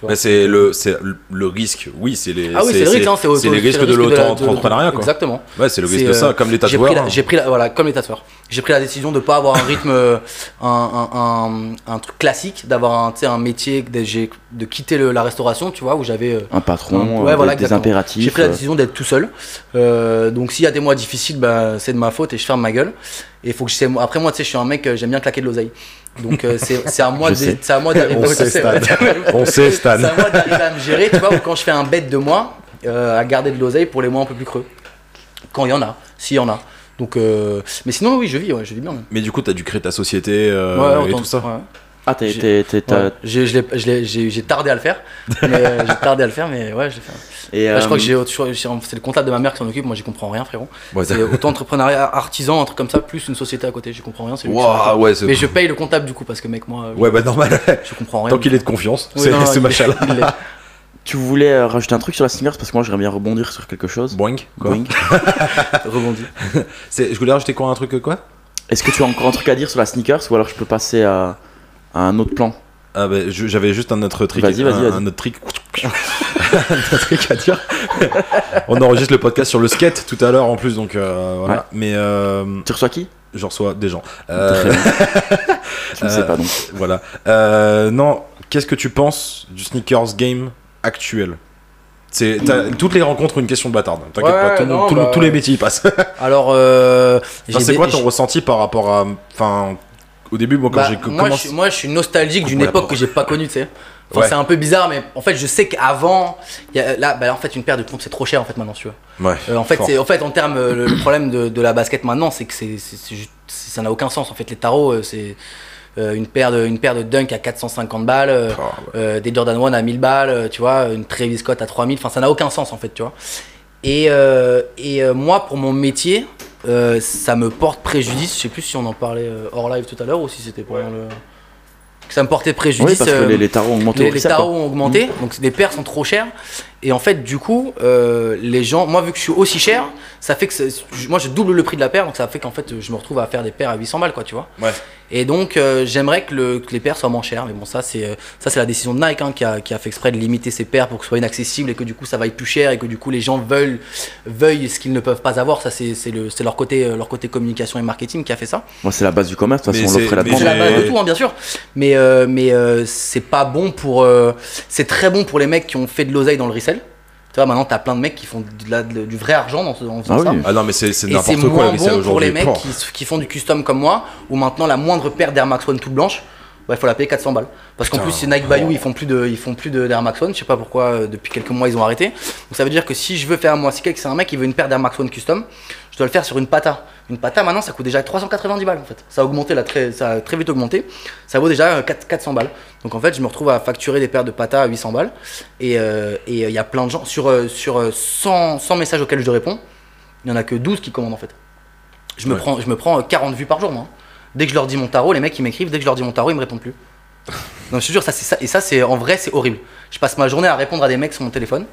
[SPEAKER 1] Mais c'est le, c'est le- le risque, oui, c'est les,
[SPEAKER 3] Ah oui, c'est le risque, hein, c'est
[SPEAKER 1] c'est les risques de l'auto-entrepreneuriat, quoi.
[SPEAKER 3] Exactement.
[SPEAKER 1] Ouais, c'est le risque
[SPEAKER 3] C'est,
[SPEAKER 1] de ça,
[SPEAKER 3] euh,
[SPEAKER 1] comme les
[SPEAKER 3] J'ai pris,
[SPEAKER 1] tatoueurs.
[SPEAKER 3] la,
[SPEAKER 1] hein.
[SPEAKER 3] j'ai pris la- voilà, comme les tatoueurs. J'ai pris la décision de ne pas avoir un rythme, euh, un, un- un- un truc classique, d'avoir un, tu sais, un métier, que des- j'ai- de quitter le- la restauration, tu vois, où j'avais. euh,
[SPEAKER 2] Un patron,
[SPEAKER 3] Ouais,
[SPEAKER 2] euh,
[SPEAKER 3] voilà,
[SPEAKER 2] des- des
[SPEAKER 3] exactement.
[SPEAKER 2] impératifs.
[SPEAKER 3] j'ai pris la
[SPEAKER 2] euh,
[SPEAKER 3] décision d'être tout seul. Euh, donc s'il y a des mois difficiles, bah, c'est de ma faute et je ferme ma gueule. Et faut que je sais- après moi, tu sais, je suis un mec, euh, j'aime bien claquer de l'oseille. Donc euh, c'est c'est à moi
[SPEAKER 2] Je
[SPEAKER 3] de-
[SPEAKER 2] sais.
[SPEAKER 3] *laughs* c'est à moi d'arriver.
[SPEAKER 1] On
[SPEAKER 3] Ouais,
[SPEAKER 1] sait,
[SPEAKER 3] tu sais,
[SPEAKER 1] Stan.
[SPEAKER 3] ouais.
[SPEAKER 1] On sait, Stan.
[SPEAKER 3] C'est à moi d'arriver à me gérer, tu vois, ou quand je fais un bête de moi, euh, à garder de l'oseille pour les mois un peu plus creux. Quand il y en a, s'il y en a. Donc, euh, mais sinon, oui, je vis, ouais, je vis bien. même.
[SPEAKER 1] Mais du coup, t'as dû créer ta société euh,
[SPEAKER 3] Ouais,
[SPEAKER 1] et
[SPEAKER 3] autant-
[SPEAKER 1] tout ça.
[SPEAKER 3] ouais.
[SPEAKER 2] Ah, t'es-
[SPEAKER 3] j'ai-
[SPEAKER 2] t'es- t'es- t'as-
[SPEAKER 3] Ouais. J'ai- je l'ai- je l'ai- J'ai j'ai tardé à le faire, mais euh, j'ai tardé à le faire, mais ouais, je l'ai fait.
[SPEAKER 2] et,
[SPEAKER 3] Là, je crois
[SPEAKER 2] euh,
[SPEAKER 3] que j'ai autre chose- c'est le comptable de ma mère qui s'en occupe, moi j'y comprends rien, frérot.
[SPEAKER 1] Ouais,
[SPEAKER 3] C'est
[SPEAKER 1] t'as-
[SPEAKER 3] autant entrepreneuriat artisan, un truc comme ça, plus une société à côté, je comprends rien. c'est lui qui s'en
[SPEAKER 1] Ouah,
[SPEAKER 3] occupe.
[SPEAKER 1] ouais, c'est-
[SPEAKER 3] Mais je paye le comptable du coup, parce que mec, moi, euh,
[SPEAKER 1] ouais, bah normal.
[SPEAKER 3] je comprends rien.
[SPEAKER 1] Tant qu'il est de confiance,
[SPEAKER 3] Oui,
[SPEAKER 1] *laughs* c'est
[SPEAKER 3] non,
[SPEAKER 1] ce
[SPEAKER 3] il-
[SPEAKER 1] machin-là.
[SPEAKER 3] *laughs* il l'est.
[SPEAKER 2] Tu voulais euh, rajouter un truc sur la sneakers parce que moi j'aimerais bien rebondir sur quelque chose.
[SPEAKER 1] Boing, quoi.
[SPEAKER 2] Boing.
[SPEAKER 3] Rebondis.
[SPEAKER 1] C'est- Je voulais rajouter quoi un truc euh, quoi
[SPEAKER 2] Est-ce que tu as encore un truc à dire sur la sneakers ou alors je peux passer à, à un autre plan
[SPEAKER 1] Ah bah, je- j'avais juste un autre truc.
[SPEAKER 2] Vas-y, vas-y,
[SPEAKER 1] un-
[SPEAKER 2] vas-y.
[SPEAKER 1] *laughs* Un autre truc. un autre truc à dire. On enregistre le podcast sur le skate tout à l'heure en plus, donc euh, voilà.
[SPEAKER 2] Ouais.
[SPEAKER 1] Mais euh,
[SPEAKER 2] Tu reçois qui
[SPEAKER 1] je reçois des gens. Euh,
[SPEAKER 2] Très bien. Je ne
[SPEAKER 1] euh,
[SPEAKER 2] sais pas donc.
[SPEAKER 1] *laughs* voilà. Euh, non, qu'est-ce que tu penses du sneakers game actuel c'est t'as- toutes les rencontres une question de bâtarde. T'inquiète
[SPEAKER 3] Ouais,
[SPEAKER 1] pas, tout le monde-
[SPEAKER 3] non,
[SPEAKER 1] tout le-
[SPEAKER 3] bah,
[SPEAKER 1] tous les métiers y passent.
[SPEAKER 3] Alors, euh,
[SPEAKER 1] Enfin,
[SPEAKER 3] j'ai
[SPEAKER 1] c'est
[SPEAKER 3] des-
[SPEAKER 1] quoi ton
[SPEAKER 3] j'ai-
[SPEAKER 1] ressenti par rapport à, enfin, au début moi quand
[SPEAKER 3] bah,
[SPEAKER 1] j'ai co-
[SPEAKER 3] moi, je
[SPEAKER 1] commencé.
[SPEAKER 3] suis, moi, je suis nostalgique d'une
[SPEAKER 1] Coupe-moi la
[SPEAKER 3] époque
[SPEAKER 1] porte.
[SPEAKER 3] que j'ai pas connue, tu sais. Enfin,
[SPEAKER 1] Ouais.
[SPEAKER 3] C'est un peu bizarre, mais en fait, je sais qu'avant, il y a- là, bah, en fait, une paire de pompes c'est trop cher en fait maintenant, tu vois.
[SPEAKER 1] Ouais,
[SPEAKER 3] Euh, en fait,
[SPEAKER 1] fort.
[SPEAKER 3] c'est en fait en termes euh, le, le problème de, de la basket maintenant, c'est que c'est c'est- c'est juste- c'est- ça n'a aucun sens. En fait, les tarots, euh, c'est euh, une paire de une paire de dunk à 450 balles, euh,
[SPEAKER 1] Oh, ouais.
[SPEAKER 3] euh, des Jordan 1 à 1000 balles, euh, tu vois, une Travis Scott à 3000. Enfin, ça n'a aucun sens en fait, tu vois. Et euh, et euh, moi, pour mon métier, euh, ça me porte préjudice. Je sais plus si on en parlait euh, hors live tout à l'heure ou si c'était pendant le que ça me portait préjudice.
[SPEAKER 2] Oui, parce que
[SPEAKER 3] euh,
[SPEAKER 2] les, les tarots ont augmenté.
[SPEAKER 3] les,
[SPEAKER 2] au
[SPEAKER 3] les
[SPEAKER 2] Rixap,
[SPEAKER 3] tarots
[SPEAKER 2] quoi. Mm.
[SPEAKER 3] ont augmenté, donc les paires sont trop chères. Et en fait, du coup, euh, les gens, moi vu que je suis aussi cher, ça fait que c'est- moi je double le prix de la paire, donc ça fait qu'en fait je me retrouve à faire des paires à 800 balles, quoi, tu vois.
[SPEAKER 1] Ouais.
[SPEAKER 3] Et donc euh, j'aimerais que, le- que les paires soient moins chères, mais bon ça c'est euh, ça c'est la décision de Nike hein, qui, a, qui a fait exprès de limiter ses paires pour que ce soit inaccessible et que du coup ça vaille plus cher et que du coup les gens veulent veuillent ce qu'ils ne peuvent pas avoir. Ça c'est c'est le- c'est leur côté euh, leur côté communication et marketing qui a fait ça.
[SPEAKER 2] Moi, c'est la base du commerce. De toute
[SPEAKER 1] Mais
[SPEAKER 2] façon, l'offre
[SPEAKER 1] c'est-
[SPEAKER 2] et la
[SPEAKER 1] mais
[SPEAKER 3] C'est
[SPEAKER 2] demande.
[SPEAKER 3] la
[SPEAKER 1] j'ai-
[SPEAKER 3] base de tout, hein, bien sûr. Mais, euh, mais euh, c'est pas bon pour. euh, c'est très bon pour les mecs qui ont fait de l'oseille dans le resell. Tu vois, maintenant, t'as plein de mecs qui font de la- de- du vrai argent dans ce- en faisant
[SPEAKER 2] Ah
[SPEAKER 3] ça.
[SPEAKER 2] oui.
[SPEAKER 1] Ah non, mais c'est c'est
[SPEAKER 3] Et c'est
[SPEAKER 1] n'importe quoi
[SPEAKER 3] moins
[SPEAKER 1] la vaisselle
[SPEAKER 3] bon pour les
[SPEAKER 1] aujourd'hui.
[SPEAKER 3] mecs
[SPEAKER 1] Pouah.
[SPEAKER 3] qui, s- qui font du custom comme moi, où maintenant la moindre paire d'Air Max One toute blanche, bah, il faut la payer 400 balles. Parce qu'en
[SPEAKER 1] Putain.
[SPEAKER 3] plus, c'est Nike Bayou, ils font plus de, ils font plus de d'Air Max One. Je sais pas pourquoi, euh, depuis quelques mois, ils ont arrêté. Donc ça veut dire que si je veux faire, moi, si quelqu'un, c'est un mec qui veut une paire d'Air Max One custom, je dois le faire sur une pata. Une pata, maintenant, ça coûte déjà 390 balles, en fait. Ça a augmenté, là, très, ça a très vite augmenté. Ça vaut déjà euh, 4 400 balles. Donc en fait, je me retrouve à facturer des paires de pata à 800 balles. Et il y a plein de gens, sur, euh, sur euh, 100, 100 messages auxquels je réponds, il y en a que 12 qui commandent, en fait. Je me,
[SPEAKER 1] Ouais.
[SPEAKER 3] prends, je me prends euh, 40 vues par jour, moi. Dès que je leur dis mon tarot, les mecs ils m'écrivent. Dès que je leur dis mon tarot, ils me répondent plus. Non, je te jure, ça c'est ça. Et ça, c'est en vrai, c'est horrible. Je passe ma journée à répondre à des mecs sur mon téléphone.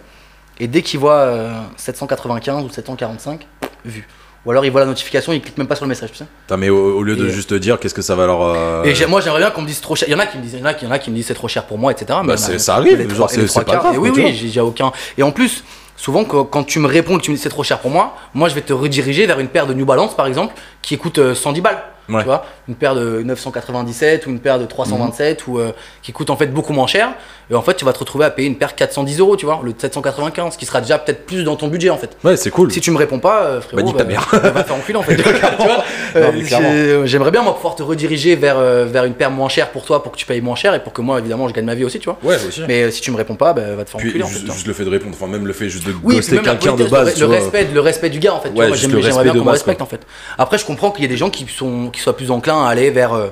[SPEAKER 3] Et dès qu'ils voient euh, 795 ou 745, vues. Ou alors ils voient la notification, ils cliquent même pas sur le message. tu sais.
[SPEAKER 1] Putain, mais au, au lieu de
[SPEAKER 3] Et-
[SPEAKER 1] juste te dire qu'est-ce que ça va leur. euh,
[SPEAKER 3] Et j'ai- moi j'aimerais bien qu'on me dise trop cher. Il y en a qui me disent, il y en a qui, il y en a qui me disent c'est trop cher pour moi, etc.
[SPEAKER 1] Bah,
[SPEAKER 3] il y en a-
[SPEAKER 1] c'est- ça arrive,
[SPEAKER 3] les
[SPEAKER 1] genre,
[SPEAKER 3] trois-
[SPEAKER 1] c'est-
[SPEAKER 3] les
[SPEAKER 1] c'est
[SPEAKER 3] trois
[SPEAKER 1] pas
[SPEAKER 3] quarts.
[SPEAKER 1] grave,
[SPEAKER 3] Et oui,
[SPEAKER 1] tu vois.
[SPEAKER 3] oui, j'ai j'ai aucun. Et en plus, souvent quand, quand tu me réponds que tu me dis c'est trop cher pour moi, moi je vais te rediriger vers une paire de New Balance par exemple qui coûte euh, 110 balles.
[SPEAKER 1] Ouais.
[SPEAKER 3] tu vois une paire de 997 ou une paire de 327 ou euh, qui coûte en fait beaucoup moins cher et en fait tu vas te retrouver à payer une paire 410 euros tu vois le 795 qui sera déjà peut-être plus dans ton budget en fait
[SPEAKER 1] Ouais, c'est cool.
[SPEAKER 3] si tu me réponds pas euh, frérot
[SPEAKER 1] Bah, nique ta mère.
[SPEAKER 3] bah, va te
[SPEAKER 1] *laughs*
[SPEAKER 3] faire enculer en fait tu vois Euh,
[SPEAKER 1] mais clairement.
[SPEAKER 3] j'ai- j'aimerais bien moi pouvoir te rediriger vers euh, vers une paire moins chère pour toi pour que tu payes moins cher et pour que moi évidemment je gagne ma vie aussi tu vois
[SPEAKER 1] Ouais, aussi.
[SPEAKER 3] mais euh, si tu me réponds pas bah, va te faire
[SPEAKER 1] Puis
[SPEAKER 3] enculer en fait
[SPEAKER 1] juste,
[SPEAKER 3] tu vois.
[SPEAKER 1] juste le fait de répondre, enfin même le fait juste de
[SPEAKER 3] Oui, puis
[SPEAKER 1] ghoster
[SPEAKER 3] même la
[SPEAKER 1] quelqu'un de
[SPEAKER 3] politesse,
[SPEAKER 1] base, tu
[SPEAKER 3] le, re-
[SPEAKER 1] vois.
[SPEAKER 3] le respect, le respect du gars en fait. tu
[SPEAKER 1] Ouais,
[SPEAKER 3] vois, moi,
[SPEAKER 1] juste
[SPEAKER 3] j'aime-
[SPEAKER 1] le
[SPEAKER 3] j'aimerais
[SPEAKER 1] respect
[SPEAKER 3] bien
[SPEAKER 1] de
[SPEAKER 3] qu'on me
[SPEAKER 1] base, quoi.
[SPEAKER 3] respecte en fait. Après, je comprends qu'il y a des gens qui sont qui soient plus enclins à aller vers euh,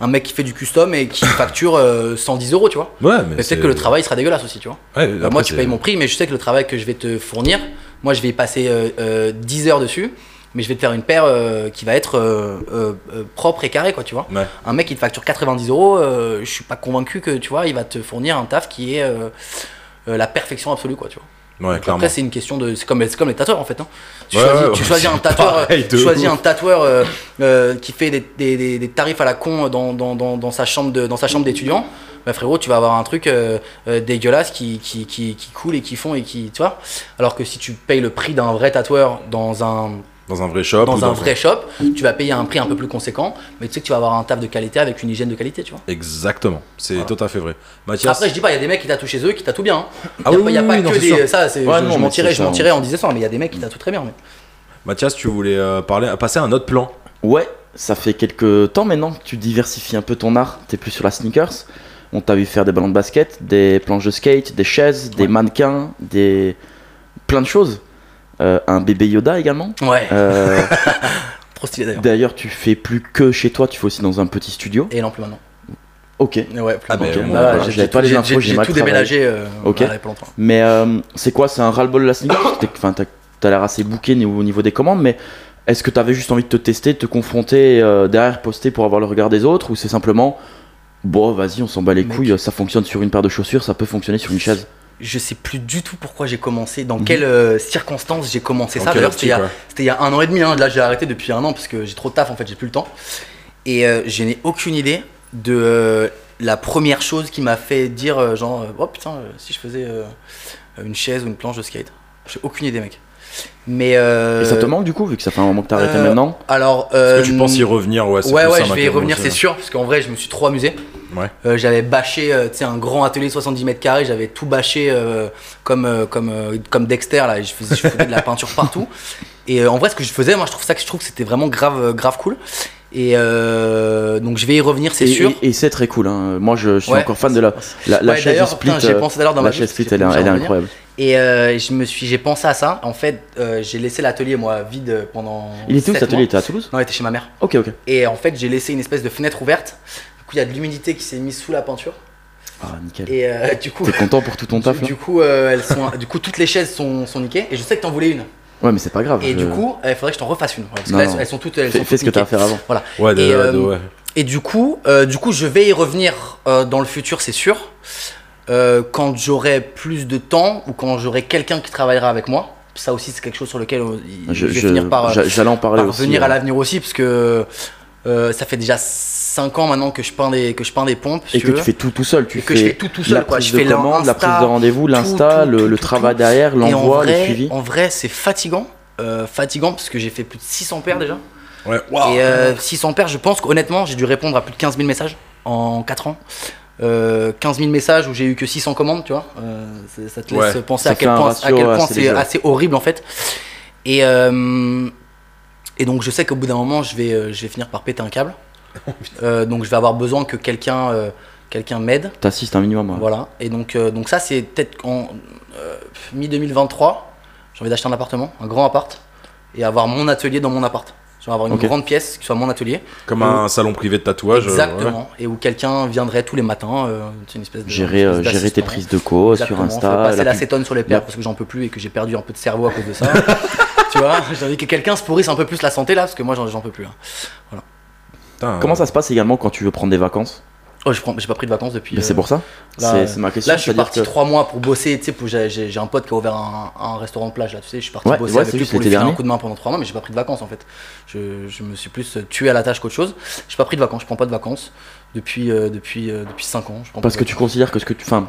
[SPEAKER 3] un mec qui fait du custom et qui facture euh, 110 euros, tu vois.
[SPEAKER 1] Ouais, mais
[SPEAKER 3] Mais
[SPEAKER 1] c'est-
[SPEAKER 3] peut-être que le travail sera dégueulasse aussi, tu vois.
[SPEAKER 1] Ouais,
[SPEAKER 3] Bah,
[SPEAKER 1] après,
[SPEAKER 3] moi, tu
[SPEAKER 1] c'est-
[SPEAKER 3] payes mon prix, mais je sais que le travail que je vais te fournir, moi, je vais y passer euh, euh, 10 heures dessus, mais je vais te faire une paire euh, qui va être euh, euh, euh, propre et carrée, quoi, tu vois.
[SPEAKER 1] Ouais.
[SPEAKER 3] Un mec qui te facture 90 euros, euh, je suis pas convaincu que, tu vois, il va te fournir un taf qui est euh, euh, la perfection absolue, quoi, tu vois.
[SPEAKER 1] Ouais, clairement.
[SPEAKER 3] Après, c'est une question de. C'est comme, c'est comme les tatoueurs en fait. hein. Tu,
[SPEAKER 1] Ouais,
[SPEAKER 3] choisis,
[SPEAKER 1] ouais,
[SPEAKER 3] tu
[SPEAKER 1] ouais,
[SPEAKER 3] choisis un
[SPEAKER 1] c'est
[SPEAKER 3] tatoueur,
[SPEAKER 1] pareil de
[SPEAKER 3] tu choisis
[SPEAKER 1] ouf.
[SPEAKER 3] un tatoueur euh, euh, qui fait des, des- des- des tarifs à la con dans, dans- dans- dans sa chambre de- dans sa chambre d'étudiant. Bah frérot, tu vas avoir un truc euh, euh, dégueulasse qui, qui, qui- qui coule et qui fond et qui. Tu vois Alors que si tu payes le prix d'un vrai tatoueur dans un,
[SPEAKER 1] Dans un vrai shop. ou
[SPEAKER 3] dans un vrai shop, tu vas payer un prix un peu plus conséquent, mais tu sais que tu vas avoir un taf de qualité avec une hygiène de qualité, tu vois.
[SPEAKER 1] Exactement, c'est
[SPEAKER 3] Voilà.
[SPEAKER 1] tout à fait vrai. Mathias,
[SPEAKER 3] Après, je dis pas, il y a des mecs qui tatouent chez eux qui tatouent bien. hein. Il
[SPEAKER 1] Ah
[SPEAKER 3] y a
[SPEAKER 1] oui,
[SPEAKER 3] pas- il y a
[SPEAKER 1] oui,
[SPEAKER 3] pas
[SPEAKER 1] oui, non,
[SPEAKER 3] que
[SPEAKER 1] c'est sûr.
[SPEAKER 3] des. Ça, c'est-
[SPEAKER 2] Ouais,
[SPEAKER 3] je,
[SPEAKER 2] non,
[SPEAKER 3] je
[SPEAKER 2] non,
[SPEAKER 3] mentirais,
[SPEAKER 2] c'est
[SPEAKER 3] je
[SPEAKER 2] ça,
[SPEAKER 3] mentirais en disant ça, mais il y a des mecs qui tatouent très bien. mais-
[SPEAKER 1] Mathias, tu voulais euh, parler, passer à un autre plan.
[SPEAKER 2] Ouais, ça fait quelques temps maintenant que tu diversifies un peu ton art. T'es plus sur la sneakers. On t'a vu faire des ballons de basket, des planches de skate, des chaises, des mannequins, des plein de choses. Euh, un bébé Yoda également.
[SPEAKER 3] Ouais, *laughs*
[SPEAKER 2] Euh,
[SPEAKER 3] trop stylé d'ailleurs.
[SPEAKER 2] D'ailleurs, tu fais plus que chez toi, tu fais aussi dans un petit studio.
[SPEAKER 3] Et non, plus maintenant.
[SPEAKER 2] Ok. bah,
[SPEAKER 3] Ouais, plus
[SPEAKER 1] Ah,
[SPEAKER 3] maintenant.
[SPEAKER 1] mais bon,
[SPEAKER 3] Là,
[SPEAKER 1] voilà,
[SPEAKER 3] j'ai-
[SPEAKER 2] j'avais
[SPEAKER 3] j'ai
[SPEAKER 2] pas les
[SPEAKER 3] tout-
[SPEAKER 2] infos,
[SPEAKER 3] j'ai-
[SPEAKER 2] j'ai
[SPEAKER 3] J'ai
[SPEAKER 2] mal
[SPEAKER 3] tout
[SPEAKER 2] travaillé.
[SPEAKER 3] déménagé euh,
[SPEAKER 2] Ok.
[SPEAKER 3] voilà, il y a pas longtemps.
[SPEAKER 2] Mais euh, c'est quoi C'est un ras-le-bol de la sneaker T'es- Enfin, t'as t'as l'air assez bouqué ni- au niveau des commandes, mais est-ce que t'avais juste envie de te tester, de te confronter, euh, derrière poster pour avoir le regard des autres Ou c'est simplement. Bon, vas-y, on s'en bat les
[SPEAKER 3] Mec.
[SPEAKER 2] couilles, ça fonctionne sur une paire de chaussures, ça peut fonctionner sur une chaise.
[SPEAKER 3] Je sais plus du tout pourquoi j'ai commencé, dans
[SPEAKER 2] Mhm.
[SPEAKER 3] quelles euh, circonstances j'ai commencé
[SPEAKER 1] Dans
[SPEAKER 3] ça.
[SPEAKER 1] quelle
[SPEAKER 3] D'ailleurs, c'était il y a-
[SPEAKER 1] optique,
[SPEAKER 3] c'était il y a un an et demi. hein. Là, j'ai arrêté depuis un an parce que j'ai trop de taf en fait, j'ai plus le temps. Et euh, je n'ai aucune idée de euh, la première chose qui m'a fait dire, euh, genre, euh, oh putain, euh, si je faisais euh, une chaise ou une planche de skate. J'ai aucune idée, mec. Mais. euh,
[SPEAKER 2] Et ça te manque du coup, vu que ça fait un moment que t'as arrêté
[SPEAKER 3] euh,
[SPEAKER 2] maintenant
[SPEAKER 3] Alors.
[SPEAKER 1] Est-ce que tu
[SPEAKER 3] euh,
[SPEAKER 1] penses y revenir Ouais, c'est
[SPEAKER 3] Ouais,
[SPEAKER 1] plus
[SPEAKER 3] ouais,
[SPEAKER 1] ça,
[SPEAKER 3] je
[SPEAKER 1] ma
[SPEAKER 3] vais y
[SPEAKER 1] question
[SPEAKER 3] revenir,
[SPEAKER 1] aussi.
[SPEAKER 3] c'est sûr, parce qu'en vrai, je me suis trop amusé.
[SPEAKER 1] Ouais.
[SPEAKER 3] Euh, j'avais bâché, euh, tu sais, un grand atelier de 70 mètres carrés, j'avais tout bâché euh, comme, euh, comme, euh, comme Dexter, là, et je faisais, je foutais de la peinture
[SPEAKER 1] *laughs*
[SPEAKER 3] partout. Et euh, en vrai, ce que je faisais, moi, je trouve ça que je trouve que c'était vraiment grave, euh, grave cool. Et euh, donc, je vais y revenir, c'est
[SPEAKER 2] Et-
[SPEAKER 3] sûr.
[SPEAKER 2] Et, et c'est très cool, hein. moi je, je suis
[SPEAKER 3] Ouais.
[SPEAKER 2] encore fan de la, la, la
[SPEAKER 3] Ouais,
[SPEAKER 2] chaise
[SPEAKER 3] d'ailleurs,
[SPEAKER 2] split.
[SPEAKER 3] putain, j'y ai
[SPEAKER 2] euh,
[SPEAKER 3] pensé tout à l'heure dans ma
[SPEAKER 2] la
[SPEAKER 3] vie,
[SPEAKER 2] chaise
[SPEAKER 3] parce que
[SPEAKER 2] split, elle,
[SPEAKER 3] j'en
[SPEAKER 2] est- elle est
[SPEAKER 3] reviens.
[SPEAKER 2] incroyable.
[SPEAKER 3] Et euh, je me suis, j'ai pensé à ça. En fait, euh, j'ai laissé l'atelier, moi, vide euh, pendant.
[SPEAKER 2] Il était où
[SPEAKER 3] sept
[SPEAKER 2] cet atelier
[SPEAKER 3] mois.
[SPEAKER 2] Il était à Toulouse
[SPEAKER 3] Non, il était chez ma mère.
[SPEAKER 2] Ok, ok.
[SPEAKER 3] Et en fait, j'ai laissé une espèce de fenêtre ouverte. Du coup, il y a de l'humidité qui s'est mise sous la peinture.
[SPEAKER 2] Ah, nickel.
[SPEAKER 3] Et euh, *laughs* du coup,
[SPEAKER 2] T'es content pour tout ton taf
[SPEAKER 3] du,
[SPEAKER 2] là
[SPEAKER 3] du coup, euh, elles sont, du coup, toutes les chaises sont, sont niquées. Et je sais que t'en voulais une.
[SPEAKER 2] Ouais, mais c'est pas grave.
[SPEAKER 3] Et
[SPEAKER 2] je-
[SPEAKER 3] du coup, il faudrait que je t'en refasse une. ouais, parce que
[SPEAKER 2] Non,
[SPEAKER 3] là,
[SPEAKER 2] non.
[SPEAKER 3] elles, elles sont toutes. Elles
[SPEAKER 2] fais,
[SPEAKER 3] sont
[SPEAKER 2] fais ce que
[SPEAKER 3] toutes
[SPEAKER 2] t'as à
[SPEAKER 3] niquées.
[SPEAKER 2] faire avant.
[SPEAKER 3] Voilà.
[SPEAKER 1] Ouais, de-
[SPEAKER 3] Et, euh,
[SPEAKER 1] de- ouais.
[SPEAKER 3] Et du coup, euh, du coup, je vais y revenir euh, dans le futur, c'est sûr. Euh, quand j'aurai plus de temps ou quand j'aurai quelqu'un qui travaillera avec moi. Ça aussi, c'est quelque chose sur lequel euh, il- je,
[SPEAKER 2] Je-
[SPEAKER 3] vais
[SPEAKER 2] je-
[SPEAKER 3] finir par. euh,
[SPEAKER 2] j'a- J'allais en parler
[SPEAKER 3] par
[SPEAKER 2] aussi.
[SPEAKER 3] venir
[SPEAKER 2] euh,
[SPEAKER 3] à l'avenir aussi, parce que euh, ça fait déjà 5 ans maintenant que je peins des, que je peins des pompes. si
[SPEAKER 2] Et que
[SPEAKER 3] veux.
[SPEAKER 2] tu fais tout tout seul. Tu
[SPEAKER 3] Et que je fais tout tout seul,
[SPEAKER 2] la
[SPEAKER 3] quoi.
[SPEAKER 2] prise
[SPEAKER 3] Je fais
[SPEAKER 2] de commande, la prise
[SPEAKER 3] l'Insta,
[SPEAKER 2] de rendez-vous, l'insta,
[SPEAKER 3] tout,
[SPEAKER 2] le,
[SPEAKER 3] tout,
[SPEAKER 2] le
[SPEAKER 3] tout,
[SPEAKER 2] travail
[SPEAKER 3] tout.
[SPEAKER 2] derrière,
[SPEAKER 3] Et en
[SPEAKER 2] l'envoi, le
[SPEAKER 3] vrai-
[SPEAKER 2] suivi.
[SPEAKER 3] En vrai, c'est fatigant. euh, fatigant parce que j'ai fait plus de 600 paires déjà.
[SPEAKER 1] Ouais, waouh.
[SPEAKER 3] Et euh, 600 paires, je pense qu'honnêtement, j'ai dû répondre à plus de 15 000 messages en 4 ans. Euh, 15 000 messages où j'ai eu que 600 commandes, tu vois. Euh, c'est- ça te laisse
[SPEAKER 1] Ouais.
[SPEAKER 3] penser
[SPEAKER 2] Ça
[SPEAKER 3] à quel
[SPEAKER 2] fait un
[SPEAKER 3] point,
[SPEAKER 2] ratio
[SPEAKER 3] à quel point
[SPEAKER 2] assez
[SPEAKER 3] c'est
[SPEAKER 2] léger.
[SPEAKER 3] assez horrible en fait. Et, euh, et donc je sais qu'au bout d'un moment, je vais, euh, je vais finir par péter un
[SPEAKER 2] *laughs*
[SPEAKER 3] câble.
[SPEAKER 2] Oh,
[SPEAKER 3] Euh, donc je vais avoir besoin que quelqu'un euh, quelqu'un m'aide.
[SPEAKER 2] T'assistes un minimum. hein. ouais.
[SPEAKER 3] Voilà. Et donc, euh, donc ça, c'est peut-être en euh, mi-2023. J'ai envie d'acheter un appartement, un grand appart, et avoir mon atelier dans mon appart. Je vais avoir une
[SPEAKER 2] Ok.
[SPEAKER 3] grande pièce qui soit mon atelier.
[SPEAKER 1] Comme un salon privé de tatouage. euh, ouais.
[SPEAKER 3] Exactement. Et où quelqu'un viendrait tous les matins. euh, c'est une espèce de.
[SPEAKER 2] Gérer,
[SPEAKER 3] une
[SPEAKER 2] euh,
[SPEAKER 3] espèce
[SPEAKER 2] gérer tes
[SPEAKER 3] d'assistant.
[SPEAKER 2] prises de co sur
[SPEAKER 3] Exactement. Je
[SPEAKER 2] Insta.
[SPEAKER 3] vais passer
[SPEAKER 2] la pub-
[SPEAKER 3] l'acétone sur les paires
[SPEAKER 2] la-
[SPEAKER 3] parce que j'en peux plus et que j'ai perdu un peu de cerveau à cause de ça. *laughs* tu vois, j'ai envie que quelqu'un se pourrisse un peu plus la santé là parce que moi j'en j'en peux plus. hein.
[SPEAKER 1] Putain,
[SPEAKER 2] Comment
[SPEAKER 1] euh,
[SPEAKER 2] ça se passe également quand tu veux prendre des vacances
[SPEAKER 3] Oh, je prends- j'ai pas pris de vacances depuis.
[SPEAKER 2] Ben, C'est
[SPEAKER 3] euh,
[SPEAKER 2] pour ça
[SPEAKER 3] là,
[SPEAKER 2] C'est
[SPEAKER 3] euh,
[SPEAKER 2] c'est ma question.
[SPEAKER 3] Là, je suis
[SPEAKER 2] c'est-à-dire
[SPEAKER 3] parti
[SPEAKER 2] que-
[SPEAKER 3] trois mois pour bosser. Tu sais, pour- j'ai- j'ai j'ai un pote qui a ouvert un, un restaurant de plage là. Tu sais, je suis parti
[SPEAKER 2] Ouais,
[SPEAKER 3] bosser
[SPEAKER 2] ouais,
[SPEAKER 3] avec
[SPEAKER 2] c'est
[SPEAKER 3] lui
[SPEAKER 2] juste
[SPEAKER 3] pour lui
[SPEAKER 2] l'été
[SPEAKER 3] filer un
[SPEAKER 2] dernier.
[SPEAKER 3] coup de main pendant trois mois, mais j'ai pas pris de vacances en fait. Je, je me suis plus tué à la tâche qu'autre chose. J'ai pas pris de vacances. Je prends pas de vacances depuis euh, depuis euh, depuis cinq ans. Je prends pas
[SPEAKER 2] Parce
[SPEAKER 3] de
[SPEAKER 2] que tu
[SPEAKER 3] vacances.
[SPEAKER 2] considères que ce que tu. Enfin,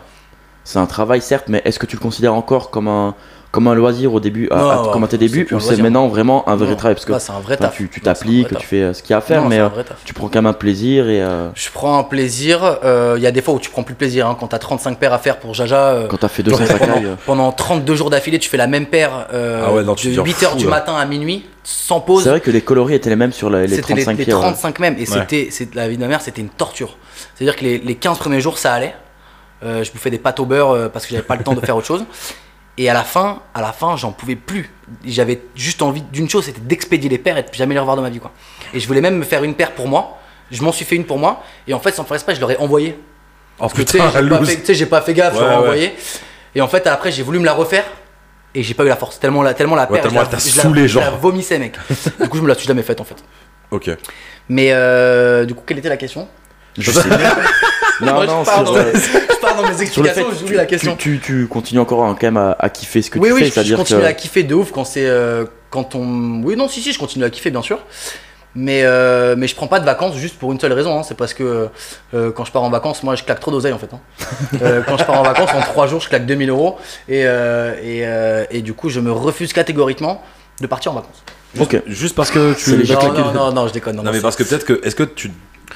[SPEAKER 2] C'est un travail, certes, mais est-ce que tu le considères encore comme un, comme un loisir au début, à-
[SPEAKER 3] Non,
[SPEAKER 2] à-
[SPEAKER 3] ouais,
[SPEAKER 2] comme à tes
[SPEAKER 3] c'est
[SPEAKER 2] débuts,
[SPEAKER 3] plus un
[SPEAKER 2] ou c'est
[SPEAKER 3] loisir.
[SPEAKER 2] maintenant vraiment un vrai
[SPEAKER 3] Non,
[SPEAKER 2] travail Parce que
[SPEAKER 3] là, c'est un vrai
[SPEAKER 2] enfin,
[SPEAKER 3] taf.
[SPEAKER 2] tu tu
[SPEAKER 3] Non, c'est un vrai
[SPEAKER 2] t'appliques,
[SPEAKER 3] taf.
[SPEAKER 2] tu fais euh, ce qu'il y a à faire,
[SPEAKER 3] Non,
[SPEAKER 2] mais
[SPEAKER 3] c'est un
[SPEAKER 2] euh,
[SPEAKER 3] vrai taf.
[SPEAKER 2] tu prends quand même un plaisir et euh,
[SPEAKER 3] Je prends un plaisir. Euh, Il y a des fois où tu prends plus plaisir. hein, quand t'as 35 paires à faire pour Jaja, euh,
[SPEAKER 2] quand t'as fait
[SPEAKER 3] genre,
[SPEAKER 2] 200
[SPEAKER 3] pendant,
[SPEAKER 2] sacailles. euh,
[SPEAKER 3] pendant 32 jours d'affilée, tu fais la même paire euh,
[SPEAKER 1] Ah ouais, non, tu
[SPEAKER 3] de
[SPEAKER 1] deviens
[SPEAKER 3] 8h
[SPEAKER 1] fou,
[SPEAKER 3] du
[SPEAKER 1] là.
[SPEAKER 3] matin à minuit, sans
[SPEAKER 2] C'est
[SPEAKER 3] pause.
[SPEAKER 2] vrai que les coloris étaient les mêmes sur la- les,
[SPEAKER 3] C'était les,
[SPEAKER 2] 35
[SPEAKER 3] les
[SPEAKER 2] pierres, ouais.
[SPEAKER 3] 35 même. Et
[SPEAKER 1] Ouais.
[SPEAKER 3] c'était, c'est, la vie de ma mère, c'était une torture. C'est-à-dire que les, les 15 premiers jours, ça allait. Euh, je bouffais des pâtes au beurre euh, parce que j'avais pas le temps de faire autre
[SPEAKER 2] *laughs*
[SPEAKER 3] chose. Et à la fin, à la fin, j'en pouvais plus. J'avais juste envie d'une chose, c'était d'expédier les paires et de jamais les revoir de ma vie, quoi. Et je voulais même me faire une paire pour moi. Je m'en suis fait une pour moi. Et en fait, sans faire exprès, je leur ai envoyé.
[SPEAKER 1] Oh
[SPEAKER 3] Parce que tu sais,
[SPEAKER 1] putain, la
[SPEAKER 3] j'ai pas
[SPEAKER 1] loose.
[SPEAKER 3] fait- tu sais, j'ai pas fait gaffe,
[SPEAKER 1] Ouais,
[SPEAKER 3] je l'aurais
[SPEAKER 1] ouais.
[SPEAKER 3] envoyé. Et en fait, après, j'ai voulu me la refaire. Et j'ai pas eu la force. Tellement la, tellement la paire.
[SPEAKER 1] tellement
[SPEAKER 3] je
[SPEAKER 1] elle
[SPEAKER 3] la,
[SPEAKER 1] t'a
[SPEAKER 3] je la-
[SPEAKER 1] saoulé,
[SPEAKER 3] je la
[SPEAKER 1] genre. *laughs*
[SPEAKER 3] vomissais, mec. du coup, je me la suis jamais faite, en fait.
[SPEAKER 1] Ok.
[SPEAKER 3] Mais euh, du coup, quelle était la question
[SPEAKER 2] Je
[SPEAKER 3] *laughs*
[SPEAKER 2] sais bien. Non,
[SPEAKER 3] Moi, je
[SPEAKER 2] non,
[SPEAKER 3] pars
[SPEAKER 2] sur,
[SPEAKER 3] dans- *laughs*
[SPEAKER 2] euh,
[SPEAKER 3] Je pars dans mes
[SPEAKER 2] sur le fait
[SPEAKER 3] explications,
[SPEAKER 2] que
[SPEAKER 3] j'oublie la question.
[SPEAKER 2] Tu, tu- tu continues encore hein, quand même à, à kiffer ce que
[SPEAKER 3] oui,
[SPEAKER 2] tu
[SPEAKER 3] oui,
[SPEAKER 2] fais,
[SPEAKER 3] je- je,
[SPEAKER 2] c'est-à-dire
[SPEAKER 3] continue
[SPEAKER 2] que
[SPEAKER 3] à kiffer de ouf quand c'est. euh, quand on. Oui, non, si, si, je continue à kiffer, bien sûr. Mais, euh, mais je prends pas de vacances juste pour une seule raison. hein. C'est parce que euh, quand je pars en vacances, moi je claque trop d'oseille en fait. hein. Euh, quand je pars en vacances, en trois jours, je claque 2000 euros. Et, euh, et, euh, et du coup, je me refuse catégoriquement de partir en vacances.
[SPEAKER 2] Ok.
[SPEAKER 1] Juste parce que tu.
[SPEAKER 2] C'est les
[SPEAKER 1] t'as
[SPEAKER 3] Non,
[SPEAKER 1] claqué-
[SPEAKER 3] non, non, non, je déconne. Non,
[SPEAKER 1] Non,
[SPEAKER 3] non,
[SPEAKER 1] mais parce que peut-être que. Est-ce que tu.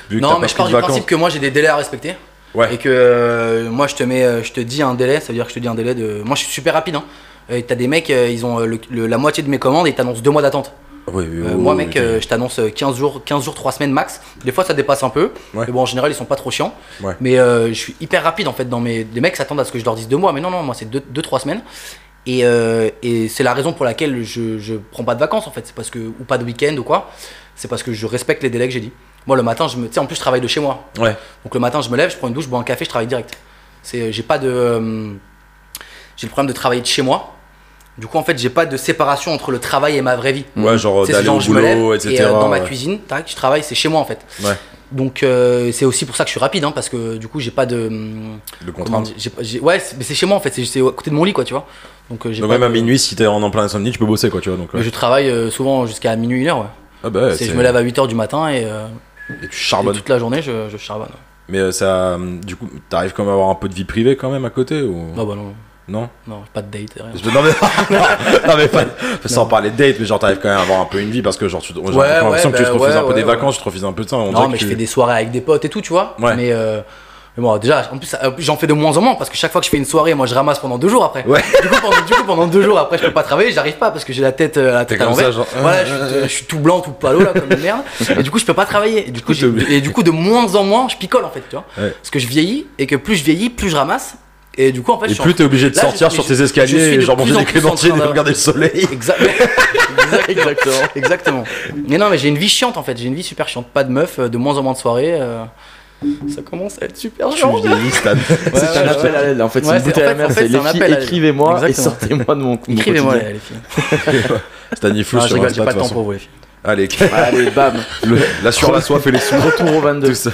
[SPEAKER 1] vu que
[SPEAKER 3] Non,
[SPEAKER 1] t'as
[SPEAKER 3] mais
[SPEAKER 1] pas
[SPEAKER 3] je
[SPEAKER 1] pris
[SPEAKER 3] pars
[SPEAKER 1] de
[SPEAKER 3] du
[SPEAKER 1] vacances-
[SPEAKER 3] principe que moi j'ai des délais à respecter.
[SPEAKER 1] Ouais.
[SPEAKER 3] Et que euh, moi je te mets, euh, je te dis un délai, ça veut dire que je te dis un délai de. Moi je suis super rapide. Hein. Euh, t'as des mecs, euh, ils ont euh, le- le- la moitié de mes commandes et ils t'annoncent deux mois d'attente.
[SPEAKER 1] Oui, oui,
[SPEAKER 3] Euh,
[SPEAKER 1] oui,
[SPEAKER 3] moi
[SPEAKER 1] oui,
[SPEAKER 3] mec,
[SPEAKER 1] oui.
[SPEAKER 3] euh, je t'annonce euh, 15 jours, 15 jours, 3 semaines max. Des fois ça dépasse un peu.
[SPEAKER 1] Ouais.
[SPEAKER 3] Mais bon en général ils sont pas trop chiants.
[SPEAKER 1] Ouais.
[SPEAKER 3] Mais euh, je suis hyper rapide en fait dans mes. Les mecs s'attendent à ce que je leur dise deux mois, mais non non moi c'est deux, deux, trois semaines. Et, euh, et c'est la raison pour laquelle je, je prends pas de vacances en fait, c'est parce que ou pas de week-end ou quoi. C'est parce que je respecte les délais que j'ai dit. Moi le matin je me, tu sais en plus je travaille de chez moi,
[SPEAKER 1] Ouais.
[SPEAKER 3] donc le matin, je me lève, je prends une douche, je bois un café, je travaille direct. C'est, j'ai pas de, euh, j'ai le problème de travailler de chez moi. Du coup, en fait, j'ai pas de séparation entre le travail et ma vraie vie.
[SPEAKER 1] Ouais, genre
[SPEAKER 3] hmm, C'est ce
[SPEAKER 1] Oh, d'aller
[SPEAKER 3] genre,
[SPEAKER 1] au
[SPEAKER 3] je me
[SPEAKER 1] boulot,
[SPEAKER 3] lève
[SPEAKER 1] etc.
[SPEAKER 3] et euh, dans ma
[SPEAKER 1] ouais.
[SPEAKER 3] cuisine, tac, je travaille, c'est chez moi en fait.
[SPEAKER 1] Ouais.
[SPEAKER 3] Donc euh, c'est aussi pour ça que je suis rapide, hein, parce que du coup, j'ai pas de, hum,
[SPEAKER 1] Le
[SPEAKER 3] comment
[SPEAKER 1] contrainte.
[SPEAKER 3] dire, j'ai pas- j'ai- ouais, c'est- mais c'est chez moi en fait, c'est, c'est à côté de mon lit quoi, tu vois. Donc euh, j'ai
[SPEAKER 1] Donc
[SPEAKER 3] pas
[SPEAKER 1] même à
[SPEAKER 3] de-
[SPEAKER 1] minuit, si t'es en plein insomnie, tu peux bosser quoi, tu vois. Donc,
[SPEAKER 3] mais
[SPEAKER 1] ouais.
[SPEAKER 3] je travaille euh, souvent jusqu'à minuit une heure. ouais.
[SPEAKER 1] ah bah, ouais,
[SPEAKER 3] C'est-
[SPEAKER 1] c'est-
[SPEAKER 3] je me lève à 8 h du matin et, euh,
[SPEAKER 1] et tu
[SPEAKER 3] et
[SPEAKER 1] charbonnes.
[SPEAKER 3] toute la journée, je, je charbonne.
[SPEAKER 1] Mais euh, ça, euh, du coup, t'arrives quand même à avoir un peu de vie privée quand même à côté ou
[SPEAKER 3] Non, bah non,
[SPEAKER 1] non
[SPEAKER 3] non, pas de date. rien.
[SPEAKER 1] Parce que- Non mais, *laughs* non, mais pas- sans parler de date, mais genre t'arrives quand même à avoir un peu une vie parce que genre tu, j'ai
[SPEAKER 3] Ouais,
[SPEAKER 1] l'impression
[SPEAKER 3] ouais,
[SPEAKER 1] que tu te
[SPEAKER 3] bah,
[SPEAKER 1] refuses
[SPEAKER 3] ouais,
[SPEAKER 1] un peu
[SPEAKER 3] ouais,
[SPEAKER 1] des
[SPEAKER 3] ouais.
[SPEAKER 1] vacances, tu te refuses un peu de ça. on dirait
[SPEAKER 3] Non, mais
[SPEAKER 1] que
[SPEAKER 3] je
[SPEAKER 1] tu-
[SPEAKER 3] fais des soirées avec des potes et tout, tu vois.
[SPEAKER 1] Ouais.
[SPEAKER 3] Mais, euh, mais bon, déjà, en plus, ça- euh, j'en fais de moins en moins parce que chaque fois que je fais une soirée, moi je ramasse pendant deux jours après.
[SPEAKER 1] Ouais.
[SPEAKER 3] Du, coup, pendant, du coup, pendant deux jours après, je peux pas travailler, j'arrive pas parce que j'ai la tête, euh, la
[SPEAKER 1] T'es
[SPEAKER 3] tête à
[SPEAKER 1] comme ça,
[SPEAKER 3] l'envers.
[SPEAKER 1] genre,
[SPEAKER 3] Voilà, je, suis- je suis tout blanc, tout palo là, comme une merde. Et du coup, je peux pas travailler. Et du coup, j'ai- et du coup, de moins en moins, je picole en fait, tu vois.
[SPEAKER 1] Ouais.
[SPEAKER 3] Parce que je vieillis et que plus je vieillis, plus je ramasse. Et du coup, en fait,
[SPEAKER 1] Et
[SPEAKER 3] je suis en
[SPEAKER 1] plus t'es obligé de
[SPEAKER 3] Là, je
[SPEAKER 1] sortir
[SPEAKER 3] suis-
[SPEAKER 1] sur
[SPEAKER 3] je-
[SPEAKER 1] tes
[SPEAKER 3] je
[SPEAKER 1] escaliers
[SPEAKER 3] suis
[SPEAKER 1] et
[SPEAKER 3] de
[SPEAKER 1] genre
[SPEAKER 3] plus
[SPEAKER 1] manger
[SPEAKER 3] en
[SPEAKER 1] des
[SPEAKER 3] plus en
[SPEAKER 1] clémentines
[SPEAKER 3] train
[SPEAKER 1] et de
[SPEAKER 3] de-
[SPEAKER 1] regarder le soleil.
[SPEAKER 3] Exactement.
[SPEAKER 2] *laughs*
[SPEAKER 3] Exactement. *laughs* Exactement. Mais non, mais j'ai une vie chiante en fait. J'ai une vie super chiante. Pas de meuf, euh, de moins en moins de soirées. euh, Ça commence à être super
[SPEAKER 1] Tu
[SPEAKER 3] chiant.
[SPEAKER 1] vieillis, Stan.
[SPEAKER 3] *laughs*
[SPEAKER 2] C'est
[SPEAKER 3] ouais,
[SPEAKER 2] un
[SPEAKER 3] ouais,
[SPEAKER 2] appel à l'aide. En fait,
[SPEAKER 3] Ouais,
[SPEAKER 2] c'est une
[SPEAKER 3] c'est-
[SPEAKER 2] bouteille
[SPEAKER 3] en
[SPEAKER 2] à
[SPEAKER 3] fait-
[SPEAKER 2] la mer.
[SPEAKER 3] en fait,
[SPEAKER 2] C'est
[SPEAKER 3] c'est
[SPEAKER 2] les
[SPEAKER 3] un
[SPEAKER 2] filles,
[SPEAKER 3] appel à l'aide.
[SPEAKER 2] écrivez-moi et
[SPEAKER 3] Exactement.
[SPEAKER 2] sortez-moi de mon mon
[SPEAKER 3] Écrivez-moi
[SPEAKER 2] quotidien.
[SPEAKER 3] les filles.
[SPEAKER 1] Stan il
[SPEAKER 3] Non,
[SPEAKER 1] flouche
[SPEAKER 3] je
[SPEAKER 1] sur
[SPEAKER 3] rigole, j'ai
[SPEAKER 1] Insta,
[SPEAKER 3] pas
[SPEAKER 1] de toute
[SPEAKER 3] le temps
[SPEAKER 1] façon.
[SPEAKER 3] pour vous les filles.
[SPEAKER 1] Allez,
[SPEAKER 2] Allez, bam.
[SPEAKER 1] le-
[SPEAKER 3] *laughs*
[SPEAKER 1] la sur la soif et les sous.
[SPEAKER 2] Retour au 22.
[SPEAKER 1] Tous.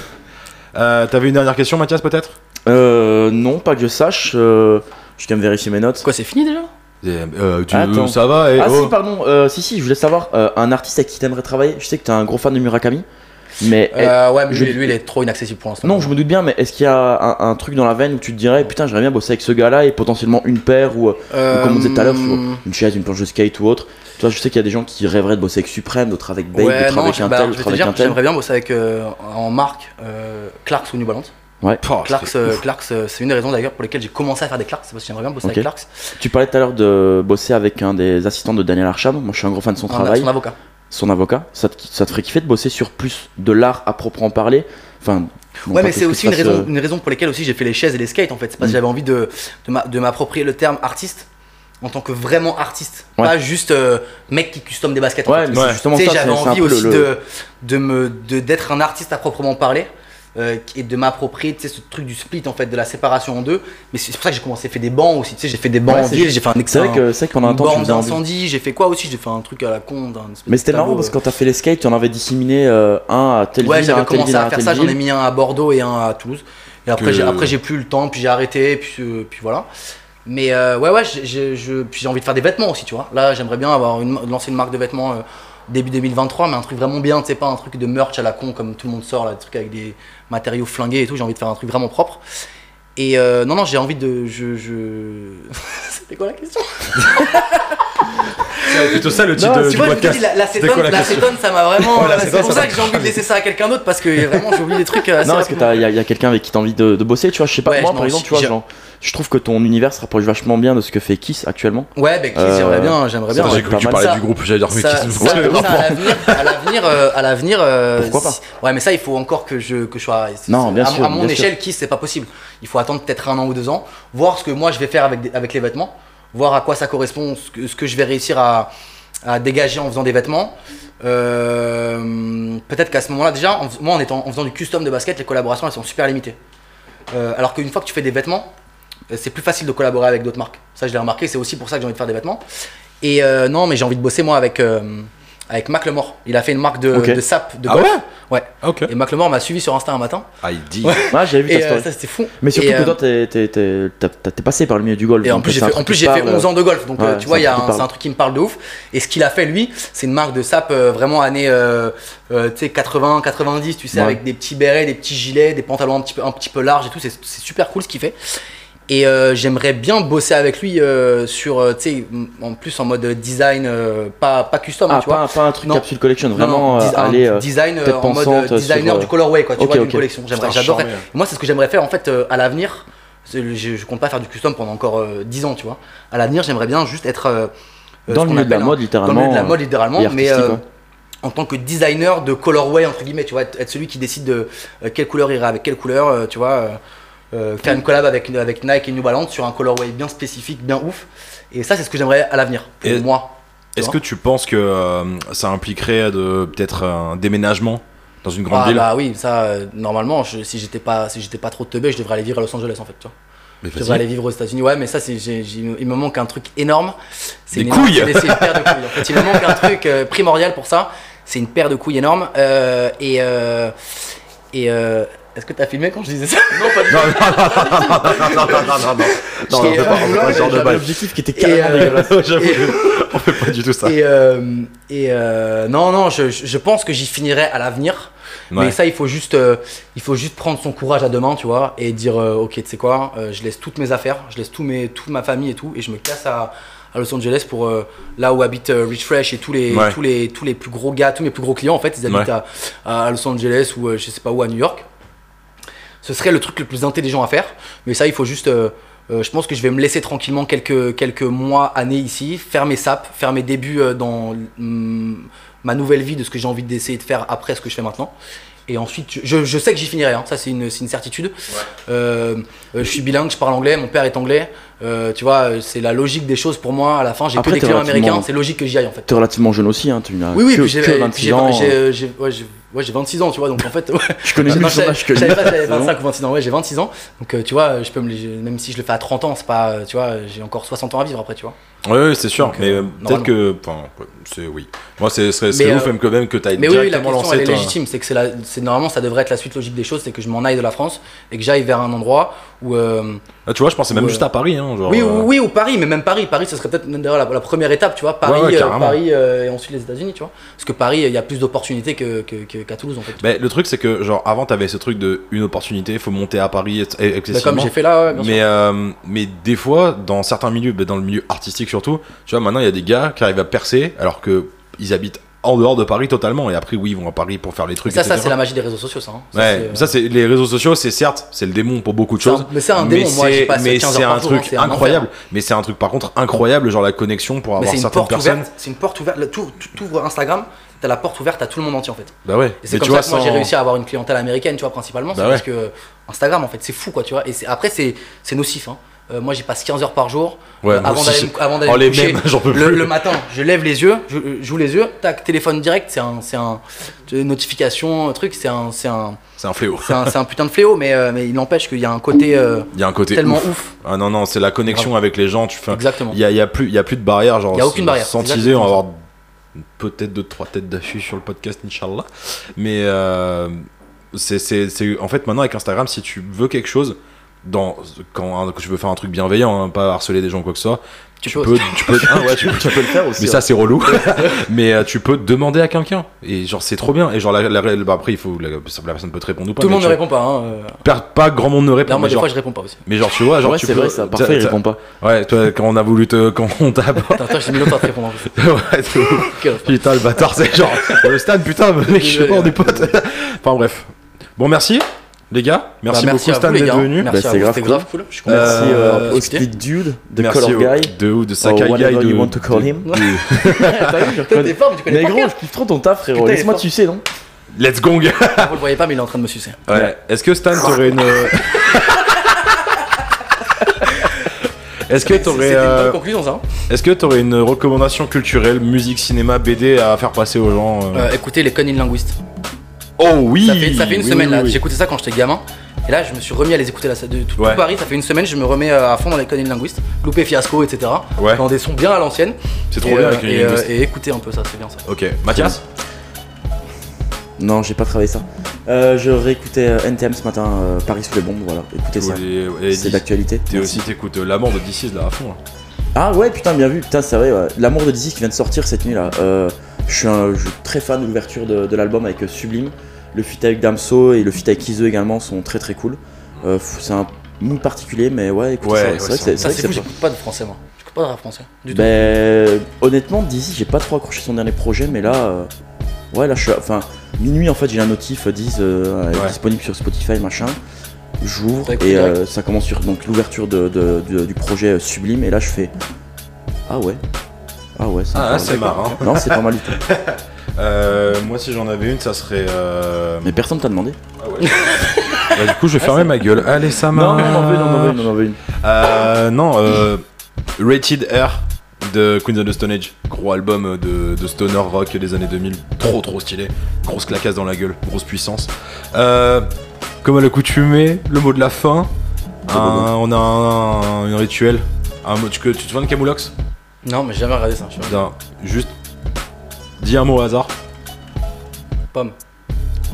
[SPEAKER 1] Euh, T'avais une dernière question, Mathias, peut-être
[SPEAKER 2] Euh, non, pas que je sache. euh, je viens de vérifier mes notes.
[SPEAKER 3] Quoi, c'est fini déjà
[SPEAKER 1] euh, tu-
[SPEAKER 2] Attends.
[SPEAKER 1] Ça va et
[SPEAKER 2] Ah
[SPEAKER 1] oh.
[SPEAKER 2] si, pardon. euh, si, si, je voulais savoir euh, un artiste avec qui t'aimerais travailler. Je sais que t'es un gros fan de Murakami, mais
[SPEAKER 3] Euh, Ouais, mais
[SPEAKER 2] je-
[SPEAKER 3] lui, lui, il est trop inaccessible pour l'instant.
[SPEAKER 2] non, je me doute bien. Mais est-ce qu'il y a un, un truc dans la veine où tu te dirais putain, j'aimerais bien bosser avec ce gars-là et potentiellement une paire ou euh,
[SPEAKER 3] Euh,
[SPEAKER 2] comme on disait tout à l'heure, sur
[SPEAKER 3] hum,
[SPEAKER 2] une chaise, une planche de skate ou autre. Tu vois, je sais qu'il y a des gens qui rêveraient de bosser avec Supreme, d'autres avec Babe,
[SPEAKER 3] Ouais,
[SPEAKER 2] d'autres
[SPEAKER 3] non,
[SPEAKER 2] avec
[SPEAKER 3] je-
[SPEAKER 2] un
[SPEAKER 3] bah,
[SPEAKER 2] tel,
[SPEAKER 3] je vais
[SPEAKER 2] d'autres
[SPEAKER 3] te
[SPEAKER 2] avec
[SPEAKER 3] dire,
[SPEAKER 2] un tel.
[SPEAKER 3] j'aimerais bien bosser avec euh, en marque euh, Clarks ou New Balance.
[SPEAKER 2] Ah,
[SPEAKER 1] Oh,
[SPEAKER 3] Clarks, euh, Clarks, euh, c'est une des raisons d'ailleurs pour lesquelles j'ai commencé à faire des Clarks, c'est parce que j'aimerais bien bosser
[SPEAKER 2] Ok.
[SPEAKER 3] avec Clarks,
[SPEAKER 2] Tu parlais tout à l'heure de bosser avec un des assistants de Daniel Arsham. Moi, je suis un gros fan de son
[SPEAKER 3] Un-
[SPEAKER 2] travail,
[SPEAKER 3] son avocat.
[SPEAKER 2] son avocat. Ça te, ça te ferait kiffer de bosser sur plus de l'art à proprement parler. Enfin, non,
[SPEAKER 3] ouais,
[SPEAKER 2] pas
[SPEAKER 3] mais
[SPEAKER 2] que
[SPEAKER 3] c'est
[SPEAKER 2] ce que
[SPEAKER 3] aussi une
[SPEAKER 2] ça bah, se- euh
[SPEAKER 3] raison, une raison pour laquelle aussi j'ai fait les chaises et les skates en fait. C'est parce que
[SPEAKER 2] Mm.
[SPEAKER 3] j'avais envie de, de m'a- de m'approprier le terme artiste en tant que vraiment artiste,
[SPEAKER 2] Ouais.
[SPEAKER 3] pas juste euh, mec qui custom des baskets. en
[SPEAKER 2] Ouais,
[SPEAKER 3] fait.
[SPEAKER 2] mais
[SPEAKER 1] Ouais.
[SPEAKER 2] c'est justement
[SPEAKER 3] Tu
[SPEAKER 2] ça.
[SPEAKER 3] sais,
[SPEAKER 2] c'est-
[SPEAKER 3] j'avais
[SPEAKER 2] c'est un
[SPEAKER 3] envie
[SPEAKER 2] peu le-
[SPEAKER 3] aussi
[SPEAKER 2] le-
[SPEAKER 3] de de me de- d'être un artiste à proprement parler. euh, et de m'approprier tu sais, ce truc du split en fait de la séparation en deux mais c'est pour ça que j'ai commencé à faire des bancs aussi tu sais j'ai fait des bancs
[SPEAKER 2] Ouais,
[SPEAKER 3] en
[SPEAKER 2] c'est-
[SPEAKER 3] ville j'ai fait un
[SPEAKER 2] C'est vrai
[SPEAKER 3] excellent
[SPEAKER 2] que c'est vrai que pendant un temps, tu faisais un-
[SPEAKER 3] d'incendie j'ai fait quoi aussi j'ai fait un truc à la con d'un espèce
[SPEAKER 2] Mais
[SPEAKER 3] de
[SPEAKER 2] c'était marrant
[SPEAKER 3] tableau,
[SPEAKER 2] parce
[SPEAKER 3] euh.
[SPEAKER 2] que quand t'as fait les skates, tu en avais disséminé euh, un à telle
[SPEAKER 3] Ouais,
[SPEAKER 2] ville, un à
[SPEAKER 3] j'avais
[SPEAKER 2] telle
[SPEAKER 3] commencé
[SPEAKER 2] ville, un
[SPEAKER 3] à
[SPEAKER 2] à
[SPEAKER 3] faire
[SPEAKER 2] telle
[SPEAKER 3] ça, j'en ai
[SPEAKER 2] ville.
[SPEAKER 3] mis un à Bordeaux et un à Toulouse. Et après,
[SPEAKER 1] Que-
[SPEAKER 3] j'ai, après j'ai plus le temps, puis j'ai arrêté, puis, euh, puis voilà. Mais euh, ouais, ouais, j'ai, j'ai- je- puis j'ai envie de faire des vêtements aussi, tu vois. Là, j'aimerais bien avoir une, lancer une marque de vêtements euh, début 2023, mais un truc vraiment bien, tu sais, pas un truc de merch à la con comme tout le monde sort, là, des trucs avec des matériaux flingués et tout. J'ai envie de faire un truc vraiment propre. Et euh, non, non, j'ai envie de. Je, je... *laughs* C'était quoi la question
[SPEAKER 1] C'est plutôt ça le titre
[SPEAKER 3] Non,
[SPEAKER 1] de-
[SPEAKER 3] Tu
[SPEAKER 1] Euh, du
[SPEAKER 3] vois, je vous
[SPEAKER 1] podcast.
[SPEAKER 3] dis, la, la
[SPEAKER 1] C'était quoi
[SPEAKER 3] cétone,
[SPEAKER 1] la
[SPEAKER 3] la
[SPEAKER 1] question
[SPEAKER 3] cétone, ça m'a
[SPEAKER 1] *laughs*
[SPEAKER 3] vraiment. euh,
[SPEAKER 1] Ouais, la
[SPEAKER 3] c'est
[SPEAKER 1] cétone,
[SPEAKER 3] pour
[SPEAKER 1] ça
[SPEAKER 3] ça que j'ai envie de laisser ça à quelqu'un d'autre parce
[SPEAKER 2] *laughs*
[SPEAKER 3] que vraiment, j'oublie des trucs. euh, Assez
[SPEAKER 2] Non, est-ce que
[SPEAKER 3] rapidement.
[SPEAKER 2] il y a, y a quelqu'un avec qui t'as envie de, de bosser, tu vois Je sais pas,
[SPEAKER 3] Ouais,
[SPEAKER 2] moi
[SPEAKER 3] je
[SPEAKER 2] par
[SPEAKER 3] m'en-
[SPEAKER 2] exemple, tu vois,
[SPEAKER 3] j'ai-
[SPEAKER 2] genre, je trouve que ton univers se rapproche vachement bien de ce que fait Kiss actuellement.
[SPEAKER 3] Ouais, ben, Kiss,
[SPEAKER 2] Euh,
[SPEAKER 3] j'aimerais bien, j'aimerais bien.
[SPEAKER 1] Putain,
[SPEAKER 2] ouais,
[SPEAKER 1] J'ai cru que
[SPEAKER 2] pas
[SPEAKER 1] tu
[SPEAKER 2] mal.
[SPEAKER 1] parlais
[SPEAKER 3] Ça-
[SPEAKER 1] du groupe, j'allais dire, mais
[SPEAKER 3] ça,
[SPEAKER 1] qu'est-ce que
[SPEAKER 3] ça,
[SPEAKER 1] c'est
[SPEAKER 3] ça, à l'avenir, à l'avenir, euh, à l'avenir, euh,
[SPEAKER 2] Pourquoi pas
[SPEAKER 3] si- Ouais, mais ça, il faut encore que je que je sois. c'est-
[SPEAKER 2] Non,
[SPEAKER 3] c'est-
[SPEAKER 2] bien
[SPEAKER 3] à,
[SPEAKER 2] sûr,
[SPEAKER 3] à mon
[SPEAKER 2] bien
[SPEAKER 3] échelle, qui c'est pas possible. Il faut attendre peut-être un an ou deux ans, voir ce que moi je vais faire avec des- avec les vêtements, voir à quoi ça correspond, ce que, ce que je vais réussir à, à dégager en faisant des vêtements. Euh, peut-être qu'à ce moment-là, déjà, en, fais- moi, en étant en faisant du custom de basket, les collaborations elles sont super limitées. Euh, alors qu'une fois que tu fais des vêtements, euh, c'est plus facile de collaborer avec d'autres marques. Ça, je l'ai remarqué. C'est aussi pour ça que j'ai envie de faire des vêtements. Et euh, non, mais j'ai envie de bosser moi avec euh, avec Mac Lemore. Il a fait une marque de,
[SPEAKER 2] Ok.
[SPEAKER 3] de sap de
[SPEAKER 1] Ah
[SPEAKER 3] golf.
[SPEAKER 1] ouais
[SPEAKER 3] Ouais.
[SPEAKER 1] Ok.
[SPEAKER 3] Et Mac Lemore m'a suivi sur Insta un matin.
[SPEAKER 1] Ah, il dit.
[SPEAKER 2] Ouais, j'avais vu
[SPEAKER 3] Et
[SPEAKER 2] ta
[SPEAKER 3] euh,
[SPEAKER 2] story.
[SPEAKER 3] ça c'était fou.
[SPEAKER 2] Mais surtout
[SPEAKER 3] Et,
[SPEAKER 2] que
[SPEAKER 3] euh,
[SPEAKER 2] toi, t'es- t'es- t'es t'as- t'as- t'es passé par le milieu du golf.
[SPEAKER 3] Et en
[SPEAKER 2] donc
[SPEAKER 3] plus,
[SPEAKER 2] c'est
[SPEAKER 3] j'ai
[SPEAKER 2] un
[SPEAKER 3] fait,
[SPEAKER 2] truc
[SPEAKER 3] en plus,
[SPEAKER 2] qui
[SPEAKER 3] j'ai fait
[SPEAKER 2] parle,
[SPEAKER 3] 11 ans de golf, donc euh,
[SPEAKER 2] Ouais,
[SPEAKER 3] tu vois,
[SPEAKER 2] c'est
[SPEAKER 3] il y
[SPEAKER 2] un
[SPEAKER 3] a
[SPEAKER 2] truc qui
[SPEAKER 3] un- c'est
[SPEAKER 2] parle.
[SPEAKER 3] un truc qui me parle de ouf. Et ce qu'il a fait, lui, c'est une marque de sap euh, vraiment année euh, euh, tu sais, 80, 90, tu sais,
[SPEAKER 2] Ouais.
[SPEAKER 3] avec des petits bérets, des petits gilets, des pantalons un petit peu, un petit peu larges et tout. C'est c'est super cool ce qu'il fait. Et euh, j'aimerais bien bosser avec lui euh, sur, euh, tu sais, m- en plus en mode design, euh, pas, pas custom, hein,
[SPEAKER 2] Ah,
[SPEAKER 3] tu vois.
[SPEAKER 2] pas, pas un truc
[SPEAKER 3] Non.
[SPEAKER 2] capsule collection,
[SPEAKER 3] Non,
[SPEAKER 2] vraiment
[SPEAKER 3] non,
[SPEAKER 2] euh,
[SPEAKER 3] dis- un
[SPEAKER 2] aller. euh,
[SPEAKER 3] design euh,
[SPEAKER 2] tête
[SPEAKER 3] en mode
[SPEAKER 2] pensante
[SPEAKER 3] euh,
[SPEAKER 2] sur,
[SPEAKER 3] designer
[SPEAKER 2] euh,
[SPEAKER 3] du colorway quoi tu
[SPEAKER 2] ok,
[SPEAKER 3] vois
[SPEAKER 2] ok.
[SPEAKER 3] d'une collection j'aimerais
[SPEAKER 1] Putain,
[SPEAKER 3] j'adorerais
[SPEAKER 1] charmé, hein.
[SPEAKER 3] moi c'est ce que j'aimerais faire en fait euh, à l'avenir c'est- je, je compte pas faire du custom pendant encore euh, 10 ans tu vois à l'avenir j'aimerais bien juste être euh, euh, ce
[SPEAKER 2] dans le
[SPEAKER 3] qu'on
[SPEAKER 2] milieu de la
[SPEAKER 3] appelle un- dans
[SPEAKER 2] mode,
[SPEAKER 3] le milieu
[SPEAKER 2] littéralement.
[SPEAKER 3] de la mode
[SPEAKER 2] euh,
[SPEAKER 3] littéralement
[SPEAKER 2] et
[SPEAKER 3] mais
[SPEAKER 2] artistique,
[SPEAKER 3] euh,
[SPEAKER 2] ouais.
[SPEAKER 3] en tant que designer de colorway entre guillemets tu vois être, être celui qui décide de euh, quelle couleur ira avec quelle couleur euh, tu vois euh, euh, faire une collab avec, avec Nike et New Balance sur un colorway bien spécifique bien ouf et ça c'est ce que j'aimerais à l'avenir pour
[SPEAKER 1] Et-
[SPEAKER 3] moi tu
[SPEAKER 1] Est-ce
[SPEAKER 3] vois.
[SPEAKER 1] que tu penses que euh, ça impliquerait de peut-être un déménagement dans une grande
[SPEAKER 3] ah,
[SPEAKER 1] ville
[SPEAKER 3] bah oui, ça, euh, normalement, je- si j'étais pas, si j'étais pas trop teubé, je devrais aller vivre à Los Angeles en fait. Tu vois.
[SPEAKER 1] Mais
[SPEAKER 3] Je
[SPEAKER 1] vas-y.
[SPEAKER 3] devrais aller vivre aux États-Unis. Ouais, mais ça, c'est, j'ai- j'ai- il me manque un truc énorme. C'est
[SPEAKER 1] Des
[SPEAKER 3] une énorme-
[SPEAKER 1] couilles
[SPEAKER 3] c'est- c'est une paire de couilles. En fait, il me manque un truc euh, primordial pour ça. C'est une paire de couilles énorme. Euh, et euh, et euh, est-ce que t'as filmé quand je disais ça Non, pas du
[SPEAKER 1] Non, non, non, non, non, non, non, non, non,
[SPEAKER 3] Et,
[SPEAKER 1] on fait pas- on fait
[SPEAKER 3] euh,
[SPEAKER 1] pas ce genre de
[SPEAKER 2] J'avais
[SPEAKER 1] bail.
[SPEAKER 2] l'objectif qui était
[SPEAKER 3] Et,
[SPEAKER 2] carrément
[SPEAKER 3] euh,
[SPEAKER 1] *laughs*
[SPEAKER 2] dégueulasse.
[SPEAKER 3] Et, *laughs*
[SPEAKER 1] On fait pas du tout ça.
[SPEAKER 3] et, euh, et, euh, non, non, je, je- je pense que j'y finirai à l'avenir.
[SPEAKER 1] Ouais.
[SPEAKER 3] Mais ça, il faut juste, euh, il faut juste prendre son courage à deux mains, tu vois, et dire, euh, ok, tu sais quoi, euh, je laisse toutes mes affaires, je laisse tout mes, toute ma famille et tout, et je me casse à, à Los Angeles pour euh, là où habite euh, Rich Fresh et tous les,
[SPEAKER 1] Ouais.
[SPEAKER 3] tous les, tous les plus gros gars, tous mes plus gros clients, en fait, ils habitent
[SPEAKER 1] Ouais.
[SPEAKER 3] à, à Los Angeles ou euh, je sais pas où à New York. Ce serait le truc le plus intelligent à faire, mais ça, il faut juste. euh, euh, je pense que je vais me laisser tranquillement quelques, quelques mois, années ici, faire mes saps, faire mes débuts euh, dans hum, ma nouvelle vie de ce que j'ai envie d'essayer de faire après ce que je fais maintenant. Et ensuite, je- je, je sais que j'y finirai, hein, ça c'est une, c'est une certitude. Euh, euh, je suis bilingue, je parle anglais, mon père est anglais. Euh, tu vois, euh, c'est la logique des choses pour moi. À la fin, j'ai que
[SPEAKER 2] Après,
[SPEAKER 3] des
[SPEAKER 2] t'es
[SPEAKER 3] clients
[SPEAKER 2] relativement-
[SPEAKER 3] américains, c'est logique que j'y aille en fait.
[SPEAKER 2] T'es relativement jeune aussi, hein, tu n'as
[SPEAKER 3] Oui, oui,
[SPEAKER 2] que,
[SPEAKER 3] puis j'ai
[SPEAKER 2] que
[SPEAKER 3] puis
[SPEAKER 2] 26
[SPEAKER 3] j'ai-
[SPEAKER 2] ans.
[SPEAKER 3] j'ai-
[SPEAKER 2] euh,
[SPEAKER 3] euh, j'ai- ouais, j'ai- ouais, j'ai 26 ans, tu vois, donc en
[SPEAKER 2] *laughs*
[SPEAKER 3] fait, ouais,
[SPEAKER 2] Je connais mieux
[SPEAKER 3] non,
[SPEAKER 2] le
[SPEAKER 3] je savais-
[SPEAKER 2] sondage que
[SPEAKER 3] je savais pas si j'avais
[SPEAKER 2] C'est bon.
[SPEAKER 3] 25 ou 26 ans, ouais, j'ai 26 ans, donc euh, tu vois, je peux me, je- même si je le fais à 30 ans, c'est pas, euh, tu vois, j'ai encore 60 ans à vivre après, tu vois.
[SPEAKER 1] Ouais, ouais, c'est sûr,
[SPEAKER 3] Donc,
[SPEAKER 1] mais euh,
[SPEAKER 3] euh,
[SPEAKER 1] peut-être que. Enfin, ouais, c'est oui. Moi, c'est- ce serait, ce serait
[SPEAKER 3] Mais,
[SPEAKER 1] ouf,
[SPEAKER 3] euh,
[SPEAKER 1] même que, même que t'ailles
[SPEAKER 3] Mais oui, oui, la
[SPEAKER 1] directement
[SPEAKER 3] question elle
[SPEAKER 1] lancé
[SPEAKER 3] est
[SPEAKER 1] ton-
[SPEAKER 3] légitime, c'est que c'est la- c'est normalement ça devrait être la suite logique des choses, c'est que je m'en aille de la France et que j'aille vers un endroit où euh,
[SPEAKER 1] Ah, tu vois, je pensais même
[SPEAKER 3] Ouais.
[SPEAKER 1] juste à Paris. Hein, genre,
[SPEAKER 3] Oui,
[SPEAKER 1] euh,
[SPEAKER 3] ou- oui, ou Paris, mais même Paris. Paris, ce serait peut-être même d'ailleurs la, la première étape, tu vois. Paris,
[SPEAKER 1] Ouais, ouais,
[SPEAKER 3] euh,
[SPEAKER 1] carrément.
[SPEAKER 3] Paris euh, et ensuite les États-Unis, tu vois. Parce que Paris, il y a plus d'opportunités que- que- que- qu'à Toulouse, en fait.
[SPEAKER 1] Mais le truc, c'est que, genre, avant, t'avais ce truc de une opportunité, faut monter à Paris, et, et-
[SPEAKER 3] Bah, comme
[SPEAKER 1] excessivement.
[SPEAKER 3] j'ai fait là, ouais, bien sûr.
[SPEAKER 1] mais, euh, mais des fois, dans certains milieux, bah, dans le milieu artistique surtout, tu vois, maintenant, il y a des gars qui arrivent à percer alors que ils habitent en dehors de Paris totalement. Et après, oui, ils vont à Paris pour faire les
[SPEAKER 3] Mais
[SPEAKER 1] trucs.
[SPEAKER 3] ça, ça
[SPEAKER 1] etc.
[SPEAKER 3] c'est la magie des réseaux sociaux, ça. hein. Ça,
[SPEAKER 1] Ouais,
[SPEAKER 3] c'est, euh,
[SPEAKER 1] ça, c'est les réseaux sociaux, c'est certes, c'est le démon pour beaucoup de
[SPEAKER 3] C'est un-
[SPEAKER 1] choses.
[SPEAKER 3] mais c'est un démon, moi, j'y
[SPEAKER 1] c'est-
[SPEAKER 3] passe
[SPEAKER 1] mais
[SPEAKER 3] 15
[SPEAKER 1] c'est
[SPEAKER 3] heures
[SPEAKER 1] un
[SPEAKER 3] par jour,
[SPEAKER 1] truc
[SPEAKER 3] hein, c'est un enfer.
[SPEAKER 1] incroyable. Mais c'est un truc, par contre, incroyable, genre la connexion pour
[SPEAKER 3] mais
[SPEAKER 1] avoir
[SPEAKER 3] c'est une
[SPEAKER 1] certaines
[SPEAKER 3] porte
[SPEAKER 1] personnes.
[SPEAKER 3] ouverte. C'est une porte ouverte. Là, tout- tout- T'ouvres Instagram, t'as la porte ouverte à tout le monde entier, en fait.
[SPEAKER 1] Bah ouais.
[SPEAKER 3] Et
[SPEAKER 1] Mais
[SPEAKER 3] c'est comme
[SPEAKER 1] tu vois,
[SPEAKER 3] ça que moi
[SPEAKER 1] sans-
[SPEAKER 3] j'ai réussi à avoir une clientèle américaine, tu vois, principalement. c'est
[SPEAKER 1] Bah
[SPEAKER 3] parce
[SPEAKER 1] ouais.
[SPEAKER 3] que Instagram, en fait, c'est fou, quoi, tu vois. Et c'est- après, c'est c'est nocif. hein. Euh, moi, j'y passe 15 heures par jour.
[SPEAKER 1] Ouais,
[SPEAKER 3] Euh,
[SPEAKER 1] moi
[SPEAKER 3] avant
[SPEAKER 1] aussi,
[SPEAKER 3] d'aller
[SPEAKER 1] j'ai-
[SPEAKER 3] me- avant d'aller
[SPEAKER 1] Oh,
[SPEAKER 3] me
[SPEAKER 1] les
[SPEAKER 3] coucher.
[SPEAKER 1] mêmes, *laughs* j'en peux plus.
[SPEAKER 3] *laughs* le, le matin, je lève les yeux, je, je joue les yeux, tac, téléphone direct, c'est un, c'est un, une notification, un truc, c'est un, c'est un,
[SPEAKER 1] C'est un fléau.
[SPEAKER 3] c'est un, c'est un putain de fléau, mais, euh, mais il n'empêche qu'il y a un côté euh,
[SPEAKER 1] Il y a un côté
[SPEAKER 3] tellement
[SPEAKER 1] ouf.
[SPEAKER 3] ouf.
[SPEAKER 1] Ah non, non, c'est la connexion avec les gens. Tu fais.
[SPEAKER 3] Exactement.
[SPEAKER 1] Il y a, il y a plus, il y a plus de barrière. Genre,
[SPEAKER 3] Il y a aucune barrière,
[SPEAKER 1] Sans
[SPEAKER 3] c'est
[SPEAKER 1] teaser, on va
[SPEAKER 3] exactement
[SPEAKER 1] avoir peut-être deux, trois têtes d'affiche sur le podcast, Inch'Allah. Mais euh, c'est, c'est, c'est- en fait, maintenant avec Instagram, si tu veux quelque chose, dans, quand hein, que je veux faire un truc bienveillant, hein, pas harceler des gens ou quoi que ce soit, Tu, peux, tu peux-
[SPEAKER 2] Ah ouais, tu, tu peux le faire aussi.
[SPEAKER 1] mais
[SPEAKER 2] ouais.
[SPEAKER 1] ça c'est relou. *laughs* mais euh, tu peux demander à quelqu'un et genre c'est trop bien et genre la, la- la- bah, après il faut la, la personne peut te répondre ou pas.
[SPEAKER 3] Tout le
[SPEAKER 1] mais
[SPEAKER 3] monde ne
[SPEAKER 1] tu-
[SPEAKER 3] répond pas. Hein. euh.
[SPEAKER 1] Pas, pas grand monde ne répond.
[SPEAKER 3] Là, moi,
[SPEAKER 1] mais,
[SPEAKER 3] des
[SPEAKER 1] genre,
[SPEAKER 3] fois, je réponds pas aussi.
[SPEAKER 1] mais genre, tu vois genre
[SPEAKER 2] Ah, Ouais,
[SPEAKER 1] tu
[SPEAKER 2] c'est
[SPEAKER 1] peux-
[SPEAKER 2] vrai ça.
[SPEAKER 1] t'as-
[SPEAKER 2] Parfois, il
[SPEAKER 1] t'as-
[SPEAKER 2] répond pas.
[SPEAKER 1] Ouais toi quand on a voulu te quand on t'a
[SPEAKER 3] Attends, attends, j'ai mis longtemps à te répondre. en plus.
[SPEAKER 1] *laughs* ouais, c'est ouf.
[SPEAKER 3] Quelle horreur.
[SPEAKER 1] Putain, le bâtard, c'est genre le stade, putain, mais mec, je sais pas, on est potes. *laughs* enfin, bref. Bon, merci, les gars. Merci,
[SPEAKER 3] Bah,
[SPEAKER 1] beaucoup,
[SPEAKER 3] à
[SPEAKER 1] Stan,
[SPEAKER 3] vous, les
[SPEAKER 1] d'être
[SPEAKER 3] gars.
[SPEAKER 1] venu.
[SPEAKER 3] Merci
[SPEAKER 2] Bah,
[SPEAKER 3] à
[SPEAKER 2] c'est
[SPEAKER 3] vous,
[SPEAKER 2] grave
[SPEAKER 3] c'était
[SPEAKER 2] cool.
[SPEAKER 3] grave cool. Je suis content.
[SPEAKER 2] Merci
[SPEAKER 1] Euh,
[SPEAKER 2] euh, au Split Dude, The
[SPEAKER 1] merci
[SPEAKER 2] Color
[SPEAKER 1] au-
[SPEAKER 2] Guy.
[SPEAKER 1] De ou de Sakai
[SPEAKER 2] Oh,
[SPEAKER 1] Guy.
[SPEAKER 2] whatever
[SPEAKER 1] De,
[SPEAKER 2] you want to call him. *laughs*
[SPEAKER 1] de-
[SPEAKER 2] Toi, t'es
[SPEAKER 3] fort, mais tu
[SPEAKER 2] Mais gros, je kiffe trop ton taf, frérot.
[SPEAKER 3] Putain,
[SPEAKER 2] Laisse-moi
[SPEAKER 3] il est
[SPEAKER 2] tu sais, non
[SPEAKER 1] Let's gong. Ouais.
[SPEAKER 3] Vous le voyez pas, mais il est en train de me sucer.
[SPEAKER 1] Est-ce que Stan, t'aurais une. euh, Est-ce que
[SPEAKER 3] C'était
[SPEAKER 1] t'aurais
[SPEAKER 3] une bonne
[SPEAKER 1] euh,
[SPEAKER 3] conclusion, ça. hein.
[SPEAKER 1] est-ce que t'aurais une recommandation culturelle, musique, cinéma, BD à faire passer aux gens euh
[SPEAKER 3] Euh, écoutez, les connes linguistes.
[SPEAKER 1] Oh oui.
[SPEAKER 3] Ça fait, ça fait une
[SPEAKER 1] oui,
[SPEAKER 3] semaine
[SPEAKER 1] oui,
[SPEAKER 3] là.
[SPEAKER 1] oui.
[SPEAKER 3] J'écoutais ça quand j'étais gamin. Et là, je me suis remis à les écouter là. ça- De tout, tout
[SPEAKER 1] Ouais.
[SPEAKER 3] Paris, ça fait une semaine, je me remets euh, à fond dans les connes linguistes. Loupé fiasco, etc.
[SPEAKER 1] Ouais.
[SPEAKER 3] Dans des sons bien à l'ancienne.
[SPEAKER 1] C'est
[SPEAKER 3] Et,
[SPEAKER 1] trop bien.
[SPEAKER 3] euh,
[SPEAKER 1] avec les
[SPEAKER 3] et, euh,
[SPEAKER 1] linguistes.
[SPEAKER 3] et écoutez un peu ça, c'est bien ça.
[SPEAKER 1] Ok, Mathias.
[SPEAKER 2] Non, j'ai pas travaillé ça. Euh, je réécoutais euh, NTM ce matin, euh, Paris sous les bombes, voilà. Écoutez ça.
[SPEAKER 1] Et- et
[SPEAKER 2] C'est
[SPEAKER 1] dis-
[SPEAKER 2] d'actualité.
[SPEAKER 1] T'es aussi t'écoutes euh, la mort de DC's là à fond. hein. là.
[SPEAKER 2] Ah ouais, putain, bien vu. Putain, c'est vrai. ouais. L'amour de DC qui vient de sortir cette nuit là. Euh, je, suis un- je suis très fan de l'ouverture de, de l'album avec euh, Sublime. Le feat avec Damso et le feat avec Izu également sont très très cool. Euh, f- c'est un mood particulier, mais ouais, écoutez
[SPEAKER 1] Ouais,
[SPEAKER 2] ça.
[SPEAKER 1] ouais,
[SPEAKER 2] c'est vrai que
[SPEAKER 1] ça-
[SPEAKER 2] c'est- c'est
[SPEAKER 3] Ça,
[SPEAKER 2] vrai que
[SPEAKER 3] c'est fou,
[SPEAKER 2] c'est
[SPEAKER 3] j'écoute pas de français moi. J'écoute pas de rap français. Du tout.
[SPEAKER 2] Ben, honnêtement, Dizzy, j'ai pas trop accroché son dernier projet, mais là, euh, ouais, là, je suis. Enfin, minuit, en fait, j'ai un notif, euh, Diz, euh,
[SPEAKER 1] Ouais.
[SPEAKER 2] disponible sur Spotify, machin. J'ouvre
[SPEAKER 3] T'as écouté
[SPEAKER 2] et euh, ça commence sur donc l'ouverture de, de- de- du projet euh, Sublime, et là, je fais. Ah ouais. Ah ouais, c'est
[SPEAKER 1] Ah,
[SPEAKER 2] pas
[SPEAKER 1] c'est
[SPEAKER 2] mal.
[SPEAKER 1] marrant.
[SPEAKER 2] Non, c'est pas mal du tout.
[SPEAKER 1] Euh, moi, si j'en avais une, ça serait. Euh...
[SPEAKER 2] Mais personne t'a demandé.
[SPEAKER 1] Bah, du coup,
[SPEAKER 3] ah,
[SPEAKER 1] je vais fermer ma gueule. Allez, ça
[SPEAKER 2] Non,
[SPEAKER 1] marche.
[SPEAKER 2] non, non, non, non, non,
[SPEAKER 1] Euh, non, euh, Rated Air de Queens of the Stone Age. Gros album de, de stoner rock des années 2000. Trop, trop stylé. Grosse claquasse dans la gueule. Grosse puissance. Euh, comme à l'accoutumée, le mot de la fin.
[SPEAKER 2] Trop
[SPEAKER 1] Un-
[SPEAKER 2] beau
[SPEAKER 1] on a un, un rituel. Un mot, tu, que- tu te souviens de Camoulox
[SPEAKER 3] Non, mais j'ai jamais regardé ça. Je suis un
[SPEAKER 1] D'un- Juste. Dis un mot au hasard.
[SPEAKER 3] pomme.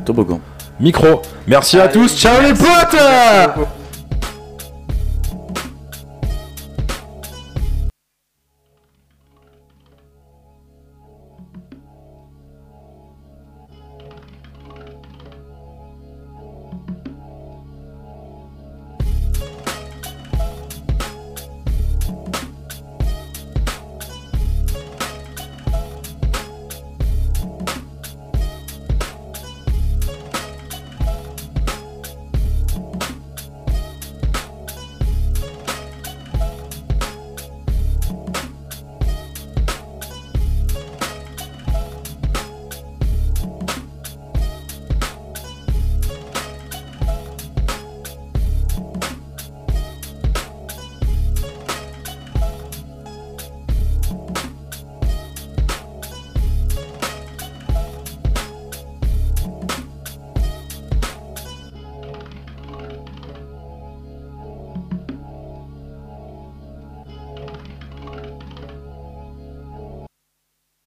[SPEAKER 2] Toboggan.
[SPEAKER 1] Micro. Merci à
[SPEAKER 3] Allez,
[SPEAKER 1] tous. Ciao les
[SPEAKER 3] merci.
[SPEAKER 1] potes Ah.
[SPEAKER 3] Merci beaucoup.